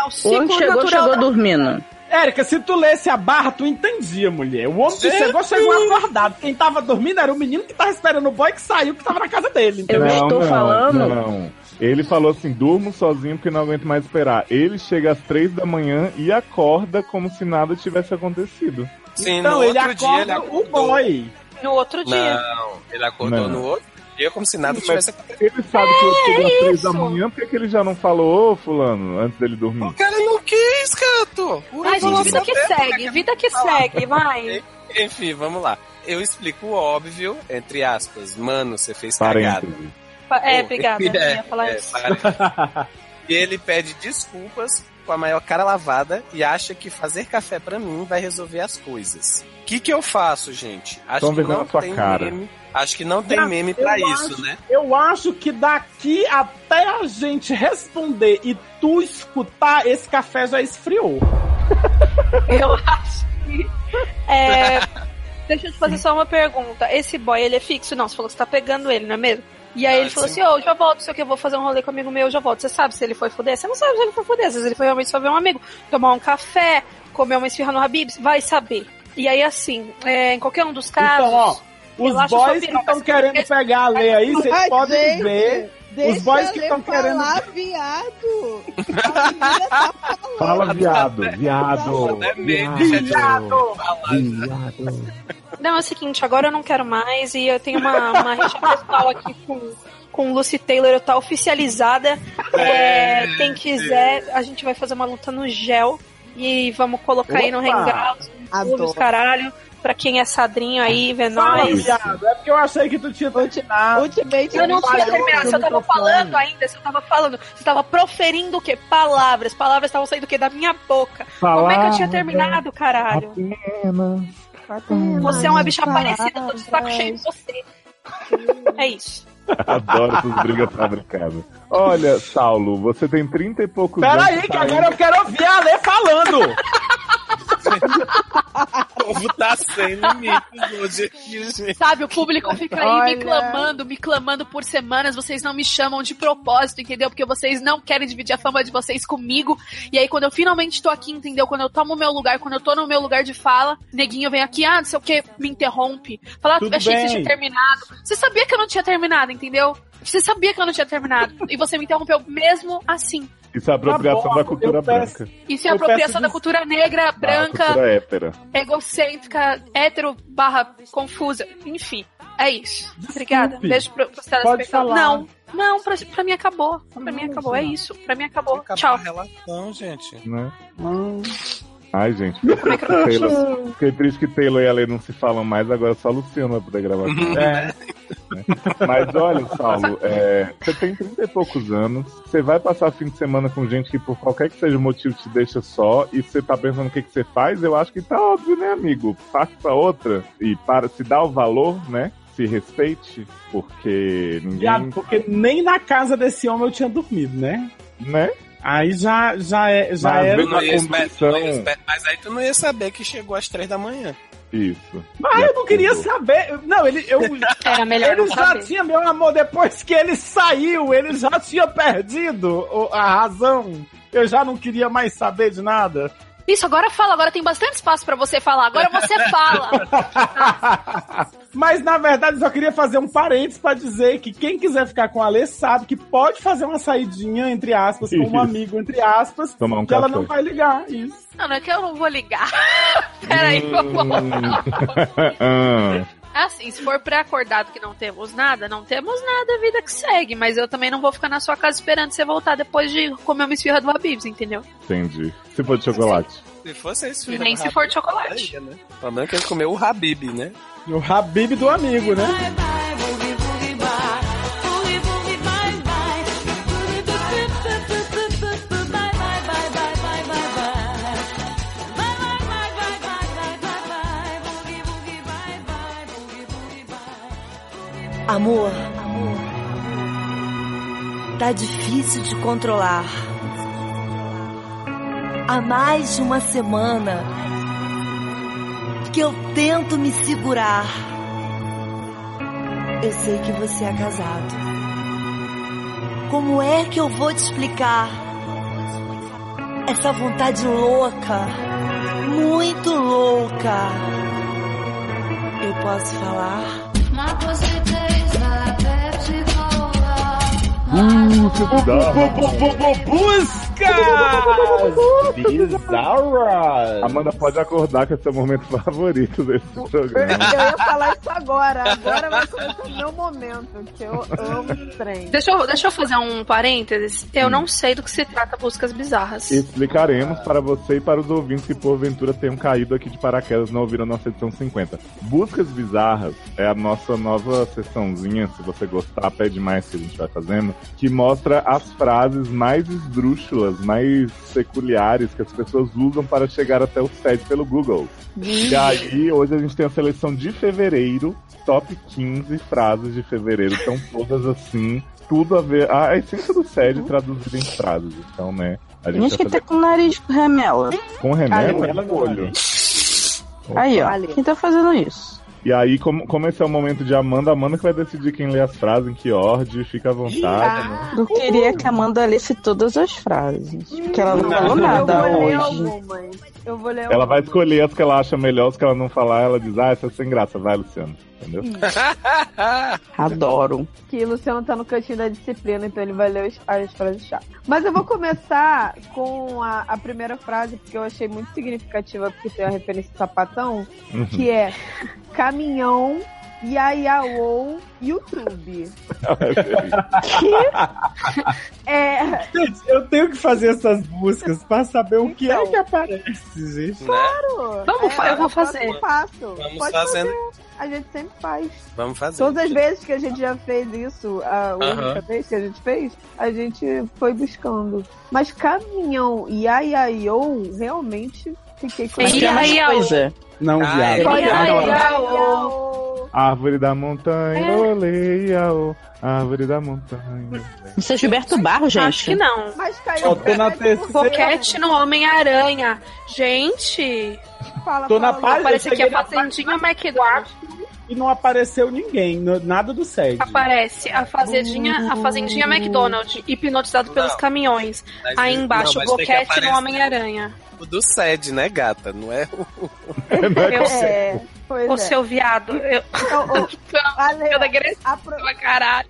[SPEAKER 3] homem
[SPEAKER 2] ciclo
[SPEAKER 3] que chegou,
[SPEAKER 2] natural
[SPEAKER 3] chegou
[SPEAKER 2] da-
[SPEAKER 3] dormindo.
[SPEAKER 4] Érica, se tu lesse a barra, tu entendia, mulher. O homem que chegou, chegou acordado. Quem tava dormindo era o menino que tava esperando o boy que saiu, que tava na casa dele.
[SPEAKER 3] Eu
[SPEAKER 6] Não,
[SPEAKER 3] estou
[SPEAKER 6] não,
[SPEAKER 3] falando.
[SPEAKER 6] Não. Ele falou assim: durmo sozinho porque não aguento mais esperar. Ele chega às três da manhã e acorda como se nada tivesse acontecido.
[SPEAKER 5] Sim,
[SPEAKER 4] então
[SPEAKER 5] no
[SPEAKER 4] ele
[SPEAKER 5] outro dia ele
[SPEAKER 4] acorda o
[SPEAKER 5] acordou.
[SPEAKER 4] boy.
[SPEAKER 2] No outro dia.
[SPEAKER 5] Não, ele acordou
[SPEAKER 6] Não.
[SPEAKER 5] no outro dia como se nada
[SPEAKER 6] Mas-
[SPEAKER 5] tivesse acontecido.
[SPEAKER 6] Ele sabe que eu chego às três da
[SPEAKER 2] É isso.
[SPEAKER 6] manhã, por que que ele já não falou, ô fulano, antes dele dormir?
[SPEAKER 5] O cara não quis, gato.
[SPEAKER 2] Ai, gente, é vida que segue, vida que segue, vai.
[SPEAKER 5] Ei. Enfim, vamos lá. Eu explico o óbvio, entre aspas. Mano, você fez cagada.
[SPEAKER 6] Parênteses.
[SPEAKER 2] Pa- É,
[SPEAKER 5] Pô,
[SPEAKER 2] obrigada. eu
[SPEAKER 5] é,
[SPEAKER 2] ia falar
[SPEAKER 5] é,
[SPEAKER 2] isso.
[SPEAKER 5] parênteses. e ele pede desculpas com a maior cara lavada e acha que fazer café pra mim vai resolver as coisas. O que que eu faço, gente? Acho
[SPEAKER 6] Toma
[SPEAKER 5] que
[SPEAKER 6] vergonha
[SPEAKER 5] não
[SPEAKER 6] na sua
[SPEAKER 5] tem
[SPEAKER 6] cara.
[SPEAKER 5] meme. Acho que não tem
[SPEAKER 4] Não,
[SPEAKER 5] meme
[SPEAKER 4] eu
[SPEAKER 5] pra
[SPEAKER 4] acho-
[SPEAKER 5] isso, né?
[SPEAKER 4] Eu acho que daqui até a gente responder e tu escutar, esse café já esfriou.
[SPEAKER 2] Eu acho que. É, deixa eu te fazer só uma pergunta. Esse boy, ele é fixo? Não, você falou que você tá pegando ele, não é mesmo? E aí
[SPEAKER 5] Ah,
[SPEAKER 2] ele falou
[SPEAKER 5] sim.
[SPEAKER 2] assim: Ô, eu já volto, sei o que, eu vou fazer um rolê com um amigo meu, eu já volto. Você sabe se ele foi fuder? Você não sabe se ele foi fuder. Às vezes ele foi realmente só ver um amigo, tomar um café, comer uma esfirra no Habib's, vai saber. E aí, assim, é, em qualquer um dos
[SPEAKER 7] Tá.
[SPEAKER 2] casos.
[SPEAKER 4] Então, ó, os
[SPEAKER 2] relaxa sua
[SPEAKER 4] boys que
[SPEAKER 2] piroca,
[SPEAKER 4] estão
[SPEAKER 2] se
[SPEAKER 4] querendo
[SPEAKER 2] quiser-
[SPEAKER 4] pegar a lei aí, vocês
[SPEAKER 7] Ai,
[SPEAKER 4] podem
[SPEAKER 7] gente,
[SPEAKER 4] ver.
[SPEAKER 7] Deixa
[SPEAKER 4] boys que
[SPEAKER 7] ele
[SPEAKER 4] tão querendo-
[SPEAKER 7] falar, viado. A menina tá falando.
[SPEAKER 6] Fala, viado, viado.
[SPEAKER 7] Nossa,
[SPEAKER 5] até medo,
[SPEAKER 6] Viado. viado.
[SPEAKER 2] Não, é o seguinte, agora eu não quero mais e eu tenho uma, uma rixa pessoal aqui com, com o Lucy Taylor, eu tá oficializada. É, quem quiser, a gente vai fazer uma luta no gel e vamos colocar aí no
[SPEAKER 4] Opa!
[SPEAKER 2] Hangouts, no
[SPEAKER 7] Adoro.
[SPEAKER 2] Clube, os caralho, pra quem é sadrinho aí, vê
[SPEAKER 4] Fala,
[SPEAKER 2] nós.
[SPEAKER 4] viado. É porque eu achei que tu tinha terminado.
[SPEAKER 7] Ultimate
[SPEAKER 2] Ah,
[SPEAKER 7] é
[SPEAKER 2] Eu não tinha
[SPEAKER 4] Falhou
[SPEAKER 2] terminado,
[SPEAKER 4] no
[SPEAKER 2] você tava
[SPEAKER 4] microfone.
[SPEAKER 2] falando ainda, você tava falando, você tava proferindo o quê? Palavras, palavras estavam saindo o quê? Da minha boca. Como é que eu tinha terminado, caralho?
[SPEAKER 6] Apenas.
[SPEAKER 2] Você é uma bicha parecida, tô de saco cheio de você. É isso.
[SPEAKER 6] Adoro essas brigas fabricadas. Olha, Saulo, você tem 30 e poucos anos.
[SPEAKER 4] Peraí, que
[SPEAKER 6] tá
[SPEAKER 4] agora eu quero ouvir a Lê falando.
[SPEAKER 5] O povo tá sem limites hoje aqui, gente.
[SPEAKER 8] Sabe, o público fica aí me
[SPEAKER 7] Olha.
[SPEAKER 8] clamando, me clamando por semanas, vocês não me chamam de propósito, entendeu? Porque vocês não querem dividir a fama de vocês comigo. E aí, quando eu finalmente tô aqui, entendeu? Quando eu tomo o meu lugar, quando eu tô no meu lugar de fala, neguinho vem aqui, ah, não sei o que, me interrompe. Fala,
[SPEAKER 4] Tudo
[SPEAKER 8] achei que
[SPEAKER 4] bem.
[SPEAKER 8] você tinha terminado. Você sabia que eu não tinha terminado, entendeu? Você sabia que eu não tinha terminado. E você me interrompeu mesmo assim.
[SPEAKER 6] Isso é apropriação
[SPEAKER 4] Tá bom,
[SPEAKER 6] da cultura
[SPEAKER 4] eu peço-
[SPEAKER 6] branca.
[SPEAKER 8] Isso é
[SPEAKER 4] Eu
[SPEAKER 8] apropriação
[SPEAKER 4] peço
[SPEAKER 8] da
[SPEAKER 4] des-
[SPEAKER 8] cultura negra, branca,
[SPEAKER 6] Ah, cultura hétera.
[SPEAKER 8] egocêntrica, hétero barra confusa. Enfim, é isso. Obrigada. Um Beijo pro, pros telespectadores.
[SPEAKER 4] falar.
[SPEAKER 8] Não, não, pra, pra mim acabou. Pra mim acabou, é isso. Pra mim acabou. Tchau.
[SPEAKER 5] Então, gente.
[SPEAKER 6] né?
[SPEAKER 4] Ah.
[SPEAKER 6] Ai, gente. fiquei
[SPEAKER 8] é
[SPEAKER 6] triste que
[SPEAKER 4] (laughs)
[SPEAKER 6] Taylor- Fiquei triste que Taylor e a Lei não se falam mais, agora só a Luciana vai poder gravar com
[SPEAKER 4] (laughs)
[SPEAKER 6] ela.
[SPEAKER 4] É.
[SPEAKER 6] Mas olha, Saulo, é, você tem 30 e poucos anos, você vai passar fim de semana com gente que por qualquer que seja o motivo te deixa só, e você tá pensando o que, que você faz, eu acho que tá óbvio, né, amigo? Faça outra e para se dá o valor, né? Se respeite, porque
[SPEAKER 4] Viado,
[SPEAKER 6] ninguém.
[SPEAKER 4] porque nem na casa desse homem eu tinha dormido, né?
[SPEAKER 6] Né?
[SPEAKER 4] Aí já, já, é, já
[SPEAKER 6] Mas
[SPEAKER 4] era.
[SPEAKER 6] vem-
[SPEAKER 5] Tu não ia
[SPEAKER 6] Na
[SPEAKER 5] esper- tu não ia
[SPEAKER 6] condição.
[SPEAKER 5] esper- Mas aí tu não ia saber que chegou às três da manhã.
[SPEAKER 6] Isso.
[SPEAKER 4] Mas eu não queria saber. Não, ele, eu,
[SPEAKER 2] (laughs) Era melhor
[SPEAKER 4] ele
[SPEAKER 2] não
[SPEAKER 4] já
[SPEAKER 2] saber.
[SPEAKER 4] tinha, meu amor, depois que ele saiu, ele já tinha perdido o- a razão. Eu já não queria mais saber de nada.
[SPEAKER 8] Isso, agora fala, agora tem bastante espaço pra você falar. Agora você fala.
[SPEAKER 4] Mas na verdade só queria fazer um parênteses pra dizer que quem quiser ficar com a Alê sabe que pode fazer uma saidinha, entre aspas, com um
[SPEAKER 6] Isso.
[SPEAKER 4] amigo, entre aspas,
[SPEAKER 6] Tomar um
[SPEAKER 4] que ela
[SPEAKER 6] café.
[SPEAKER 4] não vai ligar. Isso.
[SPEAKER 8] Não, não é que eu não vou ligar. (laughs) Peraí, vamos.
[SPEAKER 6] (laughs) Ah,
[SPEAKER 8] Assim, se for pra acordado que não temos nada, não temos nada, a vida que segue. Mas eu também não vou ficar na sua casa esperando você voltar depois de comer uma esfirra do Habibs, entendeu?
[SPEAKER 6] entendi. Se for de chocolate.
[SPEAKER 5] Se fosse isso,
[SPEAKER 2] Nem se for de chocolate.
[SPEAKER 5] Pelo menos que ele comeu né? o Habib, né?
[SPEAKER 4] E o Habib do amigo, né?
[SPEAKER 1] Amor, tá difícil de controlar. Há mais de uma semana que eu tento me segurar. Eu sei que você é casado. Como é que eu vou te explicar essa vontade louca, muito louca? Eu posso falar?
[SPEAKER 4] Busca! Bizarra!
[SPEAKER 6] Amanda pode acordar que esse é o momento (laughs) favorito desse
[SPEAKER 7] Eu
[SPEAKER 6] programa.
[SPEAKER 7] ia falar isso agora. Agora vai começar o meu momento, que eu amo trem.
[SPEAKER 2] Deixa eu, deixa eu fazer um parênteses.
[SPEAKER 5] Hum.
[SPEAKER 2] Eu não sei do que se trata buscas bizarras.
[SPEAKER 6] Explicaremos para você e para os ouvintes que porventura tenham caído aqui de paraquedas e não ouviram a nossa edição 50. Buscas Bizarras é a nossa nova sessãozinha, se você gostar, pede mais que a gente vai fazendo, que mostra as frases mais esdrúxulas, mais peculiares que as pessoas usam para chegar até o site pelo Google. E aí, hoje a gente tem a seleção de fevereiro, top 15 frases de fevereiro. Estão todas assim, tudo a ver. ah, A essência do série é traduzida em frases. Então, né? A gente
[SPEAKER 3] Gente
[SPEAKER 6] vai
[SPEAKER 3] que tá
[SPEAKER 6] fazer
[SPEAKER 3] com o nariz remela.
[SPEAKER 7] tá
[SPEAKER 6] com remela
[SPEAKER 4] Remela
[SPEAKER 6] no
[SPEAKER 4] no
[SPEAKER 6] olho.
[SPEAKER 3] Aí, ó.
[SPEAKER 7] Olha.
[SPEAKER 3] Quem tá fazendo isso?
[SPEAKER 6] E aí, como, como esse é o momento de Amanda, Amanda que vai decidir quem lê as frases, em que ordem, fica à vontade. né?
[SPEAKER 3] Eu queria que a Amanda lesse todas as frases. Porque ela
[SPEAKER 2] Hum.
[SPEAKER 3] não falou nada
[SPEAKER 7] eu vou ler
[SPEAKER 3] hoje.
[SPEAKER 7] algumas. ah, Eu vou ler um
[SPEAKER 6] Ela
[SPEAKER 7] algumas.
[SPEAKER 6] vai escolher as que ela acha melhor, as que ela não falar, ela diz, ah, essa é sem graça, vai, Luciano. Entendeu?
[SPEAKER 5] Ah,
[SPEAKER 3] Adoro.
[SPEAKER 7] que o Luciano tá no cantinho da disciplina, então ele vai ler os- as frases chá. Mas eu vou começar com a, a primeira frase, porque eu achei muito significativa, porque tem a referência ao sapatão,
[SPEAKER 6] (laughs) Uhum.
[SPEAKER 7] que é caminhão, iaiaou, YouTube. É,
[SPEAKER 4] Gente, eu tenho que fazer essas buscas pra saber o que é que aparece, gente.
[SPEAKER 5] Né?
[SPEAKER 7] claro.
[SPEAKER 2] Vamos,
[SPEAKER 7] é,
[SPEAKER 2] eu vou fazer.
[SPEAKER 7] Eu faço.
[SPEAKER 5] Vamos
[SPEAKER 7] Pode
[SPEAKER 5] fazendo.
[SPEAKER 7] fazer. A gente sempre faz.
[SPEAKER 5] Vamos fazer.
[SPEAKER 7] Todas as vezes que a gente já fez isso, a única
[SPEAKER 5] Aham.
[SPEAKER 7] vez que a gente fez, a gente foi buscando. Mas caminhão e aiaiou, realmente fiquei com
[SPEAKER 2] É
[SPEAKER 3] Mas tem mais
[SPEAKER 2] aí, ó.
[SPEAKER 3] coisa.
[SPEAKER 4] Não,
[SPEAKER 5] Ah,
[SPEAKER 4] viado.
[SPEAKER 5] é.
[SPEAKER 4] Não,
[SPEAKER 2] Ai, ai,
[SPEAKER 4] viado.
[SPEAKER 2] ai.
[SPEAKER 7] Iaiaô.
[SPEAKER 6] Árvore da montanha,
[SPEAKER 2] É.
[SPEAKER 6] olê, aô, árvore da montanha.
[SPEAKER 3] Isso é Gilberto Barro,
[SPEAKER 2] Acho que
[SPEAKER 3] gente.
[SPEAKER 2] não.
[SPEAKER 7] Mas caiu
[SPEAKER 4] Eu tô na
[SPEAKER 7] verdade,
[SPEAKER 4] terceira.
[SPEAKER 7] por favor,
[SPEAKER 2] Boquete no Homem-Aranha. Gente,
[SPEAKER 7] Fala,
[SPEAKER 4] Tô na
[SPEAKER 7] fala.
[SPEAKER 4] página.
[SPEAKER 2] parece
[SPEAKER 4] eu
[SPEAKER 2] que
[SPEAKER 4] cheguei
[SPEAKER 2] a
[SPEAKER 5] tá-
[SPEAKER 4] na
[SPEAKER 2] Fazendinha McGuire
[SPEAKER 4] E não apareceu ninguém, no- nada do SED.
[SPEAKER 2] aparece. A Fazendinha, a fazendinha McDonald, hipnotizado pelos
[SPEAKER 5] Hum. Não.
[SPEAKER 2] caminhões.
[SPEAKER 5] Mas-
[SPEAKER 2] Aí embaixo,
[SPEAKER 5] não, mas tem que
[SPEAKER 2] boquete no
[SPEAKER 5] aparecer
[SPEAKER 2] Homem-Aranha.
[SPEAKER 5] o do SED, né, gata? Não é o
[SPEAKER 6] Não é
[SPEAKER 2] Eu-
[SPEAKER 6] como-
[SPEAKER 7] É, pois
[SPEAKER 2] Ô,
[SPEAKER 7] é. Então,
[SPEAKER 2] seu viado. Eu,
[SPEAKER 7] Ô, ô, Ale,
[SPEAKER 2] eu da Grécia,
[SPEAKER 7] apro...
[SPEAKER 2] caralho.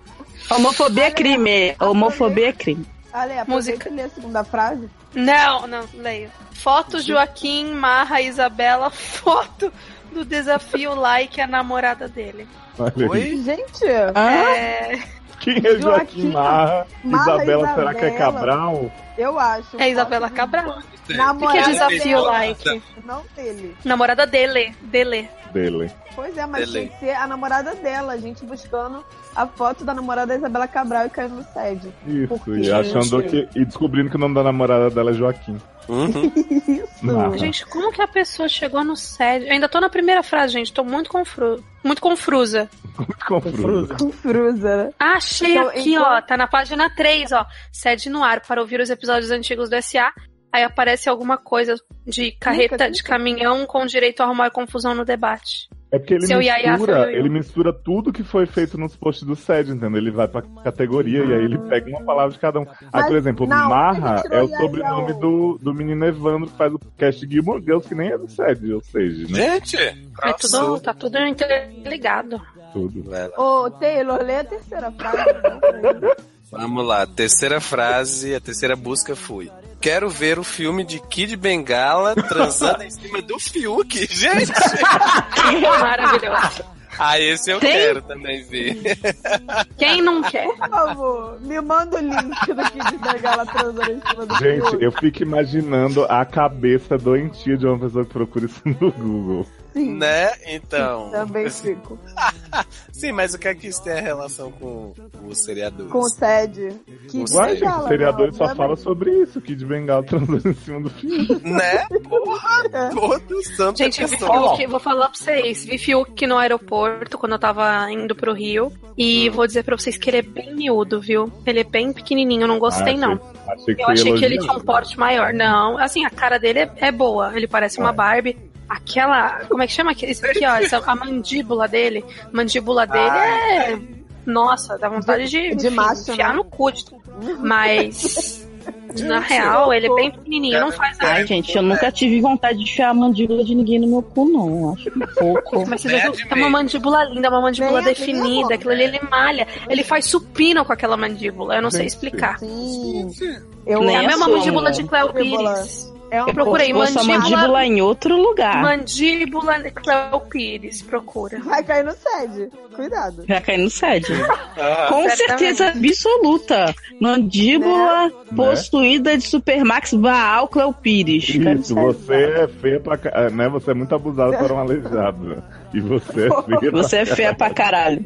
[SPEAKER 3] Homofobia é crime. Homofobia é crime.
[SPEAKER 7] Ale, aproveita
[SPEAKER 2] Música.
[SPEAKER 7] e lê a segunda frase.
[SPEAKER 2] Não, não, leio.
[SPEAKER 5] Uhum.
[SPEAKER 2] Foto Joaquim, Marra, Isabela, (laughs) foto do desafio like a namorada dele.
[SPEAKER 6] Olha aí.
[SPEAKER 5] Oi?
[SPEAKER 7] Gente,
[SPEAKER 3] Ah,
[SPEAKER 2] É,
[SPEAKER 6] Quem é Joaquim
[SPEAKER 7] Joaquim
[SPEAKER 6] Marra?
[SPEAKER 7] Marra,
[SPEAKER 6] Isabela, será que é
[SPEAKER 7] Isabela.
[SPEAKER 6] Cabral?
[SPEAKER 7] eu acho.
[SPEAKER 2] é Isabela Cabral. Que
[SPEAKER 7] Namorada
[SPEAKER 2] é
[SPEAKER 7] Olha,
[SPEAKER 2] desafio
[SPEAKER 7] eu-
[SPEAKER 2] like?
[SPEAKER 7] Não dele.
[SPEAKER 2] Namorada dele, dele.
[SPEAKER 6] Dele.
[SPEAKER 7] Pois é, mas
[SPEAKER 5] Delay.
[SPEAKER 7] tem que ser a namorada dela. A gente buscando a foto da namorada da Isabela Cabral e caindo no sede.
[SPEAKER 6] Isso,
[SPEAKER 7] Porque-
[SPEAKER 6] e achando que. E descobrindo que o nome da namorada dela é Joaquim.
[SPEAKER 5] Uhum.
[SPEAKER 7] (laughs) Isso.
[SPEAKER 6] Marra.
[SPEAKER 2] Gente, como que a pessoa chegou no sede? Eu ainda tô na primeira frase, gente. Tô muito, confru... muito confusa.
[SPEAKER 6] Muito confuso.
[SPEAKER 4] Fruza.
[SPEAKER 7] Com frusa, né?
[SPEAKER 2] Ah, achei
[SPEAKER 7] Então,
[SPEAKER 2] aqui,
[SPEAKER 7] então-
[SPEAKER 2] ó. Tá na página 3, ó. Sede no ar para ouvir os episódios antigos do SA. Aí aparece alguma coisa de carreta
[SPEAKER 7] clica.
[SPEAKER 2] de caminhão com direito a arrumar confusão no debate.
[SPEAKER 6] É porque ele
[SPEAKER 2] Seu Yaya
[SPEAKER 6] mistura,
[SPEAKER 2] foi o-
[SPEAKER 6] ele mistura tudo que foi feito nos posts do SED, entendeu? Ele vai pra categoria e aí ele pega uma palavra de cada um. Aí,
[SPEAKER 7] Ah. Mas
[SPEAKER 6] por exemplo,
[SPEAKER 7] na onde
[SPEAKER 6] Marra
[SPEAKER 7] ele tirou
[SPEAKER 6] é o
[SPEAKER 7] Yaya?
[SPEAKER 6] sobrenome do, do menino Evandro que faz o cast Gilmore Girls, que nem é do SED, ou seja, né?
[SPEAKER 5] Gente,
[SPEAKER 2] É tudo, um- tá tudo interligado. (laughs)
[SPEAKER 6] Tudo.
[SPEAKER 5] Vai lá.
[SPEAKER 7] Ô, Taylor, lê a terceira frase. então.
[SPEAKER 5] Vamos lá, terceira frase, a terceira busca foi. Quero ver o filme de Kid (laughs) Bengala transando em cima do Fiuk, gente!
[SPEAKER 2] Maravilhoso.
[SPEAKER 5] Ah, esse eu
[SPEAKER 2] Tem?
[SPEAKER 5] quero também ver.
[SPEAKER 2] Quem não quer?
[SPEAKER 7] Por favor, me manda o link do que diz da gala transando em cima do
[SPEAKER 6] Gente,
[SPEAKER 7] outro.
[SPEAKER 6] eu fico imaginando a cabeça doentia de uma pessoa que procura isso no Google.
[SPEAKER 7] Sim.
[SPEAKER 5] né? Então.
[SPEAKER 7] Também fico.
[SPEAKER 5] Sim, mas o que é que isso tem a relação com os seriadores?
[SPEAKER 7] Com sede. Que
[SPEAKER 5] Os
[SPEAKER 6] Uai,
[SPEAKER 5] Uai,
[SPEAKER 6] gente,
[SPEAKER 7] gala,
[SPEAKER 6] o seriador
[SPEAKER 7] não,
[SPEAKER 6] só
[SPEAKER 7] não é
[SPEAKER 6] fala sobre isso, Kid Bengala transando em cima do filho.
[SPEAKER 5] Né?
[SPEAKER 7] É.
[SPEAKER 5] Porra, todo santo
[SPEAKER 2] Gente,
[SPEAKER 5] é
[SPEAKER 2] eu vi Fiuk, vou falar pra vocês. Vi Fiuk no aeroporto quando eu tava indo pro Rio. E vou dizer pra vocês que ele é bem miúdo, viu? Ele é bem pequenininho, eu não gostei,
[SPEAKER 6] Ah,
[SPEAKER 2] não.
[SPEAKER 6] achei- Achei que
[SPEAKER 2] Eu
[SPEAKER 6] foi
[SPEAKER 2] achei que ele
[SPEAKER 6] elogiado.
[SPEAKER 2] tinha um porte maior. Não, assim, a cara dele é, é boa. Ele parece uma Barbie. Aquela. Como é que chama? Isso aqui, ó. essa- a mandíbula dele. a Mandíbula dele Ah, é. Nossa, dá vontade de,
[SPEAKER 7] De
[SPEAKER 2] enfim,
[SPEAKER 7] macho,
[SPEAKER 2] enfiar
[SPEAKER 7] né?
[SPEAKER 2] no cu. de tudo. (laughs) Mas. Na real, ele é bem pequenininho, não
[SPEAKER 5] é
[SPEAKER 2] faz nada.
[SPEAKER 3] Ai, É, gente, eu
[SPEAKER 5] (laughs)
[SPEAKER 3] nunca tive vontade de enfiar a mandíbula de ninguém no meu cu, não. Eu Acho um pouco.
[SPEAKER 2] Mas você já
[SPEAKER 5] Mad
[SPEAKER 2] viu? É uma
[SPEAKER 5] Men.
[SPEAKER 2] mandíbula linda, uma mandíbula
[SPEAKER 7] Bem,
[SPEAKER 2] definida.
[SPEAKER 7] bem,
[SPEAKER 2] Aquilo ali ele malha. Ele faz supino com aquela mandíbula. Eu não sei
[SPEAKER 6] Gente.
[SPEAKER 2] explicar.
[SPEAKER 7] Sim. Eu
[SPEAKER 3] Nem
[SPEAKER 2] É a mesma
[SPEAKER 3] sua,
[SPEAKER 2] mandíbula de
[SPEAKER 3] mulher.
[SPEAKER 2] Cleo
[SPEAKER 7] né? Mandíbula.
[SPEAKER 2] Pires.
[SPEAKER 7] É
[SPEAKER 2] Eu procurei
[SPEAKER 3] Como se fosse a
[SPEAKER 2] mandíbula-
[SPEAKER 3] mandíbula em outro
[SPEAKER 7] Ah.
[SPEAKER 3] lugar.
[SPEAKER 2] Mandíbula de Cleo Pires. Procura.
[SPEAKER 7] Vai cair no sede. Cuidado.
[SPEAKER 3] Vai cair
[SPEAKER 2] (laughs)
[SPEAKER 3] no sede.
[SPEAKER 5] Ah,
[SPEAKER 3] Com
[SPEAKER 2] certamente.
[SPEAKER 3] certeza absoluta.
[SPEAKER 2] Né?
[SPEAKER 3] Mandíbula possuída de Supermax Baal Cleo Pires. Quero
[SPEAKER 6] Isso,
[SPEAKER 3] saber.
[SPEAKER 6] você é feia pra ca- ah, né? Você é muito abusado para um aleijado. E você é feia.
[SPEAKER 3] Você é feia pra caralho.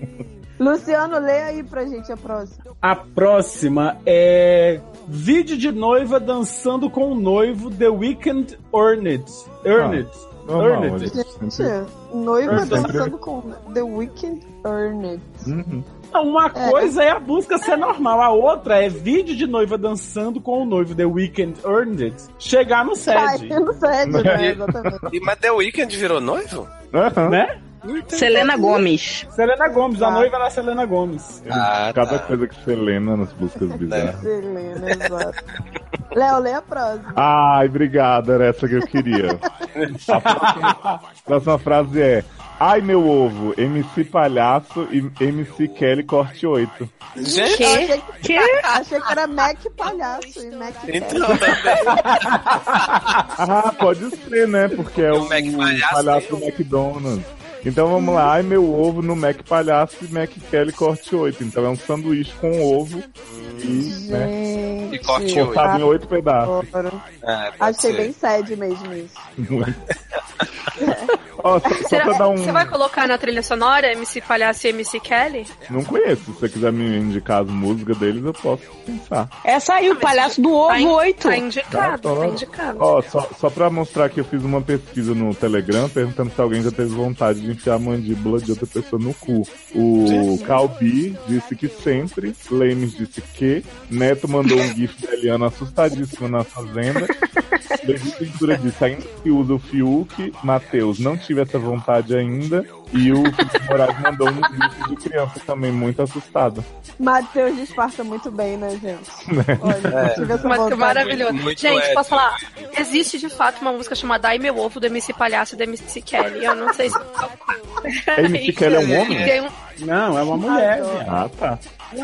[SPEAKER 7] Luciano, lê aí pra gente a próxima.
[SPEAKER 4] A próxima é vídeo de noiva dançando com o noivo The Weekend Earn It. Earn
[SPEAKER 6] Ah,
[SPEAKER 4] It.
[SPEAKER 6] normal,
[SPEAKER 4] Earn It.
[SPEAKER 6] gente.
[SPEAKER 7] Gente, noiva
[SPEAKER 6] Eu sempre-
[SPEAKER 7] dançando com The Weeknd Earned.
[SPEAKER 6] Uhum.
[SPEAKER 4] Não, Uma
[SPEAKER 7] É.
[SPEAKER 4] coisa é a busca ser normal, a outra é vídeo de noiva dançando com o noivo The Weekend Earned It. Chegar no
[SPEAKER 7] Cai
[SPEAKER 4] sede.
[SPEAKER 7] no sede, né? Exatamente.
[SPEAKER 5] E, mas The Weeknd virou noivo?
[SPEAKER 6] Aham.
[SPEAKER 4] Né?
[SPEAKER 5] Não
[SPEAKER 2] tá
[SPEAKER 5] entendi.
[SPEAKER 3] Selena Gomes.
[SPEAKER 4] Selena Gomes, a
[SPEAKER 7] Ah.
[SPEAKER 4] noiva era Selena Gomes.
[SPEAKER 5] Ah,
[SPEAKER 6] Cada
[SPEAKER 5] tá. É.
[SPEAKER 6] coisa que você lembra nas buscas bizarras.
[SPEAKER 7] Selena, exato. Léo, lê a próxima.
[SPEAKER 6] Ai, obrigada, era essa que eu queria. A próxima- próxima frase é: Ai, meu ovo, MC Palhaço e MC Kelly corte 8.
[SPEAKER 5] Gente,
[SPEAKER 7] Eu Achei, que-
[SPEAKER 3] Que?
[SPEAKER 7] achei que era Mac Palhaço e Mac
[SPEAKER 5] então
[SPEAKER 7] Kelly.
[SPEAKER 5] também.
[SPEAKER 6] Ah, pode ser, né? Porque é
[SPEAKER 5] O
[SPEAKER 6] o,
[SPEAKER 5] Mac Palhaço
[SPEAKER 6] palhaço
[SPEAKER 5] tem
[SPEAKER 6] do McDonald's. Então vamos lá, ai meu ovo no Mac Palhaço e Mac Kelly corte 8. Então é um sanduíche com ovo e, né,
[SPEAKER 7] Gente,
[SPEAKER 5] E corte oito.
[SPEAKER 6] cortado em 8 pedaços.
[SPEAKER 7] adoro.
[SPEAKER 5] Ah, pode
[SPEAKER 7] Achei
[SPEAKER 5] ser.
[SPEAKER 7] bem sede mesmo isso.
[SPEAKER 6] Ó, só, só pra dar um.
[SPEAKER 2] Você vai colocar na trilha sonora MC Palhaço e MC Kelly?
[SPEAKER 6] Não conheço. Se você quiser me indicar as músicas deles, eu posso pensar.
[SPEAKER 3] Essa aí, É, o palhaço do
[SPEAKER 2] Tá in-
[SPEAKER 3] ovo 8.
[SPEAKER 2] Tá indicado, tá
[SPEAKER 6] Adoro.
[SPEAKER 2] indicado.
[SPEAKER 6] Ó, só, só pra mostrar que eu fiz uma pesquisa no Telegram perguntando se alguém já teve vontade de enfiar a mandíbula de outra pessoa no cu. O Calbi disse que sempre, Lemes disse que, Neto mandou um gif da Eliana assustadíssima na
[SPEAKER 2] (laughs)
[SPEAKER 6] fazenda. David Ventura disse, ainda que usa o Fiuk, Matheus, não tive essa vontade ainda. E o Felipe Moraes mandou um gif de criança também, muito assustada.
[SPEAKER 7] Matheus disfarça muito bem, né, (laughs) gente? Olha, tive essa
[SPEAKER 2] Mas que
[SPEAKER 7] vontade.
[SPEAKER 2] maravilhoso.
[SPEAKER 5] Muito- muito
[SPEAKER 2] Gente,
[SPEAKER 5] ético.
[SPEAKER 2] posso falar? Existe de fato uma música chamada Ai Meu Ovo do MC Palhaço e do MC Kelly. Eu não sei se.
[SPEAKER 6] MC Kelly é um homem?
[SPEAKER 2] E tem um-
[SPEAKER 4] Não, é uma mulher, viado.
[SPEAKER 6] Ah, tá.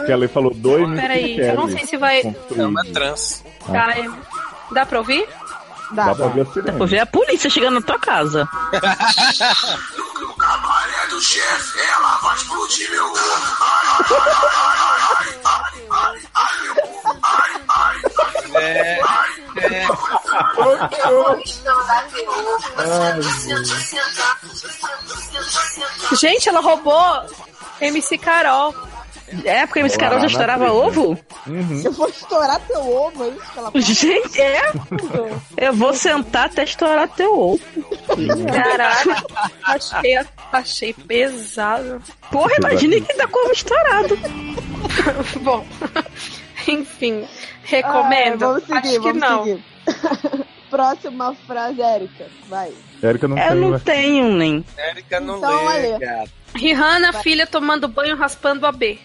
[SPEAKER 6] Que ela falou dois MC
[SPEAKER 2] Peraí, eu não sei se vai-
[SPEAKER 5] É
[SPEAKER 6] Construído.
[SPEAKER 5] uma trans.
[SPEAKER 6] Ah.
[SPEAKER 2] Tá, é- Dá pra ouvir?
[SPEAKER 6] Dá
[SPEAKER 7] Dá.
[SPEAKER 6] pra ver a sirene.
[SPEAKER 3] Vou ver a polícia chegando na tua casa.
[SPEAKER 5] É,
[SPEAKER 2] Gente, ela roubou MC Carol.
[SPEAKER 3] É, porque esse
[SPEAKER 6] Olá,
[SPEAKER 3] cara já
[SPEAKER 6] na
[SPEAKER 3] estourava
[SPEAKER 6] trilha.
[SPEAKER 3] ovo?
[SPEAKER 6] Uhum.
[SPEAKER 7] Eu vou estourar teu ovo, é isso que ela fala.
[SPEAKER 3] Gente, é. Eu vou sentar até estourar teu ovo.
[SPEAKER 2] Caraca,
[SPEAKER 7] (laughs)
[SPEAKER 2] achei, achei pesado. (laughs)
[SPEAKER 3] Porra, imagina que tá com ovo estourado.
[SPEAKER 2] Bom, enfim, recomendo.
[SPEAKER 7] Ah, vamos seguir,
[SPEAKER 2] Acho que
[SPEAKER 7] vamos
[SPEAKER 2] não.
[SPEAKER 7] seguir. (laughs) Próxima frase, Érica. Vai.
[SPEAKER 6] Érica não
[SPEAKER 3] É, Eu
[SPEAKER 6] tem,
[SPEAKER 3] não
[SPEAKER 6] né?
[SPEAKER 3] tenho nem.
[SPEAKER 5] Erika não
[SPEAKER 7] Então,
[SPEAKER 5] lê,
[SPEAKER 7] olha.
[SPEAKER 5] gata.
[SPEAKER 2] Rihanna, filha tomando banho raspando a B.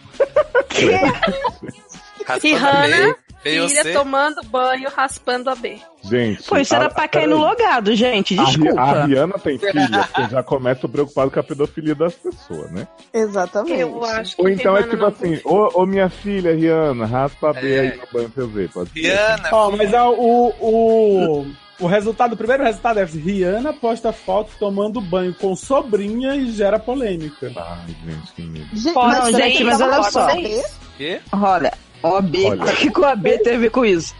[SPEAKER 5] Raspando
[SPEAKER 2] Rihanna,
[SPEAKER 5] a B, veio
[SPEAKER 2] filha
[SPEAKER 5] ser-
[SPEAKER 2] tomando banho raspando a B.
[SPEAKER 6] Gente.
[SPEAKER 3] Pô, isso
[SPEAKER 6] a-
[SPEAKER 3] era pra cair no
[SPEAKER 6] Ah, peraí.
[SPEAKER 3] logado, gente.
[SPEAKER 6] A, Ri- a
[SPEAKER 3] Desculpa.
[SPEAKER 6] Rihanna tem filha, você já começa preocupado com a pedofilia das pessoas, né?
[SPEAKER 7] Exatamente.
[SPEAKER 2] Eu acho que
[SPEAKER 6] Ou então é
[SPEAKER 2] Rihanna
[SPEAKER 6] tipo
[SPEAKER 2] não-
[SPEAKER 6] assim, ô, ô minha filha, Rihanna, raspa a B
[SPEAKER 5] É.
[SPEAKER 2] Tá
[SPEAKER 6] aí no banho pra eu ver, pode ser.
[SPEAKER 5] Rihanna,
[SPEAKER 4] Ó, mas a- o, o O resultado, o primeiro resultado é Rihanna posta foto tomando banho com sobrinha e gera polêmica.
[SPEAKER 6] Ai, gente, que medo.
[SPEAKER 7] Gente,
[SPEAKER 3] Pode,
[SPEAKER 7] mas
[SPEAKER 3] gente,
[SPEAKER 7] peraí,
[SPEAKER 3] mas
[SPEAKER 7] tava
[SPEAKER 3] olha
[SPEAKER 7] na
[SPEAKER 3] só.
[SPEAKER 7] OAB?
[SPEAKER 5] Quê?
[SPEAKER 3] Olha, OB,
[SPEAKER 6] Olha.
[SPEAKER 3] o que, que (laughs) o OB tem a ver com isso?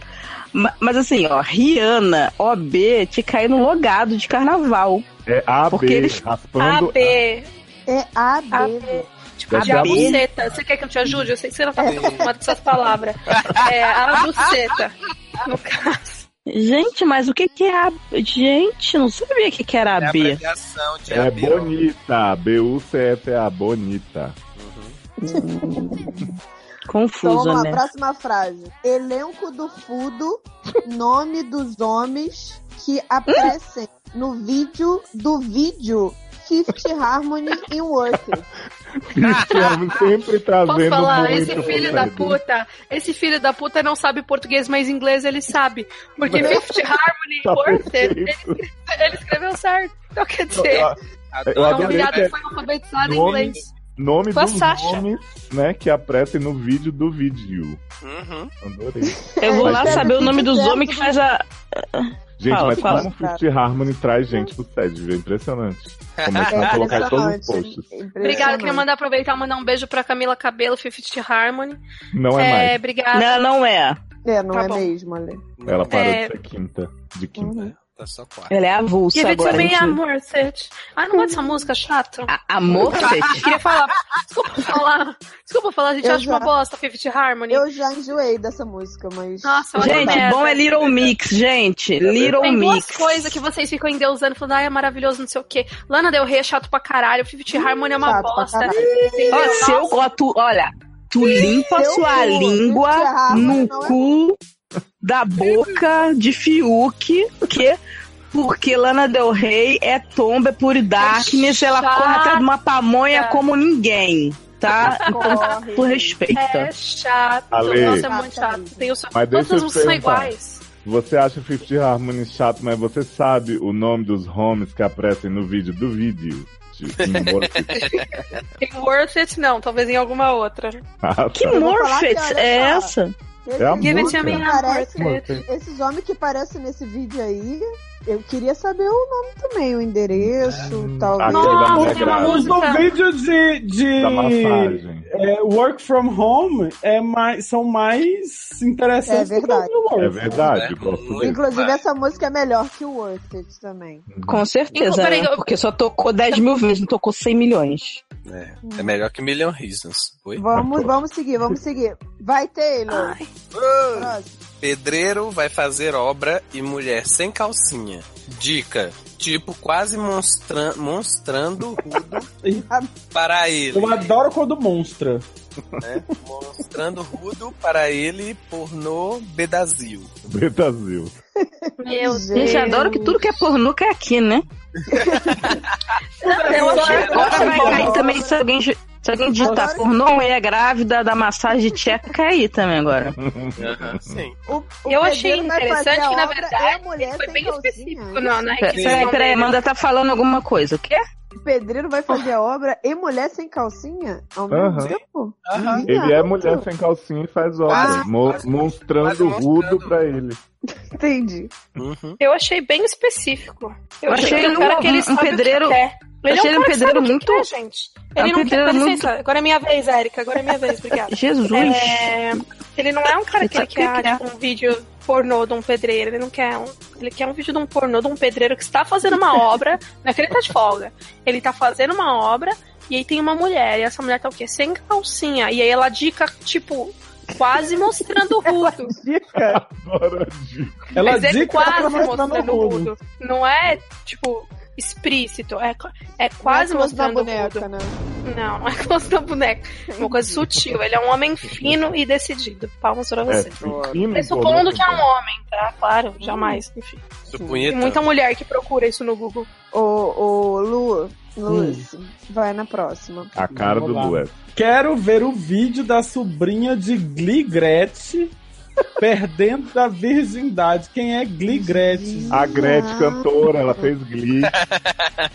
[SPEAKER 3] Ma- Mas assim, ó, Rihanna, OB, te caiu no logado de carnaval.
[SPEAKER 6] É AB,
[SPEAKER 3] Porque eles-
[SPEAKER 6] raspando.
[SPEAKER 2] AB.
[SPEAKER 7] É AB.
[SPEAKER 2] Tipo,
[SPEAKER 6] Deve
[SPEAKER 2] de
[SPEAKER 3] é
[SPEAKER 6] dar
[SPEAKER 2] abuceta. Você quer que eu te ajude? Eu sei que você não tá muito
[SPEAKER 7] É.
[SPEAKER 2] acostumado com essas palavras. É, abuceta. No caso.
[SPEAKER 3] Gente, mas o que que é AB? Gente, não sabia o que que era
[SPEAKER 5] É a
[SPEAKER 3] AB.
[SPEAKER 5] abreviação de
[SPEAKER 6] É
[SPEAKER 5] abril.
[SPEAKER 6] bonita. B-U-C-F-A,
[SPEAKER 8] (laughs)
[SPEAKER 6] é bonita.
[SPEAKER 3] Confuso,
[SPEAKER 7] Toma, a
[SPEAKER 3] né?
[SPEAKER 7] próxima frase. Elenco do Fudo, (laughs) nome dos homens que aparecem no vídeo do vídeo Fifth Harmony in Work.
[SPEAKER 6] Cristiano sempre trazendo.
[SPEAKER 8] Posso falar?
[SPEAKER 6] muito
[SPEAKER 8] Esse filho da
[SPEAKER 6] conteúdo.
[SPEAKER 8] puta, é esse filho da puta não sabe português, mas inglês ele sabe. Porque Fifth Harmony
[SPEAKER 6] Tá
[SPEAKER 8] Quartet,
[SPEAKER 6] perfeito.
[SPEAKER 8] ele escreveu certo. Então quer dizer,
[SPEAKER 6] Eu-
[SPEAKER 5] Adoro.
[SPEAKER 6] Eu
[SPEAKER 8] não,
[SPEAKER 6] adorei
[SPEAKER 8] obrigado,
[SPEAKER 6] que é
[SPEAKER 8] foi alfabetizado em
[SPEAKER 6] nome-
[SPEAKER 8] inglês.
[SPEAKER 6] nome
[SPEAKER 8] Foi a
[SPEAKER 6] dos
[SPEAKER 8] Sasha.
[SPEAKER 6] nomes, né, que aparecem no vídeo do vídeo.
[SPEAKER 5] Uhum.
[SPEAKER 6] Adorei.
[SPEAKER 3] Eu vou
[SPEAKER 6] Mas
[SPEAKER 3] lá
[SPEAKER 6] deve
[SPEAKER 3] saber o
[SPEAKER 7] ter
[SPEAKER 3] nome dos
[SPEAKER 7] certo
[SPEAKER 3] homens que
[SPEAKER 7] do-
[SPEAKER 3] faz a.
[SPEAKER 6] Gente,
[SPEAKER 3] Fala,
[SPEAKER 6] mas
[SPEAKER 3] fala.
[SPEAKER 6] como o Fifth Harmony traz gente pro SED, viu?
[SPEAKER 5] (laughs)
[SPEAKER 6] Impressionante.
[SPEAKER 7] É
[SPEAKER 6] Começando a colocar em todos os
[SPEAKER 7] impressionante,
[SPEAKER 6] posts.
[SPEAKER 7] impressionante.
[SPEAKER 8] Obrigada, queria mandar aproveitar e mandar um beijo pra Camila Cabelo, Fifth Harmony.
[SPEAKER 6] Não é,
[SPEAKER 8] É,
[SPEAKER 6] mais.
[SPEAKER 2] Ah,
[SPEAKER 8] obrigada.
[SPEAKER 3] Não, não é.
[SPEAKER 7] É, não
[SPEAKER 8] Tá
[SPEAKER 7] é
[SPEAKER 8] bom.
[SPEAKER 7] mesmo, Ale.
[SPEAKER 6] Uhum. Ela parou
[SPEAKER 8] É.
[SPEAKER 6] de ser quinta. De quinta.
[SPEAKER 7] Uhum.
[SPEAKER 5] Tá só quatro.
[SPEAKER 3] Ela é avulsa
[SPEAKER 8] Give it to
[SPEAKER 3] agora.
[SPEAKER 8] me,
[SPEAKER 3] gente.
[SPEAKER 8] amor, Seth. Ai, não gosto dessa música, chato.
[SPEAKER 3] A- Amor, Fete?
[SPEAKER 8] Queria falar. Desculpa falar. Desculpa falar, gente.
[SPEAKER 7] Eu
[SPEAKER 8] acho uma
[SPEAKER 7] já-
[SPEAKER 8] bosta Fifth Harmony.
[SPEAKER 7] Eu já enjoei dessa música, mas.
[SPEAKER 8] Nossa, olha
[SPEAKER 3] Gente,
[SPEAKER 8] merda.
[SPEAKER 3] bom é Little Mix, gente. Little
[SPEAKER 8] Tem duas
[SPEAKER 3] Então, Mix.
[SPEAKER 8] coisas que vocês ficam endeusando, falando, ai, é maravilhoso, não sei o quê. Lana Del Rey é chato pra caralho, Fifth Harmony é uma
[SPEAKER 7] chato pra
[SPEAKER 8] bosta.
[SPEAKER 7] caralho.
[SPEAKER 8] Entendeu?
[SPEAKER 3] Ó, se eu, ó, tu, olha, tu limpa
[SPEAKER 7] Eu
[SPEAKER 3] sua
[SPEAKER 7] vou,
[SPEAKER 3] língua
[SPEAKER 7] eu te arraso,
[SPEAKER 3] no
[SPEAKER 7] não é?
[SPEAKER 3] cu da boca de Fiuk, que porque Lana Del Rey é tomba, é pure darkness, ela
[SPEAKER 8] chata.
[SPEAKER 3] corre atrás de uma pamonha como ninguém, tá?
[SPEAKER 7] Corre.
[SPEAKER 3] Tu respeita.
[SPEAKER 8] É chato.
[SPEAKER 6] Ale.
[SPEAKER 8] Nossa, é muito chato. Tem o seu...
[SPEAKER 6] Mas
[SPEAKER 8] Todas
[SPEAKER 6] deixa
[SPEAKER 8] as
[SPEAKER 6] eu te
[SPEAKER 8] músicas são
[SPEAKER 6] perguntar.
[SPEAKER 8] iguais.
[SPEAKER 6] Você acha Fifth Harmony chato, mas você sabe o nome dos homens que aparecem no vídeo do vídeo.
[SPEAKER 5] (laughs)
[SPEAKER 6] Tipo, em outro-
[SPEAKER 8] Tem Worth It, não. Talvez em alguma outra.
[SPEAKER 6] Ah,
[SPEAKER 3] Que
[SPEAKER 6] tá.
[SPEAKER 7] vou falar que,
[SPEAKER 3] morfet
[SPEAKER 7] olha
[SPEAKER 3] é
[SPEAKER 7] só,
[SPEAKER 3] essa?
[SPEAKER 7] Esses
[SPEAKER 6] É a
[SPEAKER 7] homens
[SPEAKER 8] Give it to
[SPEAKER 6] Música.
[SPEAKER 8] me,
[SPEAKER 7] que
[SPEAKER 8] Worth
[SPEAKER 7] aparecem-
[SPEAKER 8] It.
[SPEAKER 7] Esses homens que aparecem nesse vídeo aí, eu queria saber o nome também, o endereço, talvez.
[SPEAKER 6] É, aquele da mulher
[SPEAKER 2] É
[SPEAKER 8] tem uma
[SPEAKER 6] grávida,
[SPEAKER 4] Os do
[SPEAKER 8] música.
[SPEAKER 4] vídeo de, de
[SPEAKER 6] da massagem.
[SPEAKER 4] é, work from home é mais, são mais interessantes
[SPEAKER 7] É verdade.
[SPEAKER 4] do que o
[SPEAKER 6] É
[SPEAKER 4] work.
[SPEAKER 6] verdade,
[SPEAKER 5] É
[SPEAKER 6] gosto
[SPEAKER 5] muito.
[SPEAKER 6] dele.
[SPEAKER 7] Inclusive, essa música é melhor que o Worth It também.
[SPEAKER 3] Com certeza,
[SPEAKER 8] Inclu- peraí,
[SPEAKER 3] né?
[SPEAKER 8] eu-
[SPEAKER 3] porque só tocou 10 mil vezes, não tocou 100 milhões.
[SPEAKER 5] É, é melhor que Million Reasons. Oi?
[SPEAKER 7] Vamos, vamos seguir, vamos seguir. Vai, Taylor.
[SPEAKER 5] Ah,
[SPEAKER 7] Próximo.
[SPEAKER 5] Pedreiro vai fazer obra e mulher sem calcinha. Dica. Tipo, quase monstra mostrando o rudo para ele.
[SPEAKER 4] Eu adoro quando monstra.
[SPEAKER 5] né? Mostrando o rudo para ele pornô Bedazil.
[SPEAKER 6] Uhum. Brasil.
[SPEAKER 8] Meu Deus.
[SPEAKER 3] Gente, eu adoro que tudo que é pornô cai aqui, né?
[SPEAKER 8] Eu adoro.
[SPEAKER 3] Agora vai
[SPEAKER 7] bom.
[SPEAKER 3] cair também se alguém, se alguém digitar
[SPEAKER 7] Agora-
[SPEAKER 3] pornô e é grávida da massagem tcheca, cair também agora.
[SPEAKER 5] Sim.
[SPEAKER 7] O- o
[SPEAKER 2] Eu achei
[SPEAKER 7] pedreiro vai fazer
[SPEAKER 2] interessante
[SPEAKER 7] a
[SPEAKER 2] que, na
[SPEAKER 7] obra e a
[SPEAKER 2] verdade,
[SPEAKER 7] mulher
[SPEAKER 2] Foi
[SPEAKER 7] sem
[SPEAKER 2] bem
[SPEAKER 7] calcinha.
[SPEAKER 2] específico né? na,
[SPEAKER 8] né?
[SPEAKER 2] na
[SPEAKER 3] Peraí, peraí,
[SPEAKER 2] requisição.
[SPEAKER 3] peraí,
[SPEAKER 2] dele.
[SPEAKER 3] Amanda tá falando alguma coisa, o quê?
[SPEAKER 7] O pedreiro vai fazer a obra e mulher sem calcinha ao mesmo
[SPEAKER 6] Aham.
[SPEAKER 7] tempo?
[SPEAKER 5] Aham.
[SPEAKER 6] Ele é mulher sem calcinha e faz obra,
[SPEAKER 5] Quase,
[SPEAKER 6] mo-
[SPEAKER 5] quase, quase
[SPEAKER 6] mostrando o rudo
[SPEAKER 5] Ah, mostrando.
[SPEAKER 6] pra ele. (laughs)
[SPEAKER 7] Entendi.
[SPEAKER 5] Uhum.
[SPEAKER 2] Eu achei bem específico. Eu,
[SPEAKER 3] Eu
[SPEAKER 2] achei
[SPEAKER 3] achei
[SPEAKER 2] que é um
[SPEAKER 3] ele
[SPEAKER 2] cara
[SPEAKER 3] um-
[SPEAKER 2] que ele
[SPEAKER 3] um
[SPEAKER 2] sabe
[SPEAKER 3] pedreiro-
[SPEAKER 2] o que quer. Ele
[SPEAKER 3] achei
[SPEAKER 2] é
[SPEAKER 3] ele um
[SPEAKER 2] um cara que sabe
[SPEAKER 3] pedreiro
[SPEAKER 2] o que
[SPEAKER 3] muito-
[SPEAKER 2] quer, gente.
[SPEAKER 3] É um
[SPEAKER 2] Ele não quer,
[SPEAKER 3] pedreiro
[SPEAKER 2] dá licença, agora é minha vez, Érica, agora é minha vez, obrigada.
[SPEAKER 3] Jesus.
[SPEAKER 2] É, ele não é um cara que
[SPEAKER 3] Ele
[SPEAKER 2] ele
[SPEAKER 3] sabe o que
[SPEAKER 2] quer
[SPEAKER 3] quer.
[SPEAKER 2] tipo, um vídeo pornô de um pedreiro. Ele não quer um. Ele quer um vídeo de um pornô de um pedreiro que está fazendo uma obra. Não é que ele tá de folga. Ele tá fazendo uma obra e aí tem uma mulher. E essa mulher tá o quê? Sem calcinha. E aí ela dica, tipo, quase mostrando o rudo.
[SPEAKER 7] Dica.
[SPEAKER 6] Adoro a dica.
[SPEAKER 4] Ela
[SPEAKER 2] Mas ele
[SPEAKER 4] diz que ela tá
[SPEAKER 2] quase
[SPEAKER 4] mostrando
[SPEAKER 2] mostrando o
[SPEAKER 4] o rudo.
[SPEAKER 2] rudo. Não é, tipo, explícito. É, é quase
[SPEAKER 7] Não é close na
[SPEAKER 2] mostrando o rudo.
[SPEAKER 7] boneca, né?
[SPEAKER 2] Não, não é close da boneca. É Uma coisa sutil. Ele é um homem fino e decidido. Palmas pra
[SPEAKER 6] É,
[SPEAKER 2] você.
[SPEAKER 6] supino,
[SPEAKER 2] Pressupondo que é um
[SPEAKER 6] pornô.
[SPEAKER 2] homem, tá? Claro, jamais. Enfim.
[SPEAKER 5] é
[SPEAKER 2] Tem
[SPEAKER 5] Supunheta.
[SPEAKER 2] muita mulher que procura isso no Google.
[SPEAKER 7] O, o Lu, Luiz,
[SPEAKER 4] Hum.
[SPEAKER 7] vai na próxima.
[SPEAKER 6] A cara do
[SPEAKER 4] Vamos lá.
[SPEAKER 6] Lué.
[SPEAKER 4] Quero ver o vídeo da sobrinha de Gligret perdendo da virgindade. Quem é Gligret?
[SPEAKER 6] A Gretchen cantora, ela fez
[SPEAKER 4] (laughs)
[SPEAKER 6] Glee.
[SPEAKER 7] (laughs)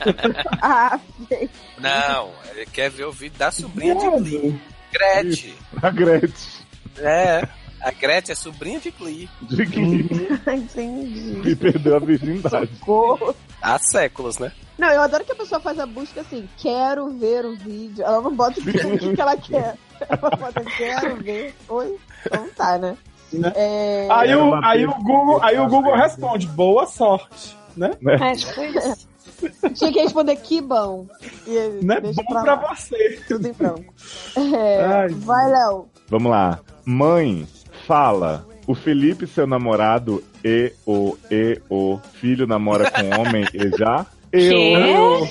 [SPEAKER 7] Ah, (laughs)
[SPEAKER 5] Não, ele quer ver o vídeo da sobrinha de Glee. Gretchen.
[SPEAKER 6] A Gretchen.
[SPEAKER 5] É. A Gretchen é sobrinha de Glee.
[SPEAKER 6] De Glee.
[SPEAKER 4] Uhum.
[SPEAKER 7] Entendi.
[SPEAKER 6] E perdeu a virgindade.
[SPEAKER 7] Socorro.
[SPEAKER 5] Há séculos, né?
[SPEAKER 7] Não, eu adoro que a pessoa faz a busca assim, quero ver o vídeo. Ela não bota
[SPEAKER 4] (laughs)
[SPEAKER 7] o que que ela quer. Ela bota quero ver. Oi? Então tá, né?
[SPEAKER 4] Né?
[SPEAKER 7] É...
[SPEAKER 4] Aí o, aí o Google, aí o Google responde, boa sorte, né?
[SPEAKER 6] Né?
[SPEAKER 7] (laughs) Tinha que responder que bom. E ele
[SPEAKER 4] Né?
[SPEAKER 7] deixa
[SPEAKER 4] Bom pra
[SPEAKER 7] lá,
[SPEAKER 4] você.
[SPEAKER 7] Tudo em branco. É,
[SPEAKER 4] Ai,
[SPEAKER 7] vai, Léo.
[SPEAKER 6] Vamos lá. Mãe, fala. O Felipe, seu namorado, e o e o filho namora com um homem e já? Eu.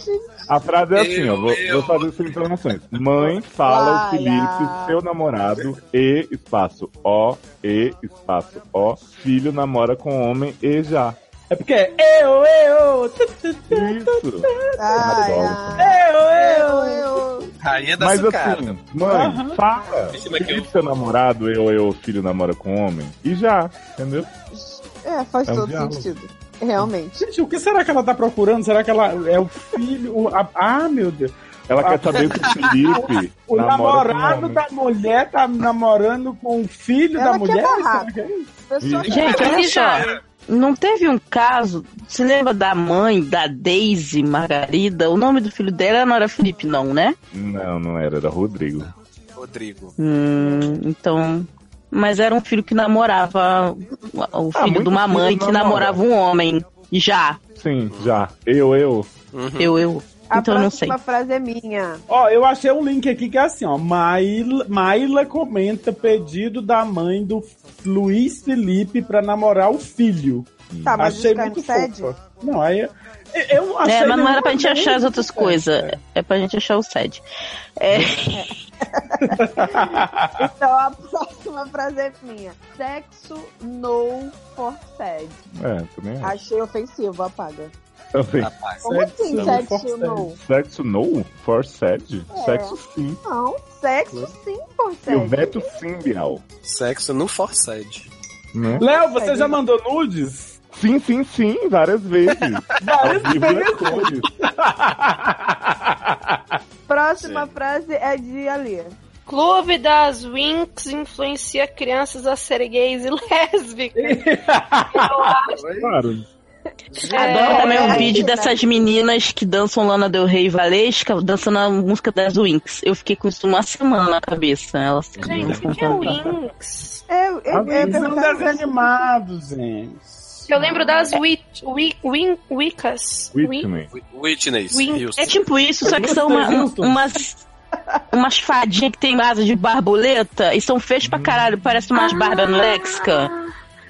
[SPEAKER 6] A frase é assim, ó. Vou, vou fazer essas informações. Mãe, fala o
[SPEAKER 7] Vai,
[SPEAKER 6] Felipe,
[SPEAKER 7] ah.
[SPEAKER 6] seu namorado, e espaço o e espaço o filho namora com um homem e já.
[SPEAKER 4] É porque é eu, eu, tu, tu, tu,
[SPEAKER 6] Isso.
[SPEAKER 7] Ai,
[SPEAKER 6] Maravilhosa.
[SPEAKER 7] ai.
[SPEAKER 4] eu,
[SPEAKER 7] Eu,
[SPEAKER 4] eu.
[SPEAKER 7] eu.
[SPEAKER 5] Rainha É da
[SPEAKER 6] Mas
[SPEAKER 5] sucata.
[SPEAKER 6] assim, mãe, fala.
[SPEAKER 5] Esse daqui
[SPEAKER 6] Felipe,
[SPEAKER 5] eu-
[SPEAKER 6] seu namorado, eu eu filho namora com homem e já, entendeu?
[SPEAKER 7] É, faz
[SPEAKER 6] É um
[SPEAKER 7] todo
[SPEAKER 6] diálogo.
[SPEAKER 7] sentido. Realmente.
[SPEAKER 4] Gente, o que será que ela tá procurando? Será que ela é o filho? o- a- ah, meu Deus.
[SPEAKER 6] Ela quer saber se o Felipe
[SPEAKER 4] O
[SPEAKER 6] namora com um
[SPEAKER 4] namorado
[SPEAKER 6] homem.
[SPEAKER 4] da mulher tá namorando com o filho da
[SPEAKER 7] Ela quer
[SPEAKER 4] mulher? Será
[SPEAKER 7] barraco.
[SPEAKER 4] que é isso?
[SPEAKER 7] Pessoa
[SPEAKER 5] Ih.
[SPEAKER 3] Gente, olha só. Não teve um caso, se lembra da mãe da Daisy Margarida? O nome do filho dela não era Felipe, não, né?
[SPEAKER 6] Não, não era, era Rodrigo.
[SPEAKER 5] Rodrigo.
[SPEAKER 3] Hum, então. Mas era um filho que namorava. O
[SPEAKER 6] Ah,
[SPEAKER 3] filho
[SPEAKER 6] muito
[SPEAKER 3] de uma mãe
[SPEAKER 6] filho
[SPEAKER 3] que
[SPEAKER 6] namora.
[SPEAKER 3] namorava um homem. Já,
[SPEAKER 6] Sim, já. Eu, eu.
[SPEAKER 5] Uhum.
[SPEAKER 3] eu, eu.
[SPEAKER 7] A
[SPEAKER 3] Então eu não sei.
[SPEAKER 7] próxima frase é minha.
[SPEAKER 4] Ó, eu achei um link aqui que é assim, ó. Maila, Maila comenta pedido da mãe do Luiz Felipe pra namorar o filho.
[SPEAKER 7] Tá, mas
[SPEAKER 4] achei
[SPEAKER 7] isso
[SPEAKER 4] muito
[SPEAKER 7] sede?
[SPEAKER 4] fofa. Não, aí... eu- Eu achei
[SPEAKER 3] É, mas não era pra gente
[SPEAKER 4] nenhum-
[SPEAKER 3] achar as
[SPEAKER 4] (laughs)
[SPEAKER 3] outras coisas. É pra gente achar o sede. É,
[SPEAKER 7] Então a (laughs) próxima frase é minha. Sexo no for sed.
[SPEAKER 6] É, também é.
[SPEAKER 7] Achei ofensivo, apaga.
[SPEAKER 6] Também.
[SPEAKER 5] Rapaz.
[SPEAKER 7] Como assim
[SPEAKER 4] no for
[SPEAKER 7] sexo
[SPEAKER 4] sed.
[SPEAKER 7] no?
[SPEAKER 6] Sexo no? For sed?
[SPEAKER 7] É.
[SPEAKER 6] Sexo sim.
[SPEAKER 7] Não, sexo sim for
[SPEAKER 6] E o
[SPEAKER 7] sed.
[SPEAKER 6] veto sim, Bial.
[SPEAKER 5] Sexo no Forside.
[SPEAKER 6] Né?
[SPEAKER 4] Léo, você já mandou
[SPEAKER 7] (laughs)
[SPEAKER 4] nudes?
[SPEAKER 6] Sim, sim, sim, várias vezes. Ao
[SPEAKER 4] Várias
[SPEAKER 6] vivo e a cores.
[SPEAKER 7] Próxima frase é de Alê.
[SPEAKER 2] Clube das Winx influencia crianças a serem gays e (laughs) lésbicas.
[SPEAKER 6] Claro.
[SPEAKER 3] Adoro também
[SPEAKER 7] é,
[SPEAKER 3] um
[SPEAKER 7] é,
[SPEAKER 3] vídeo
[SPEAKER 7] é.
[SPEAKER 3] dessas meninas que dançam Lana Del Rey e Valesca dançando a música das Winx. Eu fiquei com isso uma semana na cabeça. Elas
[SPEAKER 2] Gente, o que é Winx?
[SPEAKER 7] É, é, é,
[SPEAKER 4] É, é um
[SPEAKER 7] verdade.
[SPEAKER 4] desenho animado, gente.
[SPEAKER 2] Eu lembro das Witch, wi, win, Wiccas. Win-
[SPEAKER 6] Whitney.
[SPEAKER 5] Whitney
[SPEAKER 2] Win-
[SPEAKER 3] É
[SPEAKER 5] Houston.
[SPEAKER 3] tipo isso, só que são uma- um- umas. Umas fadinhas que tem asa de borboleta e são feias pra caralho, parece umas barbas Lexica.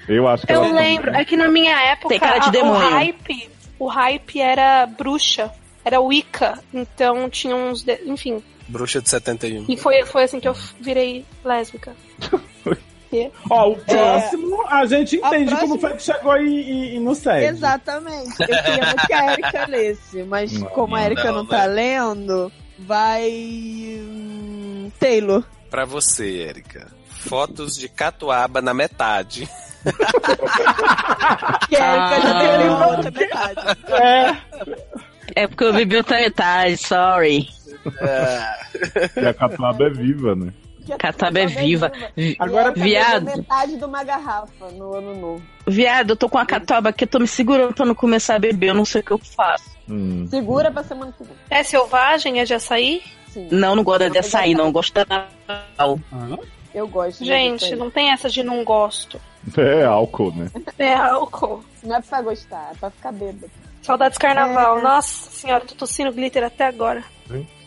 [SPEAKER 6] Eu acho que
[SPEAKER 2] Eu
[SPEAKER 6] ela-
[SPEAKER 2] lembro, é que na minha época
[SPEAKER 3] Tem cara de
[SPEAKER 2] a- o
[SPEAKER 3] demônio.
[SPEAKER 2] hype, o hype era bruxa, era Wicca, então tinha uns, de- enfim,
[SPEAKER 5] Bruxa de 71.
[SPEAKER 2] e foi foi assim que eu virei lésbica.
[SPEAKER 4] Ó, o próximo a gente
[SPEAKER 7] É. A
[SPEAKER 4] entende
[SPEAKER 7] próxima-
[SPEAKER 4] como foi que chegou e, e, e no sede.
[SPEAKER 7] Exatamente. Eu queria muito que a Erika lesse, mas
[SPEAKER 6] Não,
[SPEAKER 7] como a Erika não,
[SPEAKER 5] não,
[SPEAKER 7] tá lendo, vai. hum, Taylor.
[SPEAKER 5] Pra você, Erika. Fotos de catuaba na metade.
[SPEAKER 7] Que é, a né, Erika já
[SPEAKER 3] Ah.
[SPEAKER 7] tem o outra metade.
[SPEAKER 4] É,
[SPEAKER 3] É porque eu bebi outra metade, sorry.
[SPEAKER 5] É.
[SPEAKER 6] E a catuaba é viva, né?
[SPEAKER 7] Que a
[SPEAKER 3] Cataba é viva. Vi-
[SPEAKER 4] agora
[SPEAKER 7] Erika
[SPEAKER 3] Viado.
[SPEAKER 7] bebeu metade de uma garrafa no ano novo.
[SPEAKER 3] Viado, eu tô com a catuaba aqui, eu tô me segurando pra não começar a beber, eu não sei o que eu faço.
[SPEAKER 6] Hum.
[SPEAKER 7] Segura pra semana que vem.
[SPEAKER 2] É selvagem, é de açaí?
[SPEAKER 7] Sim.
[SPEAKER 3] Não, não gosto de açaí, não, eu gosto da Natal.
[SPEAKER 7] Eu gosto.
[SPEAKER 2] Gente,
[SPEAKER 7] não...
[SPEAKER 2] não tem essa de não gosto.
[SPEAKER 6] É álcool, né?
[SPEAKER 2] É álcool.
[SPEAKER 7] não é pra gostar, é pra ficar bêbado.
[SPEAKER 2] Saudades carnaval.
[SPEAKER 3] É.
[SPEAKER 2] Nossa senhora, tô tossindo glitter até agora.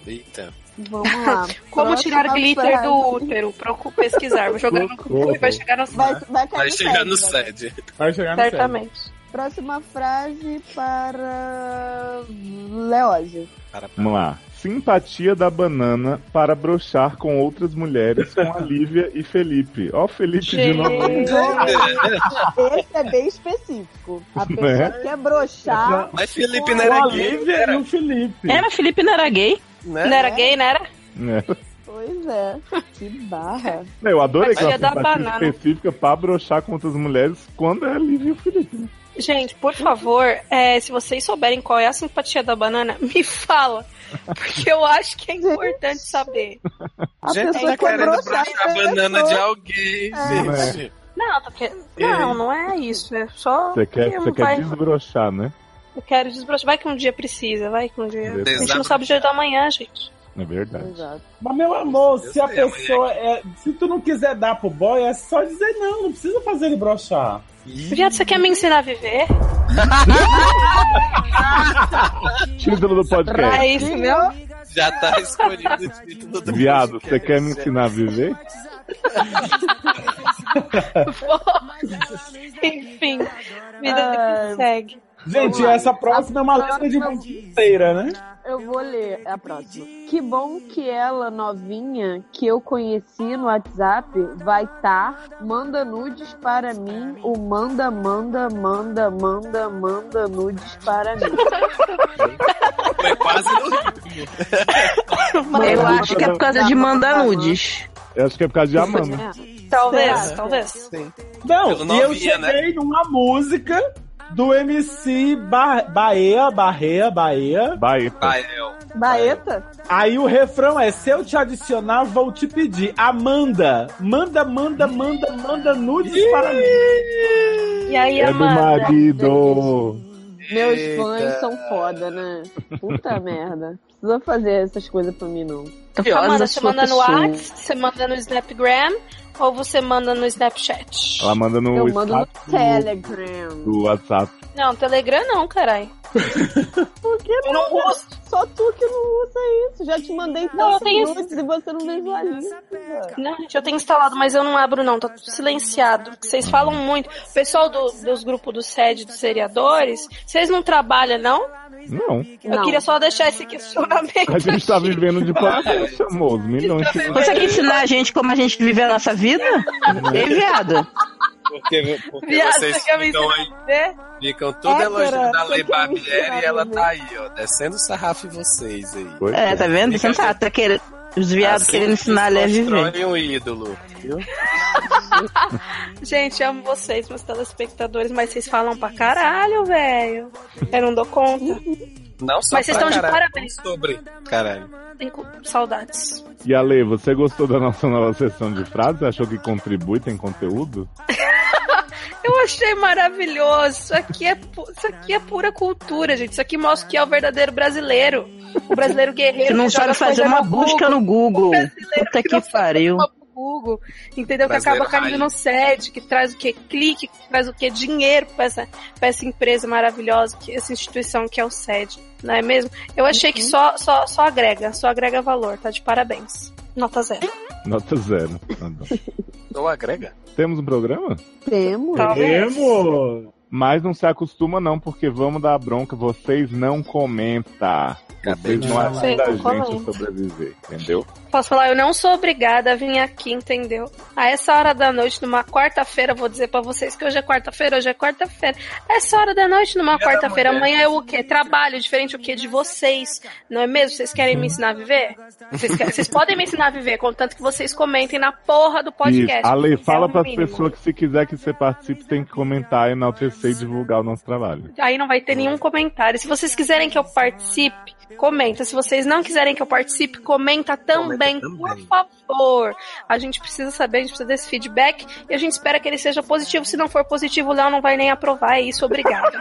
[SPEAKER 5] Eita.
[SPEAKER 7] É, Vamos lá.
[SPEAKER 2] Como
[SPEAKER 7] (laughs) Próxima
[SPEAKER 2] tirar glitter
[SPEAKER 7] frase.
[SPEAKER 2] do útero? Procuro pesquisar. Vou jogar no Google e vai chegar no
[SPEAKER 7] Vai,
[SPEAKER 2] site.
[SPEAKER 7] vai cair
[SPEAKER 5] Vai
[SPEAKER 7] no
[SPEAKER 5] chegar
[SPEAKER 7] sede,
[SPEAKER 5] no
[SPEAKER 7] vai.
[SPEAKER 5] sede.
[SPEAKER 4] vai chegar no sede.
[SPEAKER 2] Certamente.
[SPEAKER 7] Próxima frase para Leózio.
[SPEAKER 5] Para, para.
[SPEAKER 6] Vamos lá. Simpatia da banana para brochar com outras mulheres com a Lívia e Felipe. Ó, o Felipe de novo.
[SPEAKER 2] É.
[SPEAKER 7] Esse é bem específico. A pessoa
[SPEAKER 6] Né?
[SPEAKER 7] quer
[SPEAKER 4] É
[SPEAKER 7] broxar.
[SPEAKER 5] Mas Felipe
[SPEAKER 7] Com
[SPEAKER 5] não
[SPEAKER 4] O
[SPEAKER 5] era gay,
[SPEAKER 4] Olivia e o Felipe.
[SPEAKER 3] Era, É, Felipe não era gay.
[SPEAKER 5] né?
[SPEAKER 2] Não era gay, não era?
[SPEAKER 6] É.
[SPEAKER 7] Pois é. Que barra.
[SPEAKER 6] Eu adorei que ela
[SPEAKER 2] Simpatia da
[SPEAKER 6] simpatia
[SPEAKER 2] banana.
[SPEAKER 6] específica para brochar com outras mulheres quando é a Lívia e o Felipe. né?
[SPEAKER 2] Gente, por favor, é, se vocês souberem qual é a simpatia da banana, (laughs) me fala. Porque eu acho que é importante saber.
[SPEAKER 5] A gente
[SPEAKER 2] pessoa
[SPEAKER 5] tá querendo
[SPEAKER 2] quebrou
[SPEAKER 5] brochar a banana de alguém,
[SPEAKER 6] É.
[SPEAKER 5] gente.
[SPEAKER 2] Não, tá que- não, não é isso. É só.
[SPEAKER 6] Você quer,
[SPEAKER 2] que
[SPEAKER 6] você
[SPEAKER 2] vai-
[SPEAKER 6] quer desbrochar, né?
[SPEAKER 2] Eu quero desbrochar. Vai que um dia precisa, vai que um dia.
[SPEAKER 6] Exato.
[SPEAKER 2] A gente não sabe o dia da manhã, gente.
[SPEAKER 6] É verdade.
[SPEAKER 4] Mas, meu amor, se a pessoa. É, se tu não quiser dar pro boy, é só dizer não, não precisa fazer ele brochar.
[SPEAKER 2] Viado, você quer me ensinar a viver? (laughs)
[SPEAKER 6] Título do
[SPEAKER 2] É
[SPEAKER 6] podcast.
[SPEAKER 2] isso mesmo?
[SPEAKER 5] Já tá escolhido
[SPEAKER 12] (laughs)
[SPEAKER 5] o título do
[SPEAKER 6] Viado, você
[SPEAKER 5] podcast. É,
[SPEAKER 6] quer me ensinar a viver?
[SPEAKER 2] Enfim, vida que segue.
[SPEAKER 4] Gente,
[SPEAKER 12] Vamos lá.
[SPEAKER 4] essa próxima é uma letra de
[SPEAKER 12] próxima-
[SPEAKER 4] inteira, né?
[SPEAKER 12] Eu vou ler a próxima. Que bom que ela, novinha, que eu conheci no WhatsApp, vai tá, manda nudes para mim, o manda, manda, manda, manda, manda nudes para mim.
[SPEAKER 5] Foi quase no
[SPEAKER 3] Eu acho que é por causa de mandar nudes.
[SPEAKER 6] Eu acho que é por causa de Amanda.
[SPEAKER 2] Talvez,
[SPEAKER 4] Será?
[SPEAKER 2] talvez.
[SPEAKER 4] Não,
[SPEAKER 5] Pelo
[SPEAKER 4] e eu
[SPEAKER 5] novinha, né?
[SPEAKER 4] cheguei numa música do MC ba Bahia, Bahia, Bahia.
[SPEAKER 6] Bahia.
[SPEAKER 5] Bael.
[SPEAKER 12] Baeta?
[SPEAKER 4] Aí o refrão é: se eu te adicionar, vou te pedir. Amanda, manda, manda, manda, manda nudes para mim.
[SPEAKER 2] E aí,
[SPEAKER 6] É do
[SPEAKER 2] Amanda?
[SPEAKER 6] marido.
[SPEAKER 12] Meus
[SPEAKER 5] Eita.
[SPEAKER 12] fãs são foda, né? Puta merda. Precisa fazer essas coisas pra mim, não.
[SPEAKER 3] Tô curiosa
[SPEAKER 2] Amanda,
[SPEAKER 3] da
[SPEAKER 2] você
[SPEAKER 3] sua
[SPEAKER 2] manda no
[SPEAKER 3] pessoa.
[SPEAKER 2] Whats, você manda no Snapgram ou você manda no Snapchat?
[SPEAKER 6] Ela manda no
[SPEAKER 12] Eu mando no
[SPEAKER 6] status do-
[SPEAKER 12] Telegram.
[SPEAKER 6] do WhatsApp.
[SPEAKER 2] Não, Telegram não, carai.
[SPEAKER 12] Por que
[SPEAKER 2] Eu não uso.
[SPEAKER 12] né? Só tu que não usa isso. Já te mandei
[SPEAKER 2] Não, eu
[SPEAKER 12] tantos
[SPEAKER 2] tenho-
[SPEAKER 12] nudes e você não visualiza.
[SPEAKER 2] Não, gente, eu tenho instalado, mas eu não abro não, tá tudo silenciado. Vocês falam muito. O pessoal do- dos grupos do SED, dos seriadores, vocês não trabalham não?
[SPEAKER 6] Não.
[SPEAKER 2] Eu
[SPEAKER 12] Não.
[SPEAKER 2] queria só deixar esse questionamento. (laughs)
[SPEAKER 6] A gente tá vivendo de podcast, amor. Os Milhões. de-
[SPEAKER 3] Você quer ensinar a gente como a gente vive a nossa
[SPEAKER 2] (laughs)
[SPEAKER 3] vida? Ei, viado.
[SPEAKER 5] Porque, porque
[SPEAKER 2] Viado,
[SPEAKER 5] vocês
[SPEAKER 2] você quer me
[SPEAKER 5] ficam, aí,
[SPEAKER 2] ensinar a viver?
[SPEAKER 5] ficam toda
[SPEAKER 12] Hétera,
[SPEAKER 5] elogiando a
[SPEAKER 12] você
[SPEAKER 5] Lei
[SPEAKER 12] quer me
[SPEAKER 5] Barbieri
[SPEAKER 12] ensinar
[SPEAKER 5] e ela
[SPEAKER 12] a viver?
[SPEAKER 5] tá aí, ó, descendo o sarrafo em vocês aí.
[SPEAKER 6] Pois
[SPEAKER 3] É, tá vendo? Você não tá, tá querendo. Os viados
[SPEAKER 5] Assim
[SPEAKER 3] querendo
[SPEAKER 5] se
[SPEAKER 3] ensinar ele a viver.
[SPEAKER 5] Constrói um ídolo, viu?
[SPEAKER 2] Gente, amo vocês, meus telespectadores, mas vocês falam pra caralho, velho. Eu não dou conta.
[SPEAKER 5] Não só
[SPEAKER 2] Mas vocês
[SPEAKER 5] pra
[SPEAKER 2] estão de
[SPEAKER 5] caralho,
[SPEAKER 2] parabéns.
[SPEAKER 5] Sobre. Caralho.
[SPEAKER 2] Tenho co- saudades.
[SPEAKER 6] E Ale, você gostou da nossa nova sessão de frases? Achou que contribui, tem conteúdo?
[SPEAKER 2] Eu achei maravilhoso. Isso aqui, é pu- isso aqui é pura cultura, gente. Isso aqui mostra que é o verdadeiro brasileiro. O brasileiro guerreiro.
[SPEAKER 3] Que não sabe
[SPEAKER 2] joga
[SPEAKER 3] fazer
[SPEAKER 2] coisa
[SPEAKER 3] uma
[SPEAKER 2] no Google,
[SPEAKER 3] busca no
[SPEAKER 2] (laughs)
[SPEAKER 3] Google.
[SPEAKER 2] brasileiro
[SPEAKER 3] Puta que
[SPEAKER 2] não
[SPEAKER 3] pariu.
[SPEAKER 2] joga pro Google, entendeu? Que
[SPEAKER 5] Brasileiro
[SPEAKER 2] acaba caindo no sede, que traz o que? Clique, que traz o que? Dinheiro pra essa, pra essa empresa maravilhosa, que, essa instituição que é o sede, não é mesmo? Eu achei que só, só, só agrega, só agrega valor, tá? De parabéns. Nota zero.
[SPEAKER 6] Nota zero. Adoro.
[SPEAKER 5] Ou Então agrega.
[SPEAKER 6] Temos um programa?
[SPEAKER 12] Temos.
[SPEAKER 3] Tá
[SPEAKER 2] Talvez.
[SPEAKER 4] Temos!
[SPEAKER 6] Mas não se acostuma não, porque vamos dar bronca. Vocês não comentam.
[SPEAKER 5] Acabei
[SPEAKER 6] Vocês
[SPEAKER 5] de
[SPEAKER 6] não
[SPEAKER 5] falar.
[SPEAKER 2] Vocês
[SPEAKER 6] ajudam
[SPEAKER 2] não
[SPEAKER 6] a gente a
[SPEAKER 2] comentam.
[SPEAKER 6] sobreviver, entendeu?
[SPEAKER 2] Posso falar, eu não sou obrigada a vir aqui, entendeu? A essa hora da noite, numa quarta-feira, vou dizer pra vocês que hoje é quarta-feira, hoje é quarta-feira. Essa hora da noite, numa
[SPEAKER 5] Dia da
[SPEAKER 2] quarta-feira,
[SPEAKER 5] mulher.
[SPEAKER 2] amanhã eu o quê? Trabalho, diferente o quê? De vocês, não é mesmo? Vocês querem me ensinar a viver? Vocês, querem- vocês podem me ensinar a viver, contanto que vocês comentem na porra do podcast. é
[SPEAKER 6] Isso. Ale, fala
[SPEAKER 2] o
[SPEAKER 6] para as
[SPEAKER 2] mínimo.
[SPEAKER 6] pessoas que se quiser que você participe, tem que comentar, enaltecer e divulgar o
[SPEAKER 2] (laughs)
[SPEAKER 6] nosso trabalho.
[SPEAKER 2] Aí não vai ter nenhum comentário. Se vocês quiserem que eu participe, comenta. Se vocês não quiserem que eu participe, comenta também,
[SPEAKER 5] também.
[SPEAKER 2] por favor. A gente precisa saber, a gente precisa desse feedback e a gente espera que ele seja positivo. Se não for positivo, o Léo não vai nem aprovar. É isso, obrigada.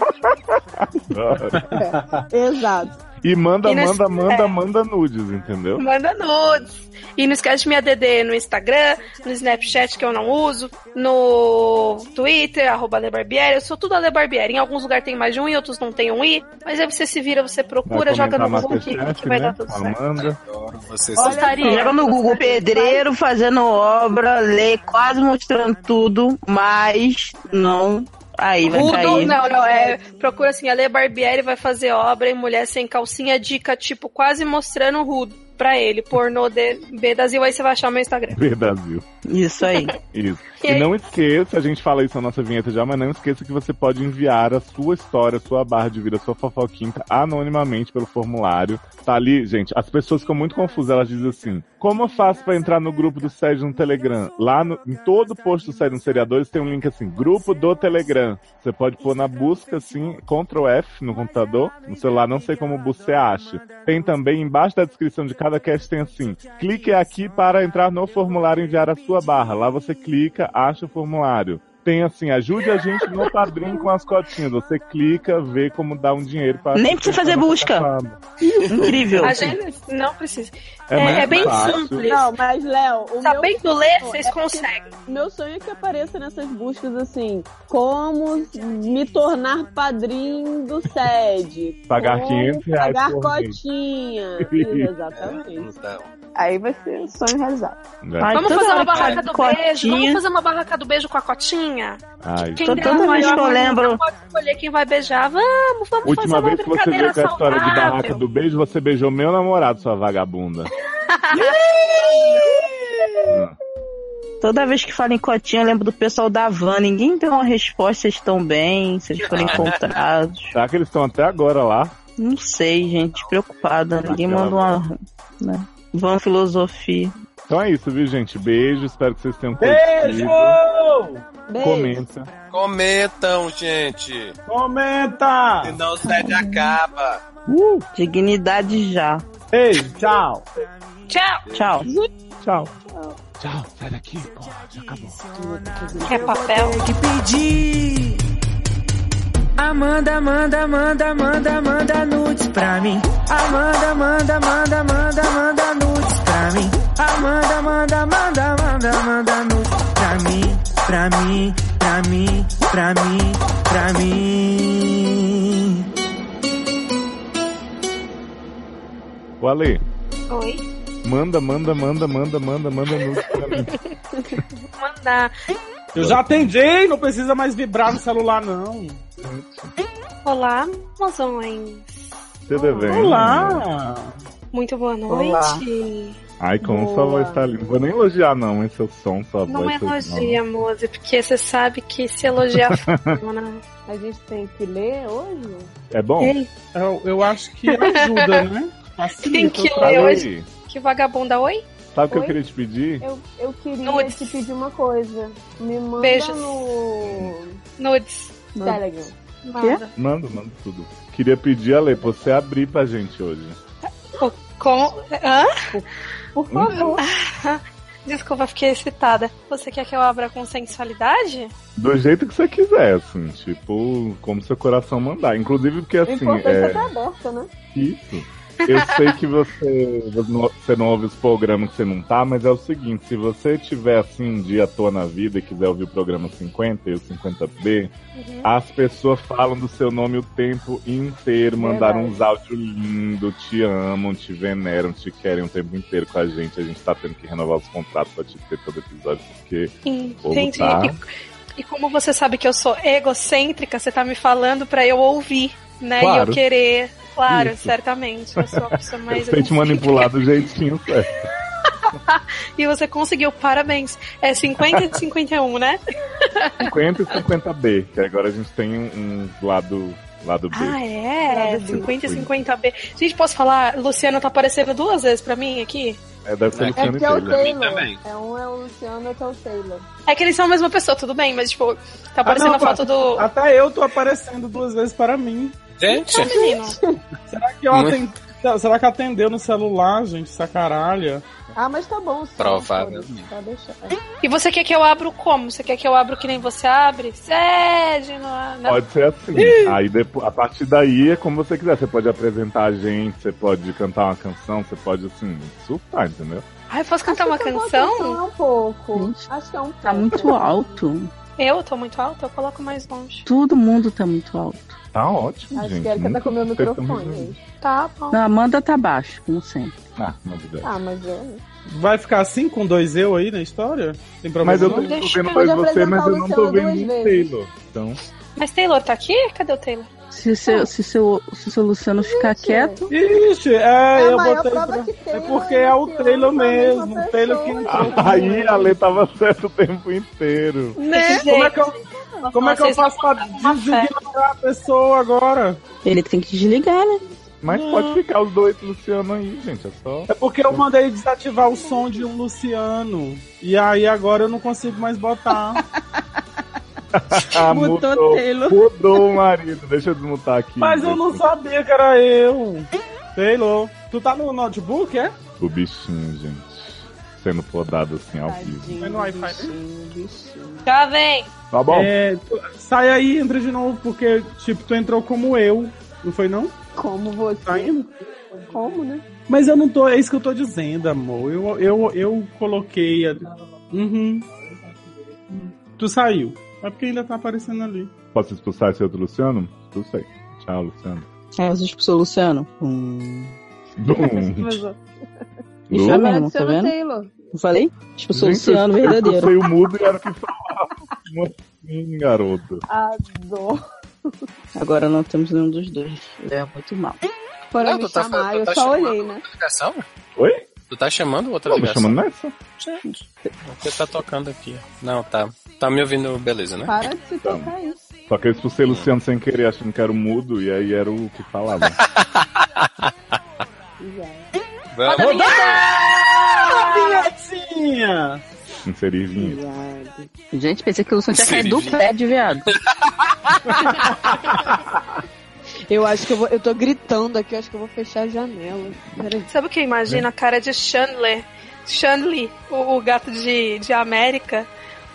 [SPEAKER 12] Exato.
[SPEAKER 6] E manda,
[SPEAKER 2] E nesse-
[SPEAKER 6] manda, manda,
[SPEAKER 2] é.
[SPEAKER 6] manda nudes, entendeu?
[SPEAKER 2] Manda nudes. E não esquece de me ADD no Instagram, no Snapchat, que eu não uso, no Twitter, arroba Ale Barbieri. Eu sou tudo Ale Barbieri. Em alguns lugares tem mais de um e outros não tem um i. Mas aí você se vira, você procura, joga no Google que, que
[SPEAKER 6] né?
[SPEAKER 2] vai dar tudo certo.
[SPEAKER 6] Amanda.
[SPEAKER 5] Adoro vocês.
[SPEAKER 2] Gostaria.
[SPEAKER 3] Joga no Google pedreiro fazendo obra, lê quase mostrando tudo, mas não. Aí vai
[SPEAKER 2] Rudo,
[SPEAKER 3] cair.
[SPEAKER 2] não, não, é. Procura assim, Ale Barbieri vai fazer obra em mulher sem calcinha, dica tipo quase mostrando o rudo. pra ele, pornô de B Brasil, aí você vai achar meu Instagram.
[SPEAKER 6] B Brasil.
[SPEAKER 3] Isso
[SPEAKER 2] (laughs)
[SPEAKER 3] aí.
[SPEAKER 6] Isso.
[SPEAKER 2] E
[SPEAKER 6] E
[SPEAKER 2] aí?
[SPEAKER 6] não esqueça, a gente fala isso na nossa vinheta já, mas não esqueça que você pode enviar a sua história, a sua barra de vida, a sua fofoquinta anonimamente pelo formulário. Tá ali, gente, as pessoas ficam muito confusas, elas dizem assim, como eu faço pra entrar no grupo do SED no Telegram? Lá no, em todo post do SED nos seriadores tem um link assim, grupo do Telegram. Você pode pôr na busca, assim, Ctrl F no computador, no celular, não sei como você acha. Tem também, embaixo da descrição de cada cast tem assim, clique aqui para entrar no formulário e enviar a sua barra. Lá você clica, acha o formulário. Tem assim, ajude a gente no padrinho com as cotinhas. Você clica, vê como dá um dinheiro para.
[SPEAKER 3] Nem precisa fazer busca. Incrível.
[SPEAKER 2] A gente não precisa.
[SPEAKER 6] É
[SPEAKER 2] É,
[SPEAKER 6] mais
[SPEAKER 2] é bem
[SPEAKER 6] fácil.
[SPEAKER 2] simples.
[SPEAKER 12] Não, mas Léo, o
[SPEAKER 2] Sabendo
[SPEAKER 12] meu
[SPEAKER 2] ler,
[SPEAKER 12] sonho
[SPEAKER 2] vocês
[SPEAKER 12] é que-
[SPEAKER 2] conseguem.
[SPEAKER 12] Meu sonho é que apareça nessas buscas assim, como me tornar padrinho do SED.
[SPEAKER 6] Pagar
[SPEAKER 12] como
[SPEAKER 6] 500 reais
[SPEAKER 12] Pagar
[SPEAKER 6] por mês. (laughs)
[SPEAKER 12] cotinha. Isso, exatamente.
[SPEAKER 5] Então,
[SPEAKER 12] Aí vai ser um sonho rezado.
[SPEAKER 6] Ai,
[SPEAKER 2] vamos
[SPEAKER 12] toda
[SPEAKER 2] fazer uma
[SPEAKER 12] hora que
[SPEAKER 2] barraca
[SPEAKER 12] fala
[SPEAKER 2] do
[SPEAKER 12] cotinha.
[SPEAKER 2] beijo. Vamos fazer uma barraca do beijo com a cotinha.
[SPEAKER 6] Ai,
[SPEAKER 2] Quem
[SPEAKER 6] tô
[SPEAKER 2] der
[SPEAKER 6] tão
[SPEAKER 2] a
[SPEAKER 6] feliz
[SPEAKER 2] maior
[SPEAKER 6] que eu
[SPEAKER 2] barraca
[SPEAKER 6] lembro.
[SPEAKER 2] Pode escolher quem vai beijar. Vamos, vamos fazer
[SPEAKER 6] Última
[SPEAKER 2] uma
[SPEAKER 6] vez que você
[SPEAKER 2] brincadeira
[SPEAKER 6] veio com a história de
[SPEAKER 2] saudável.
[SPEAKER 6] barraca do beijo, você beijou meu namorado,
[SPEAKER 2] (laughs)
[SPEAKER 6] sua vagabunda.
[SPEAKER 3] Toda vez que fala em cotinha, eu lembro do pessoal da van. Ninguém deu uma resposta, vocês estão bem, vocês
[SPEAKER 2] (laughs)
[SPEAKER 3] foram encontrados.
[SPEAKER 6] Será Tá, que eles estão até agora lá?
[SPEAKER 3] Não sei, gente. Preocupada. Ninguém
[SPEAKER 6] Aquela
[SPEAKER 3] manda uma. Né? Van filosofia.
[SPEAKER 6] Então é isso, viu, gente? Beijo, espero que vocês tenham
[SPEAKER 4] Beijo!
[SPEAKER 6] Comenta.
[SPEAKER 5] Comentam, gente.
[SPEAKER 4] Comenta!
[SPEAKER 5] Senão o sede acaba.
[SPEAKER 3] Dignidade já.
[SPEAKER 4] Beijo, tchau.
[SPEAKER 2] Tchau.
[SPEAKER 3] Tchau.
[SPEAKER 6] Tchau.
[SPEAKER 10] Tchau, sai daqui,
[SPEAKER 2] Quer É papel?
[SPEAKER 10] que pedir.
[SPEAKER 13] Amanda, manda, manda, manda, manda nudes pra mim. Amanda, manda, manda, manda, manda nudes pra mim. Amanda, manda, manda, manda, manda nudes pra mim, pra mim, pra mim, pra mim, pra mim.
[SPEAKER 6] O Ale,
[SPEAKER 2] Oi.
[SPEAKER 6] manda, manda, manda, manda, manda, manda nudes
[SPEAKER 2] (laughs)
[SPEAKER 6] pra mim.
[SPEAKER 2] Mandar.
[SPEAKER 4] Eu já atendi, não precisa mais vibrar no celular, não.
[SPEAKER 2] Olá, mozões.
[SPEAKER 6] Você devendo.
[SPEAKER 4] Olá!
[SPEAKER 2] Muito boa noite.
[SPEAKER 6] Olá. Ai, como sua
[SPEAKER 2] Boa.
[SPEAKER 6] voz tá linda. Vou nem elogiar, não, hein? Seu som, sua
[SPEAKER 2] Não é
[SPEAKER 6] voz. seus
[SPEAKER 2] elogia, moça, é porque você sabe que se elogiar é
[SPEAKER 6] (laughs)
[SPEAKER 2] funciona.
[SPEAKER 12] A gente tem que ler hoje?
[SPEAKER 6] É bom?
[SPEAKER 2] Ei.
[SPEAKER 4] Eu, eu acho
[SPEAKER 13] (laughs)
[SPEAKER 4] que ajuda, né?
[SPEAKER 2] Tem que ler é hoje. Que vagabunda, oi?
[SPEAKER 6] Sabe o que eu
[SPEAKER 12] Oi?
[SPEAKER 6] queria te pedir?
[SPEAKER 12] Eu, eu queria
[SPEAKER 2] Nudes.
[SPEAKER 12] te pedir uma coisa. Me manda
[SPEAKER 2] Beijos.
[SPEAKER 12] no
[SPEAKER 2] Nudes.
[SPEAKER 12] Telegram.
[SPEAKER 2] Manda.
[SPEAKER 6] Manda, manda tudo. Queria pedir, Ale, pra você abrir pra gente hoje.
[SPEAKER 2] Co- Com. Hã?
[SPEAKER 12] Por
[SPEAKER 6] favor.
[SPEAKER 2] Desculpa, fiquei excitada. Você quer que eu abra com sensualidade?
[SPEAKER 6] Do jeito que você quiser, assim. Tipo, como seu coração mandar. Inclusive porque,
[SPEAKER 12] o
[SPEAKER 6] assim,
[SPEAKER 12] importante é
[SPEAKER 6] é...
[SPEAKER 12] estar aberta, né?
[SPEAKER 6] Isso. Eu sei que você, você não- você não ouve os programas que você não tá, mas é o seguinte, se você tiver assim um dia à toa na vida e quiser ouvir o programa 50 e o 50B,
[SPEAKER 10] Uhum.
[SPEAKER 6] as pessoas falam do seu nome o tempo inteiro, mandaram uns áudios lindos, te amam, te veneram, te querem o tempo inteiro com a gente. A gente tá tendo que renovar os contratos pra te ter todo episódio, porque
[SPEAKER 2] Entendi.
[SPEAKER 6] vou lutar.
[SPEAKER 2] E, e como você sabe que eu sou egocêntrica, você tá me falando pra eu ouvir, né? E
[SPEAKER 6] Claro.
[SPEAKER 2] eu querer. Claro,
[SPEAKER 6] Isso.
[SPEAKER 2] certamente. Eu sou a
[SPEAKER 6] (laughs)
[SPEAKER 2] pessoa mais.
[SPEAKER 6] Eu sei te manipular do jeitinho é, certo.
[SPEAKER 2] E você conseguiu, parabéns. É 50 e 51, né?
[SPEAKER 6] 50 e 50B, que agora a gente tem um um lado, lado B.
[SPEAKER 2] Ah, é? 50 e
[SPEAKER 6] Sim.
[SPEAKER 2] 50B. Gente, posso falar? Luciano tá aparecendo duas vezes pra mim aqui?
[SPEAKER 6] É, deve ser
[SPEAKER 12] É
[SPEAKER 6] Luciano e
[SPEAKER 12] porque é o
[SPEAKER 6] Taylor.
[SPEAKER 12] Taylor. É um é o Luciano, outro é o Taylor.
[SPEAKER 2] É que eles são a mesma pessoa, tudo bem, mas tipo, tá aparecendo
[SPEAKER 4] Ah, não,
[SPEAKER 2] a foto do.
[SPEAKER 4] Até eu tô aparecendo duas vezes para mim.
[SPEAKER 5] Gente,
[SPEAKER 4] Será que, eu atendi- Será que atendeu no celular, gente? Essa caralha.
[SPEAKER 12] Ah, mas tá bom. sim,
[SPEAKER 5] Provavelmente.
[SPEAKER 12] foda-se, Tá deixando.
[SPEAKER 2] E você quer que eu abra como? Você quer que eu abra que nem você abre? Sede, não, não.
[SPEAKER 6] Pode ser assim. Aí depois, a partir daí é como você quiser. Você pode apresentar a gente, você pode cantar uma canção, você pode assim, surtar, entendeu?
[SPEAKER 2] Ai, posso cantar uma canção?
[SPEAKER 12] É um pouco. Acho que é um pouco.
[SPEAKER 3] Tá muito alto.
[SPEAKER 2] Eu tô muito alta, eu coloco mais longe.
[SPEAKER 3] Todo mundo tá muito alto.
[SPEAKER 6] Tá ótimo,
[SPEAKER 12] Acho
[SPEAKER 6] gente.
[SPEAKER 12] que ela tá
[SPEAKER 6] Nunca
[SPEAKER 12] com o meu
[SPEAKER 6] vocês tão
[SPEAKER 12] microfone.
[SPEAKER 2] Tá bom.
[SPEAKER 3] Não, a Amanda tá baixo, como sempre.
[SPEAKER 6] Ah, não duvido.
[SPEAKER 12] Ah, mas eu.
[SPEAKER 4] Vai ficar assim com dois eu aí na história? Tem problema?
[SPEAKER 6] Mas eu tô
[SPEAKER 4] não?
[SPEAKER 12] (laughs)
[SPEAKER 6] vendo dois você, mas eu não tô vendo o Taylor. Então,
[SPEAKER 2] Mas Taylor tá aqui? Cadê o Taylor?
[SPEAKER 3] Se seu, se seu, se seu Luciano ficar quieto.
[SPEAKER 4] Ixi,
[SPEAKER 3] É
[SPEAKER 12] Tá,
[SPEAKER 4] é,
[SPEAKER 3] a
[SPEAKER 4] eu
[SPEAKER 3] maior
[SPEAKER 4] botei.
[SPEAKER 3] prova
[SPEAKER 4] pra-
[SPEAKER 3] que
[SPEAKER 4] É porque é o trailer mesmo. O trailer que. (laughs)
[SPEAKER 6] Ah, Aí a Lê tava certo o tempo inteiro.
[SPEAKER 4] Né? Como é que eu, como é que eu
[SPEAKER 6] Vocês
[SPEAKER 4] faço pra designar a pessoa agora?
[SPEAKER 3] Ele tem que desligar, né?
[SPEAKER 6] Mas
[SPEAKER 4] Não.
[SPEAKER 6] pode ficar os dois Luciano aí, gente. É
[SPEAKER 12] (laughs)
[SPEAKER 6] só.
[SPEAKER 4] É porque eu mandei desativar o som de um Luciano. E aí agora eu não consigo mais botar.
[SPEAKER 6] Ah,
[SPEAKER 4] Mudou Taylor.
[SPEAKER 6] Mudou o marido. Deixa eu desmutar aqui.
[SPEAKER 4] Mas eu não sabia que era eu. Taylor, tu tá no notebook, é?
[SPEAKER 6] O bichinho, gente. Sendo podado assim ao vivo.
[SPEAKER 4] É no Wi-Fi.
[SPEAKER 2] Já vem.
[SPEAKER 6] Tá bom.
[SPEAKER 4] É, tu- sai aí e entra de novo, porque, tipo, tu entrou como eu. Não foi, não?
[SPEAKER 12] Como você?
[SPEAKER 4] Tá indo?
[SPEAKER 12] Como, né?
[SPEAKER 4] Mas eu não tô. É isso que eu tô dizendo, amor. Eu, eu, eu coloquei. A... Uhum. Tu saiu. É porque ainda tá aparecendo ali.
[SPEAKER 6] Posso expulsar esse outro Luciano? Expulsei. Tchau, Luciano.
[SPEAKER 3] Aí você expulsou o Luciano. Hum.
[SPEAKER 6] Bum.
[SPEAKER 3] (laughs) Isso
[SPEAKER 6] Lu?
[SPEAKER 3] é mesmo, tá vendo? Eu falei? Expulsou o
[SPEAKER 6] Gente, eu-
[SPEAKER 3] Luciano
[SPEAKER 6] Eu
[SPEAKER 3] verdadeiro.
[SPEAKER 6] expulsei o mudo e era o que falava. (laughs) Como assim, garoto?
[SPEAKER 12] Adoro.
[SPEAKER 3] Agora não temos nenhum dos dois. Ele é muito mal.
[SPEAKER 12] Foram
[SPEAKER 5] Não,
[SPEAKER 12] me
[SPEAKER 5] tu tá
[SPEAKER 12] chamar,
[SPEAKER 5] falando-
[SPEAKER 12] eu
[SPEAKER 5] tu tá
[SPEAKER 12] só
[SPEAKER 5] chamando
[SPEAKER 12] olhei, né?
[SPEAKER 5] outra ligação?
[SPEAKER 6] Oi?
[SPEAKER 5] Tu tá chamando outra
[SPEAKER 6] Não, tô
[SPEAKER 5] ligação?
[SPEAKER 6] chamando nessa.
[SPEAKER 5] Você tá tocando aqui. Não, tá. Tá me ouvindo, beleza, né?
[SPEAKER 12] Para de se
[SPEAKER 3] Então.
[SPEAKER 12] tocar isso.
[SPEAKER 6] Só que eu expulsei o Luciano sem querer, achando que era o mudo, e aí era o que
[SPEAKER 3] (laughs)
[SPEAKER 6] falava.
[SPEAKER 5] Vamos.
[SPEAKER 10] Roda a
[SPEAKER 4] Ah, vinhetinha!
[SPEAKER 6] Inserir vinheta.
[SPEAKER 3] Gente, pensei que o Luciano tinha caído do
[SPEAKER 6] Sim.
[SPEAKER 3] prédio, viado.
[SPEAKER 12] Eu acho que eu vou. Eu tô gritando aqui, eu acho que eu vou fechar a janela. Peraí.
[SPEAKER 2] Sabe o que eu imagino? A cara de Chandler. Chandler, o, o gato de, de América,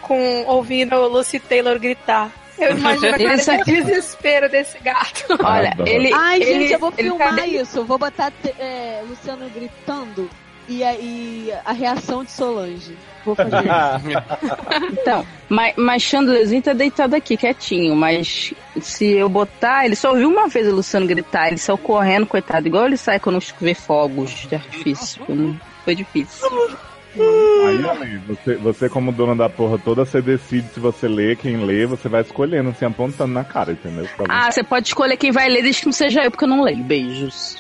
[SPEAKER 2] com ouvindo o Lucy Taylor gritar. Eu imagino a cara
[SPEAKER 12] Esse
[SPEAKER 2] de
[SPEAKER 12] aqui-
[SPEAKER 2] desespero desse gato.
[SPEAKER 12] Olha,
[SPEAKER 2] ele-
[SPEAKER 12] Ai,
[SPEAKER 2] ele-
[SPEAKER 12] gente, eu vou
[SPEAKER 2] ele
[SPEAKER 12] filmar
[SPEAKER 2] tá-
[SPEAKER 12] isso. Eu Vou botar te- é, Luciano gritando e aí a reação de Solange. Vou fazer (laughs)
[SPEAKER 6] Ah,
[SPEAKER 12] isso.
[SPEAKER 3] Então, mas, mas Chandlerzinho tá deitado aqui, quietinho. Mas se eu botar, ele só ouviu uma vez o Luciano gritar, ele saiu correndo, coitado. Igual ele sai quando vê fogos de artifício. Não- Foi difícil.
[SPEAKER 6] Aí, Ale, você, você como dona da porra toda, você decide se você lê, quem lê, você vai escolhendo, assim, apontando na cara, entendeu? Pra
[SPEAKER 3] Ah, você pode escolher quem vai ler, desde que não seja eu, porque eu não leio. Beijos.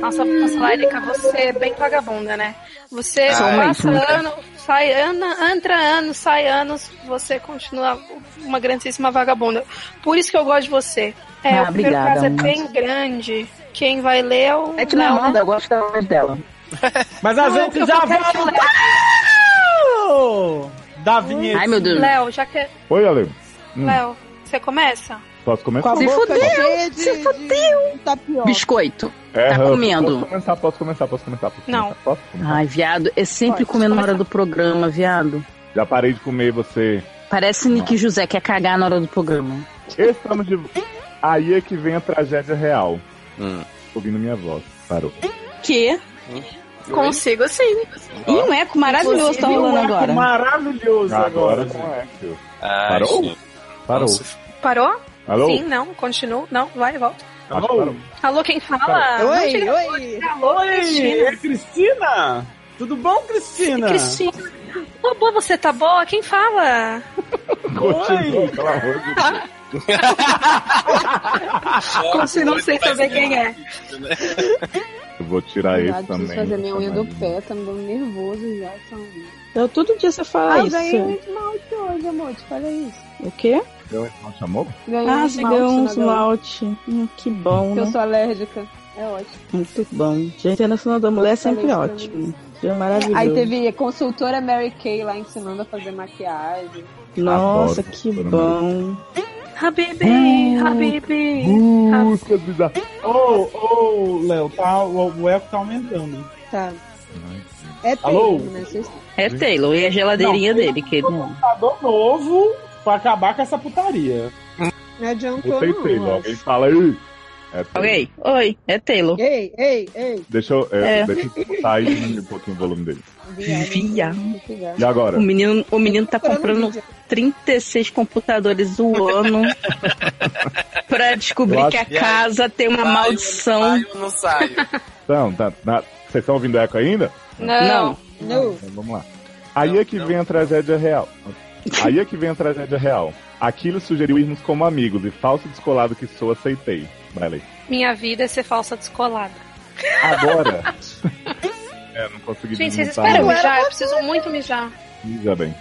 [SPEAKER 2] Nossa, nossa, Larica, você é bem vagabunda, né? Você
[SPEAKER 3] Sou
[SPEAKER 2] passa
[SPEAKER 3] mesmo.
[SPEAKER 2] ano, sai ano, entra ano, sai anos, você continua uma grandíssima vagabunda. Por isso que eu gosto de você. É,
[SPEAKER 3] Ah,
[SPEAKER 2] o primeiro
[SPEAKER 3] obrigada,
[SPEAKER 2] caso é
[SPEAKER 3] amor.
[SPEAKER 2] bem grande. Quem vai ler é o.
[SPEAKER 3] É que não é
[SPEAKER 2] Léo, né?
[SPEAKER 3] Amanda, eu gosto da voz dela.
[SPEAKER 4] Mas a
[SPEAKER 2] Não,
[SPEAKER 4] gente
[SPEAKER 2] eu
[SPEAKER 4] já
[SPEAKER 2] só quero
[SPEAKER 4] vai
[SPEAKER 2] te olhar.
[SPEAKER 4] voltar! Da vinheta.
[SPEAKER 2] Léo, já que. é
[SPEAKER 6] Oi, Ale. Hum,
[SPEAKER 2] Léo, você começa?
[SPEAKER 6] posso começar?
[SPEAKER 3] Se fudeu!
[SPEAKER 12] Se fudeu! Tapioca.
[SPEAKER 3] Biscoito.
[SPEAKER 6] É,
[SPEAKER 3] tá
[SPEAKER 6] eu-
[SPEAKER 3] comendo.
[SPEAKER 6] Posso começar, posso começar, posso começar. Posso
[SPEAKER 3] Não.
[SPEAKER 6] começar, posso começar.
[SPEAKER 3] Ai, viado, é sempre comendo na hora do programa, viado.
[SPEAKER 6] Já parei de comer, você...
[SPEAKER 3] Parece Nick José, quer cagar na hora do programa.
[SPEAKER 6] Estamos de... Aí é que vem a tragédia real.
[SPEAKER 12] Hum.
[SPEAKER 6] Ouvindo minha voz. Parou.
[SPEAKER 3] Que?
[SPEAKER 2] Consigo sim. é
[SPEAKER 3] E um eco maravilhoso tá
[SPEAKER 4] Inclusive,
[SPEAKER 3] rolando
[SPEAKER 4] um eco
[SPEAKER 3] agora.
[SPEAKER 4] Maravilhoso agora.
[SPEAKER 6] Agora não é, filho.
[SPEAKER 5] Ah,
[SPEAKER 6] Parou? Parou.
[SPEAKER 2] Parou?
[SPEAKER 6] Alô?
[SPEAKER 2] Sim, não, continuo. Não, vai, volta.
[SPEAKER 6] Acho que parou.
[SPEAKER 2] Alô, quem fala?
[SPEAKER 4] Alô?
[SPEAKER 2] Não
[SPEAKER 4] Oi,
[SPEAKER 2] diga
[SPEAKER 4] oi.
[SPEAKER 2] oi. Alô,
[SPEAKER 4] Oi,
[SPEAKER 2] Cristina.
[SPEAKER 4] é Cristina? Tudo bom, Cristina?
[SPEAKER 2] é Cristina. Ô, boa, você tá boa? Quem fala?
[SPEAKER 6] Continua, (laughs) pelo amor de Deus.
[SPEAKER 2] Continuo sem assim? saber quem é.
[SPEAKER 6] Eu vou tirar esse
[SPEAKER 12] Cuidado,
[SPEAKER 6] também.
[SPEAKER 12] preciso fazer Tá minha unha do
[SPEAKER 6] sacanagem.
[SPEAKER 12] pé, tá me dando nervoso já. Tá...
[SPEAKER 3] Eu todo dia você fala
[SPEAKER 12] Ah, eu
[SPEAKER 3] isso.
[SPEAKER 12] ganhei um esmalte hoje, amor, te falei isso.
[SPEAKER 3] O quê?
[SPEAKER 6] Deu esse mal chamou?
[SPEAKER 12] Ganhei
[SPEAKER 3] ah,
[SPEAKER 12] um
[SPEAKER 3] você
[SPEAKER 12] esmalte
[SPEAKER 3] ganhou um
[SPEAKER 12] na Gaúcha,
[SPEAKER 3] esmalte. Hum, que bom,
[SPEAKER 12] que eu
[SPEAKER 3] né?
[SPEAKER 12] sou alérgica. É ótimo.
[SPEAKER 3] Muito bom. Dia Internacional da Mulher é sempre
[SPEAKER 12] Falei isso
[SPEAKER 3] ótimo. Dia maravilhoso.
[SPEAKER 12] Aí teve consultora Mary Kay lá ensinando a fazer maquiagem.
[SPEAKER 3] Nossa,
[SPEAKER 6] Adoro,
[SPEAKER 3] que
[SPEAKER 6] adoro
[SPEAKER 3] bom.
[SPEAKER 2] Habibi, Habibi.
[SPEAKER 6] Busca vida.
[SPEAKER 4] Ô, ô, Léo, tá, o, o eco tá aumentando.
[SPEAKER 12] Tá. É
[SPEAKER 4] Alô?
[SPEAKER 12] terrível, né? Vocês-
[SPEAKER 3] É Taylor e a geladeirinha dele, que ele não.
[SPEAKER 4] Computador novo pra acabar com essa putaria.
[SPEAKER 12] Não adiantou,
[SPEAKER 6] Botei Taylor.
[SPEAKER 12] não. ó.
[SPEAKER 6] Alguém fala aí. É Taylor.
[SPEAKER 3] Alguém? Oi, é Taylor.
[SPEAKER 12] Ei, ei, ei.
[SPEAKER 6] Deixa eu, é,
[SPEAKER 3] É.
[SPEAKER 6] Deixa eu botar aí e diminuir um pouquinho o volume dele.
[SPEAKER 3] Viado.
[SPEAKER 6] E agora?
[SPEAKER 3] O menino, o menino tá comprando 36 computadores o ano pra
[SPEAKER 6] Eu
[SPEAKER 3] descobrir
[SPEAKER 6] acho-
[SPEAKER 3] que a casa tem uma maldição.
[SPEAKER 5] Não saio.
[SPEAKER 6] Então, tá, na- vocês estão ouvindo eco ainda?
[SPEAKER 3] Não.
[SPEAKER 12] Não.
[SPEAKER 6] Então, vamos lá. Aí é que vem a tragédia real. Aí é que vem a tragédia real. Aquilo sugeriu irmos como amigos e falso descolado que sou, aceitei. Vai ler.
[SPEAKER 2] Minha vida é ser falsa descolada.
[SPEAKER 6] Agora. é, não consegui
[SPEAKER 2] Gente, vocês
[SPEAKER 6] desmontar,
[SPEAKER 2] esperam
[SPEAKER 6] não.
[SPEAKER 2] mijar? Eu preciso muito mijar.
[SPEAKER 6] Ih, Já bem.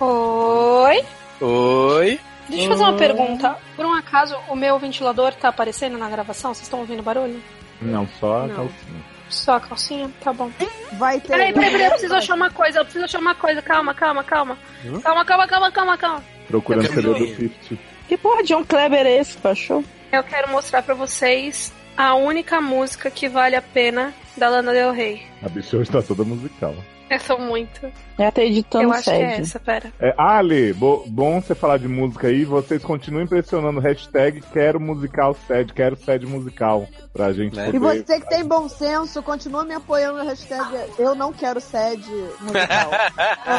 [SPEAKER 2] Oi?
[SPEAKER 5] (laughs) Oi?
[SPEAKER 2] Deixa eu fazer uma pergunta. Por um acaso, o meu ventilador tá aparecendo na gravação? Vocês estão ouvindo barulho?
[SPEAKER 6] Não, só a
[SPEAKER 2] Não.
[SPEAKER 6] calcinha.
[SPEAKER 2] Só a calcinha? Tá bom.
[SPEAKER 7] Vai ter. né?
[SPEAKER 2] Peraí, peraí, peraí, eu preciso achar uma coisa, eu preciso achar uma coisa. Calma, calma, calma. Calma, calma, calma, calma, calma.
[SPEAKER 6] Procurando
[SPEAKER 2] Eu
[SPEAKER 6] o CD do
[SPEAKER 2] preciso-
[SPEAKER 6] 50.
[SPEAKER 3] Que porra de um Kleber é esse, cachorro?
[SPEAKER 2] Eu quero mostrar pra vocês a única música que vale a pena da Lana Del Rey.
[SPEAKER 6] A bicha hoje tá toda musical.
[SPEAKER 2] Eu sou muito.
[SPEAKER 3] É até editando
[SPEAKER 2] eu acho que é
[SPEAKER 6] sede.
[SPEAKER 2] essa, pera.
[SPEAKER 6] É, Ale, bo- bom você falar de música aí. Vocês continuam impressionando. Hashtag quero musical sede, quero sede musical. Pra gente
[SPEAKER 7] E
[SPEAKER 6] poder...
[SPEAKER 7] você que tem bom senso, continua me apoiando na hashtag Eu não quero sede musical.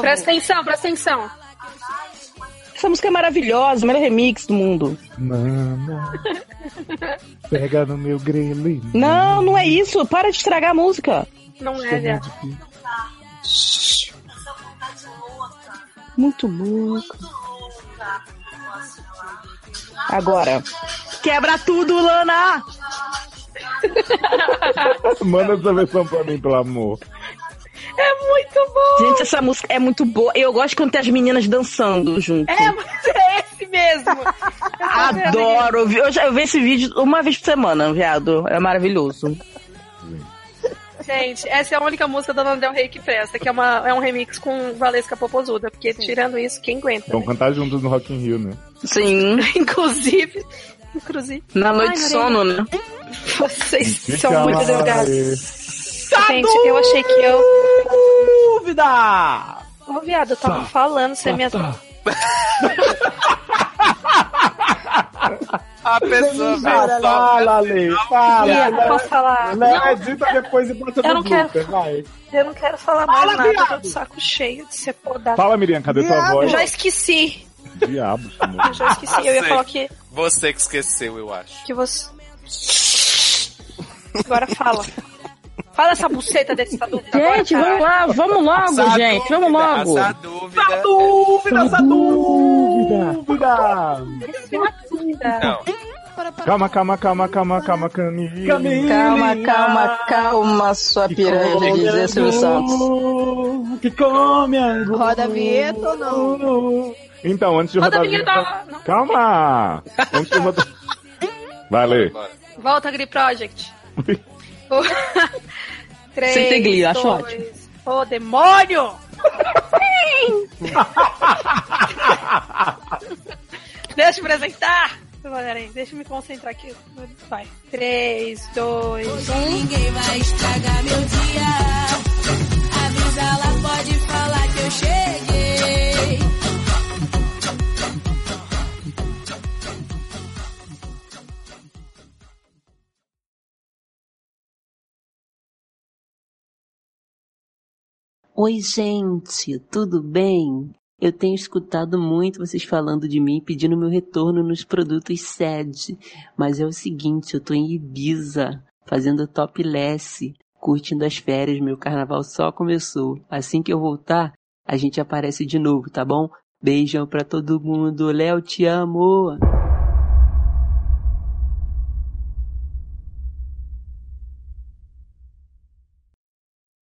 [SPEAKER 2] Presta atenção, presta atenção.
[SPEAKER 3] Essa música é maravilhosa, o melhor remix do mundo.
[SPEAKER 6] Mano, pega no meu grelo. e-
[SPEAKER 3] Não, não é isso. Para de estragar a música.
[SPEAKER 2] Não né?
[SPEAKER 6] é, viado.
[SPEAKER 3] Muito louco. Agora. Quebra tudo, Lana!
[SPEAKER 6] Manda essa versão pra mim, pelo amor.
[SPEAKER 2] É muito bom!
[SPEAKER 3] Gente, essa música é muito boa. Eu gosto quando tem as meninas dançando junto.
[SPEAKER 2] É, mas é esse mesmo. (laughs)
[SPEAKER 3] Adoro. Eu, vi- eu já- eu vejo esse vídeo uma vez por semana, viado. É maravilhoso.
[SPEAKER 2] Gente, essa é a única música da Lana Del Rey que presta, que é, uma, é um remix com Valesca Popozuda, porque tirando isso, quem aguenta? né?
[SPEAKER 6] Vão cantar juntos no Rock in Rio, né?
[SPEAKER 3] Sim.
[SPEAKER 2] (laughs) Inclusive, inclusive.
[SPEAKER 3] Na noite de
[SPEAKER 2] Ai,
[SPEAKER 3] sono, né?
[SPEAKER 2] Vocês são
[SPEAKER 6] Fica
[SPEAKER 2] muito
[SPEAKER 6] lá,
[SPEAKER 2] delgados.
[SPEAKER 6] Ale.
[SPEAKER 2] Gente, eu achei que eu.
[SPEAKER 4] Dúvida!
[SPEAKER 2] Ô, viado, eu tava falando, você me atra-
[SPEAKER 5] A
[SPEAKER 4] Fala,
[SPEAKER 5] pessoa vem só.
[SPEAKER 4] fala, Ale, fala.
[SPEAKER 2] Viado,
[SPEAKER 4] Ale.
[SPEAKER 2] posso falar?
[SPEAKER 4] Não,
[SPEAKER 2] Não.
[SPEAKER 4] edita depois e bota
[SPEAKER 2] Eu
[SPEAKER 4] no
[SPEAKER 2] não quero.
[SPEAKER 4] blooper, vai.
[SPEAKER 2] Eu não quero falar mais nada, eu tô de saco cheio de ser podada.
[SPEAKER 6] Fala, Miriam, cadê tua
[SPEAKER 2] Eu
[SPEAKER 6] voz?
[SPEAKER 2] já esqueci.
[SPEAKER 6] Diabo,
[SPEAKER 2] Eu já esqueci. Eu ia
[SPEAKER 5] Sei.
[SPEAKER 2] falar que,
[SPEAKER 5] Você que esqueceu, eu acho.
[SPEAKER 2] que você. Agora fala. Fala essa buceta desse adulto.
[SPEAKER 3] Gente, vamos lá, vamos logo,
[SPEAKER 5] Essa
[SPEAKER 3] gente. Vamos
[SPEAKER 5] dúvida,
[SPEAKER 3] logo.
[SPEAKER 5] Essa dúvida.
[SPEAKER 4] Dúvida, essa dúvida!
[SPEAKER 5] Não.
[SPEAKER 6] Calma, calma, calma, calma, calma, Camille.
[SPEAKER 3] Calma, calma, calma, sua piranha de dizer Silvio Santos.
[SPEAKER 4] Santos. Que come angu.
[SPEAKER 7] Roda a vinheta ou não?
[SPEAKER 6] Então, antes de
[SPEAKER 2] Manda
[SPEAKER 6] rodar
[SPEAKER 2] a
[SPEAKER 6] a
[SPEAKER 2] vinheta.
[SPEAKER 6] vinheta- Calma! Antes
[SPEAKER 2] (laughs)
[SPEAKER 6] de rodar... Vai, Lê.
[SPEAKER 2] Volta, Glee Project. (laughs) Três,
[SPEAKER 3] Sem ter Glee, eu acho
[SPEAKER 2] dois.
[SPEAKER 3] ótimo.
[SPEAKER 2] Ô, demônio! (laughs) Deixa eu apresentar. Peraí, deixa eu me concentrar aqui. Vai. 3, 2, 1.
[SPEAKER 10] Ninguém vai estragar meu dia. Avisa lá, pode falar que eu cheguei.
[SPEAKER 14] Oi, gente, tudo bem? Eu tenho escutado muito vocês falando de mim, pedindo meu retorno nos produtos SED. Mas é o seguinte, eu tô em Ibiza, fazendo topless, curtindo as férias, meu carnaval só começou. Assim que eu voltar, a gente aparece de novo, tá bom? Beijão pra todo mundo. Léo, te amo!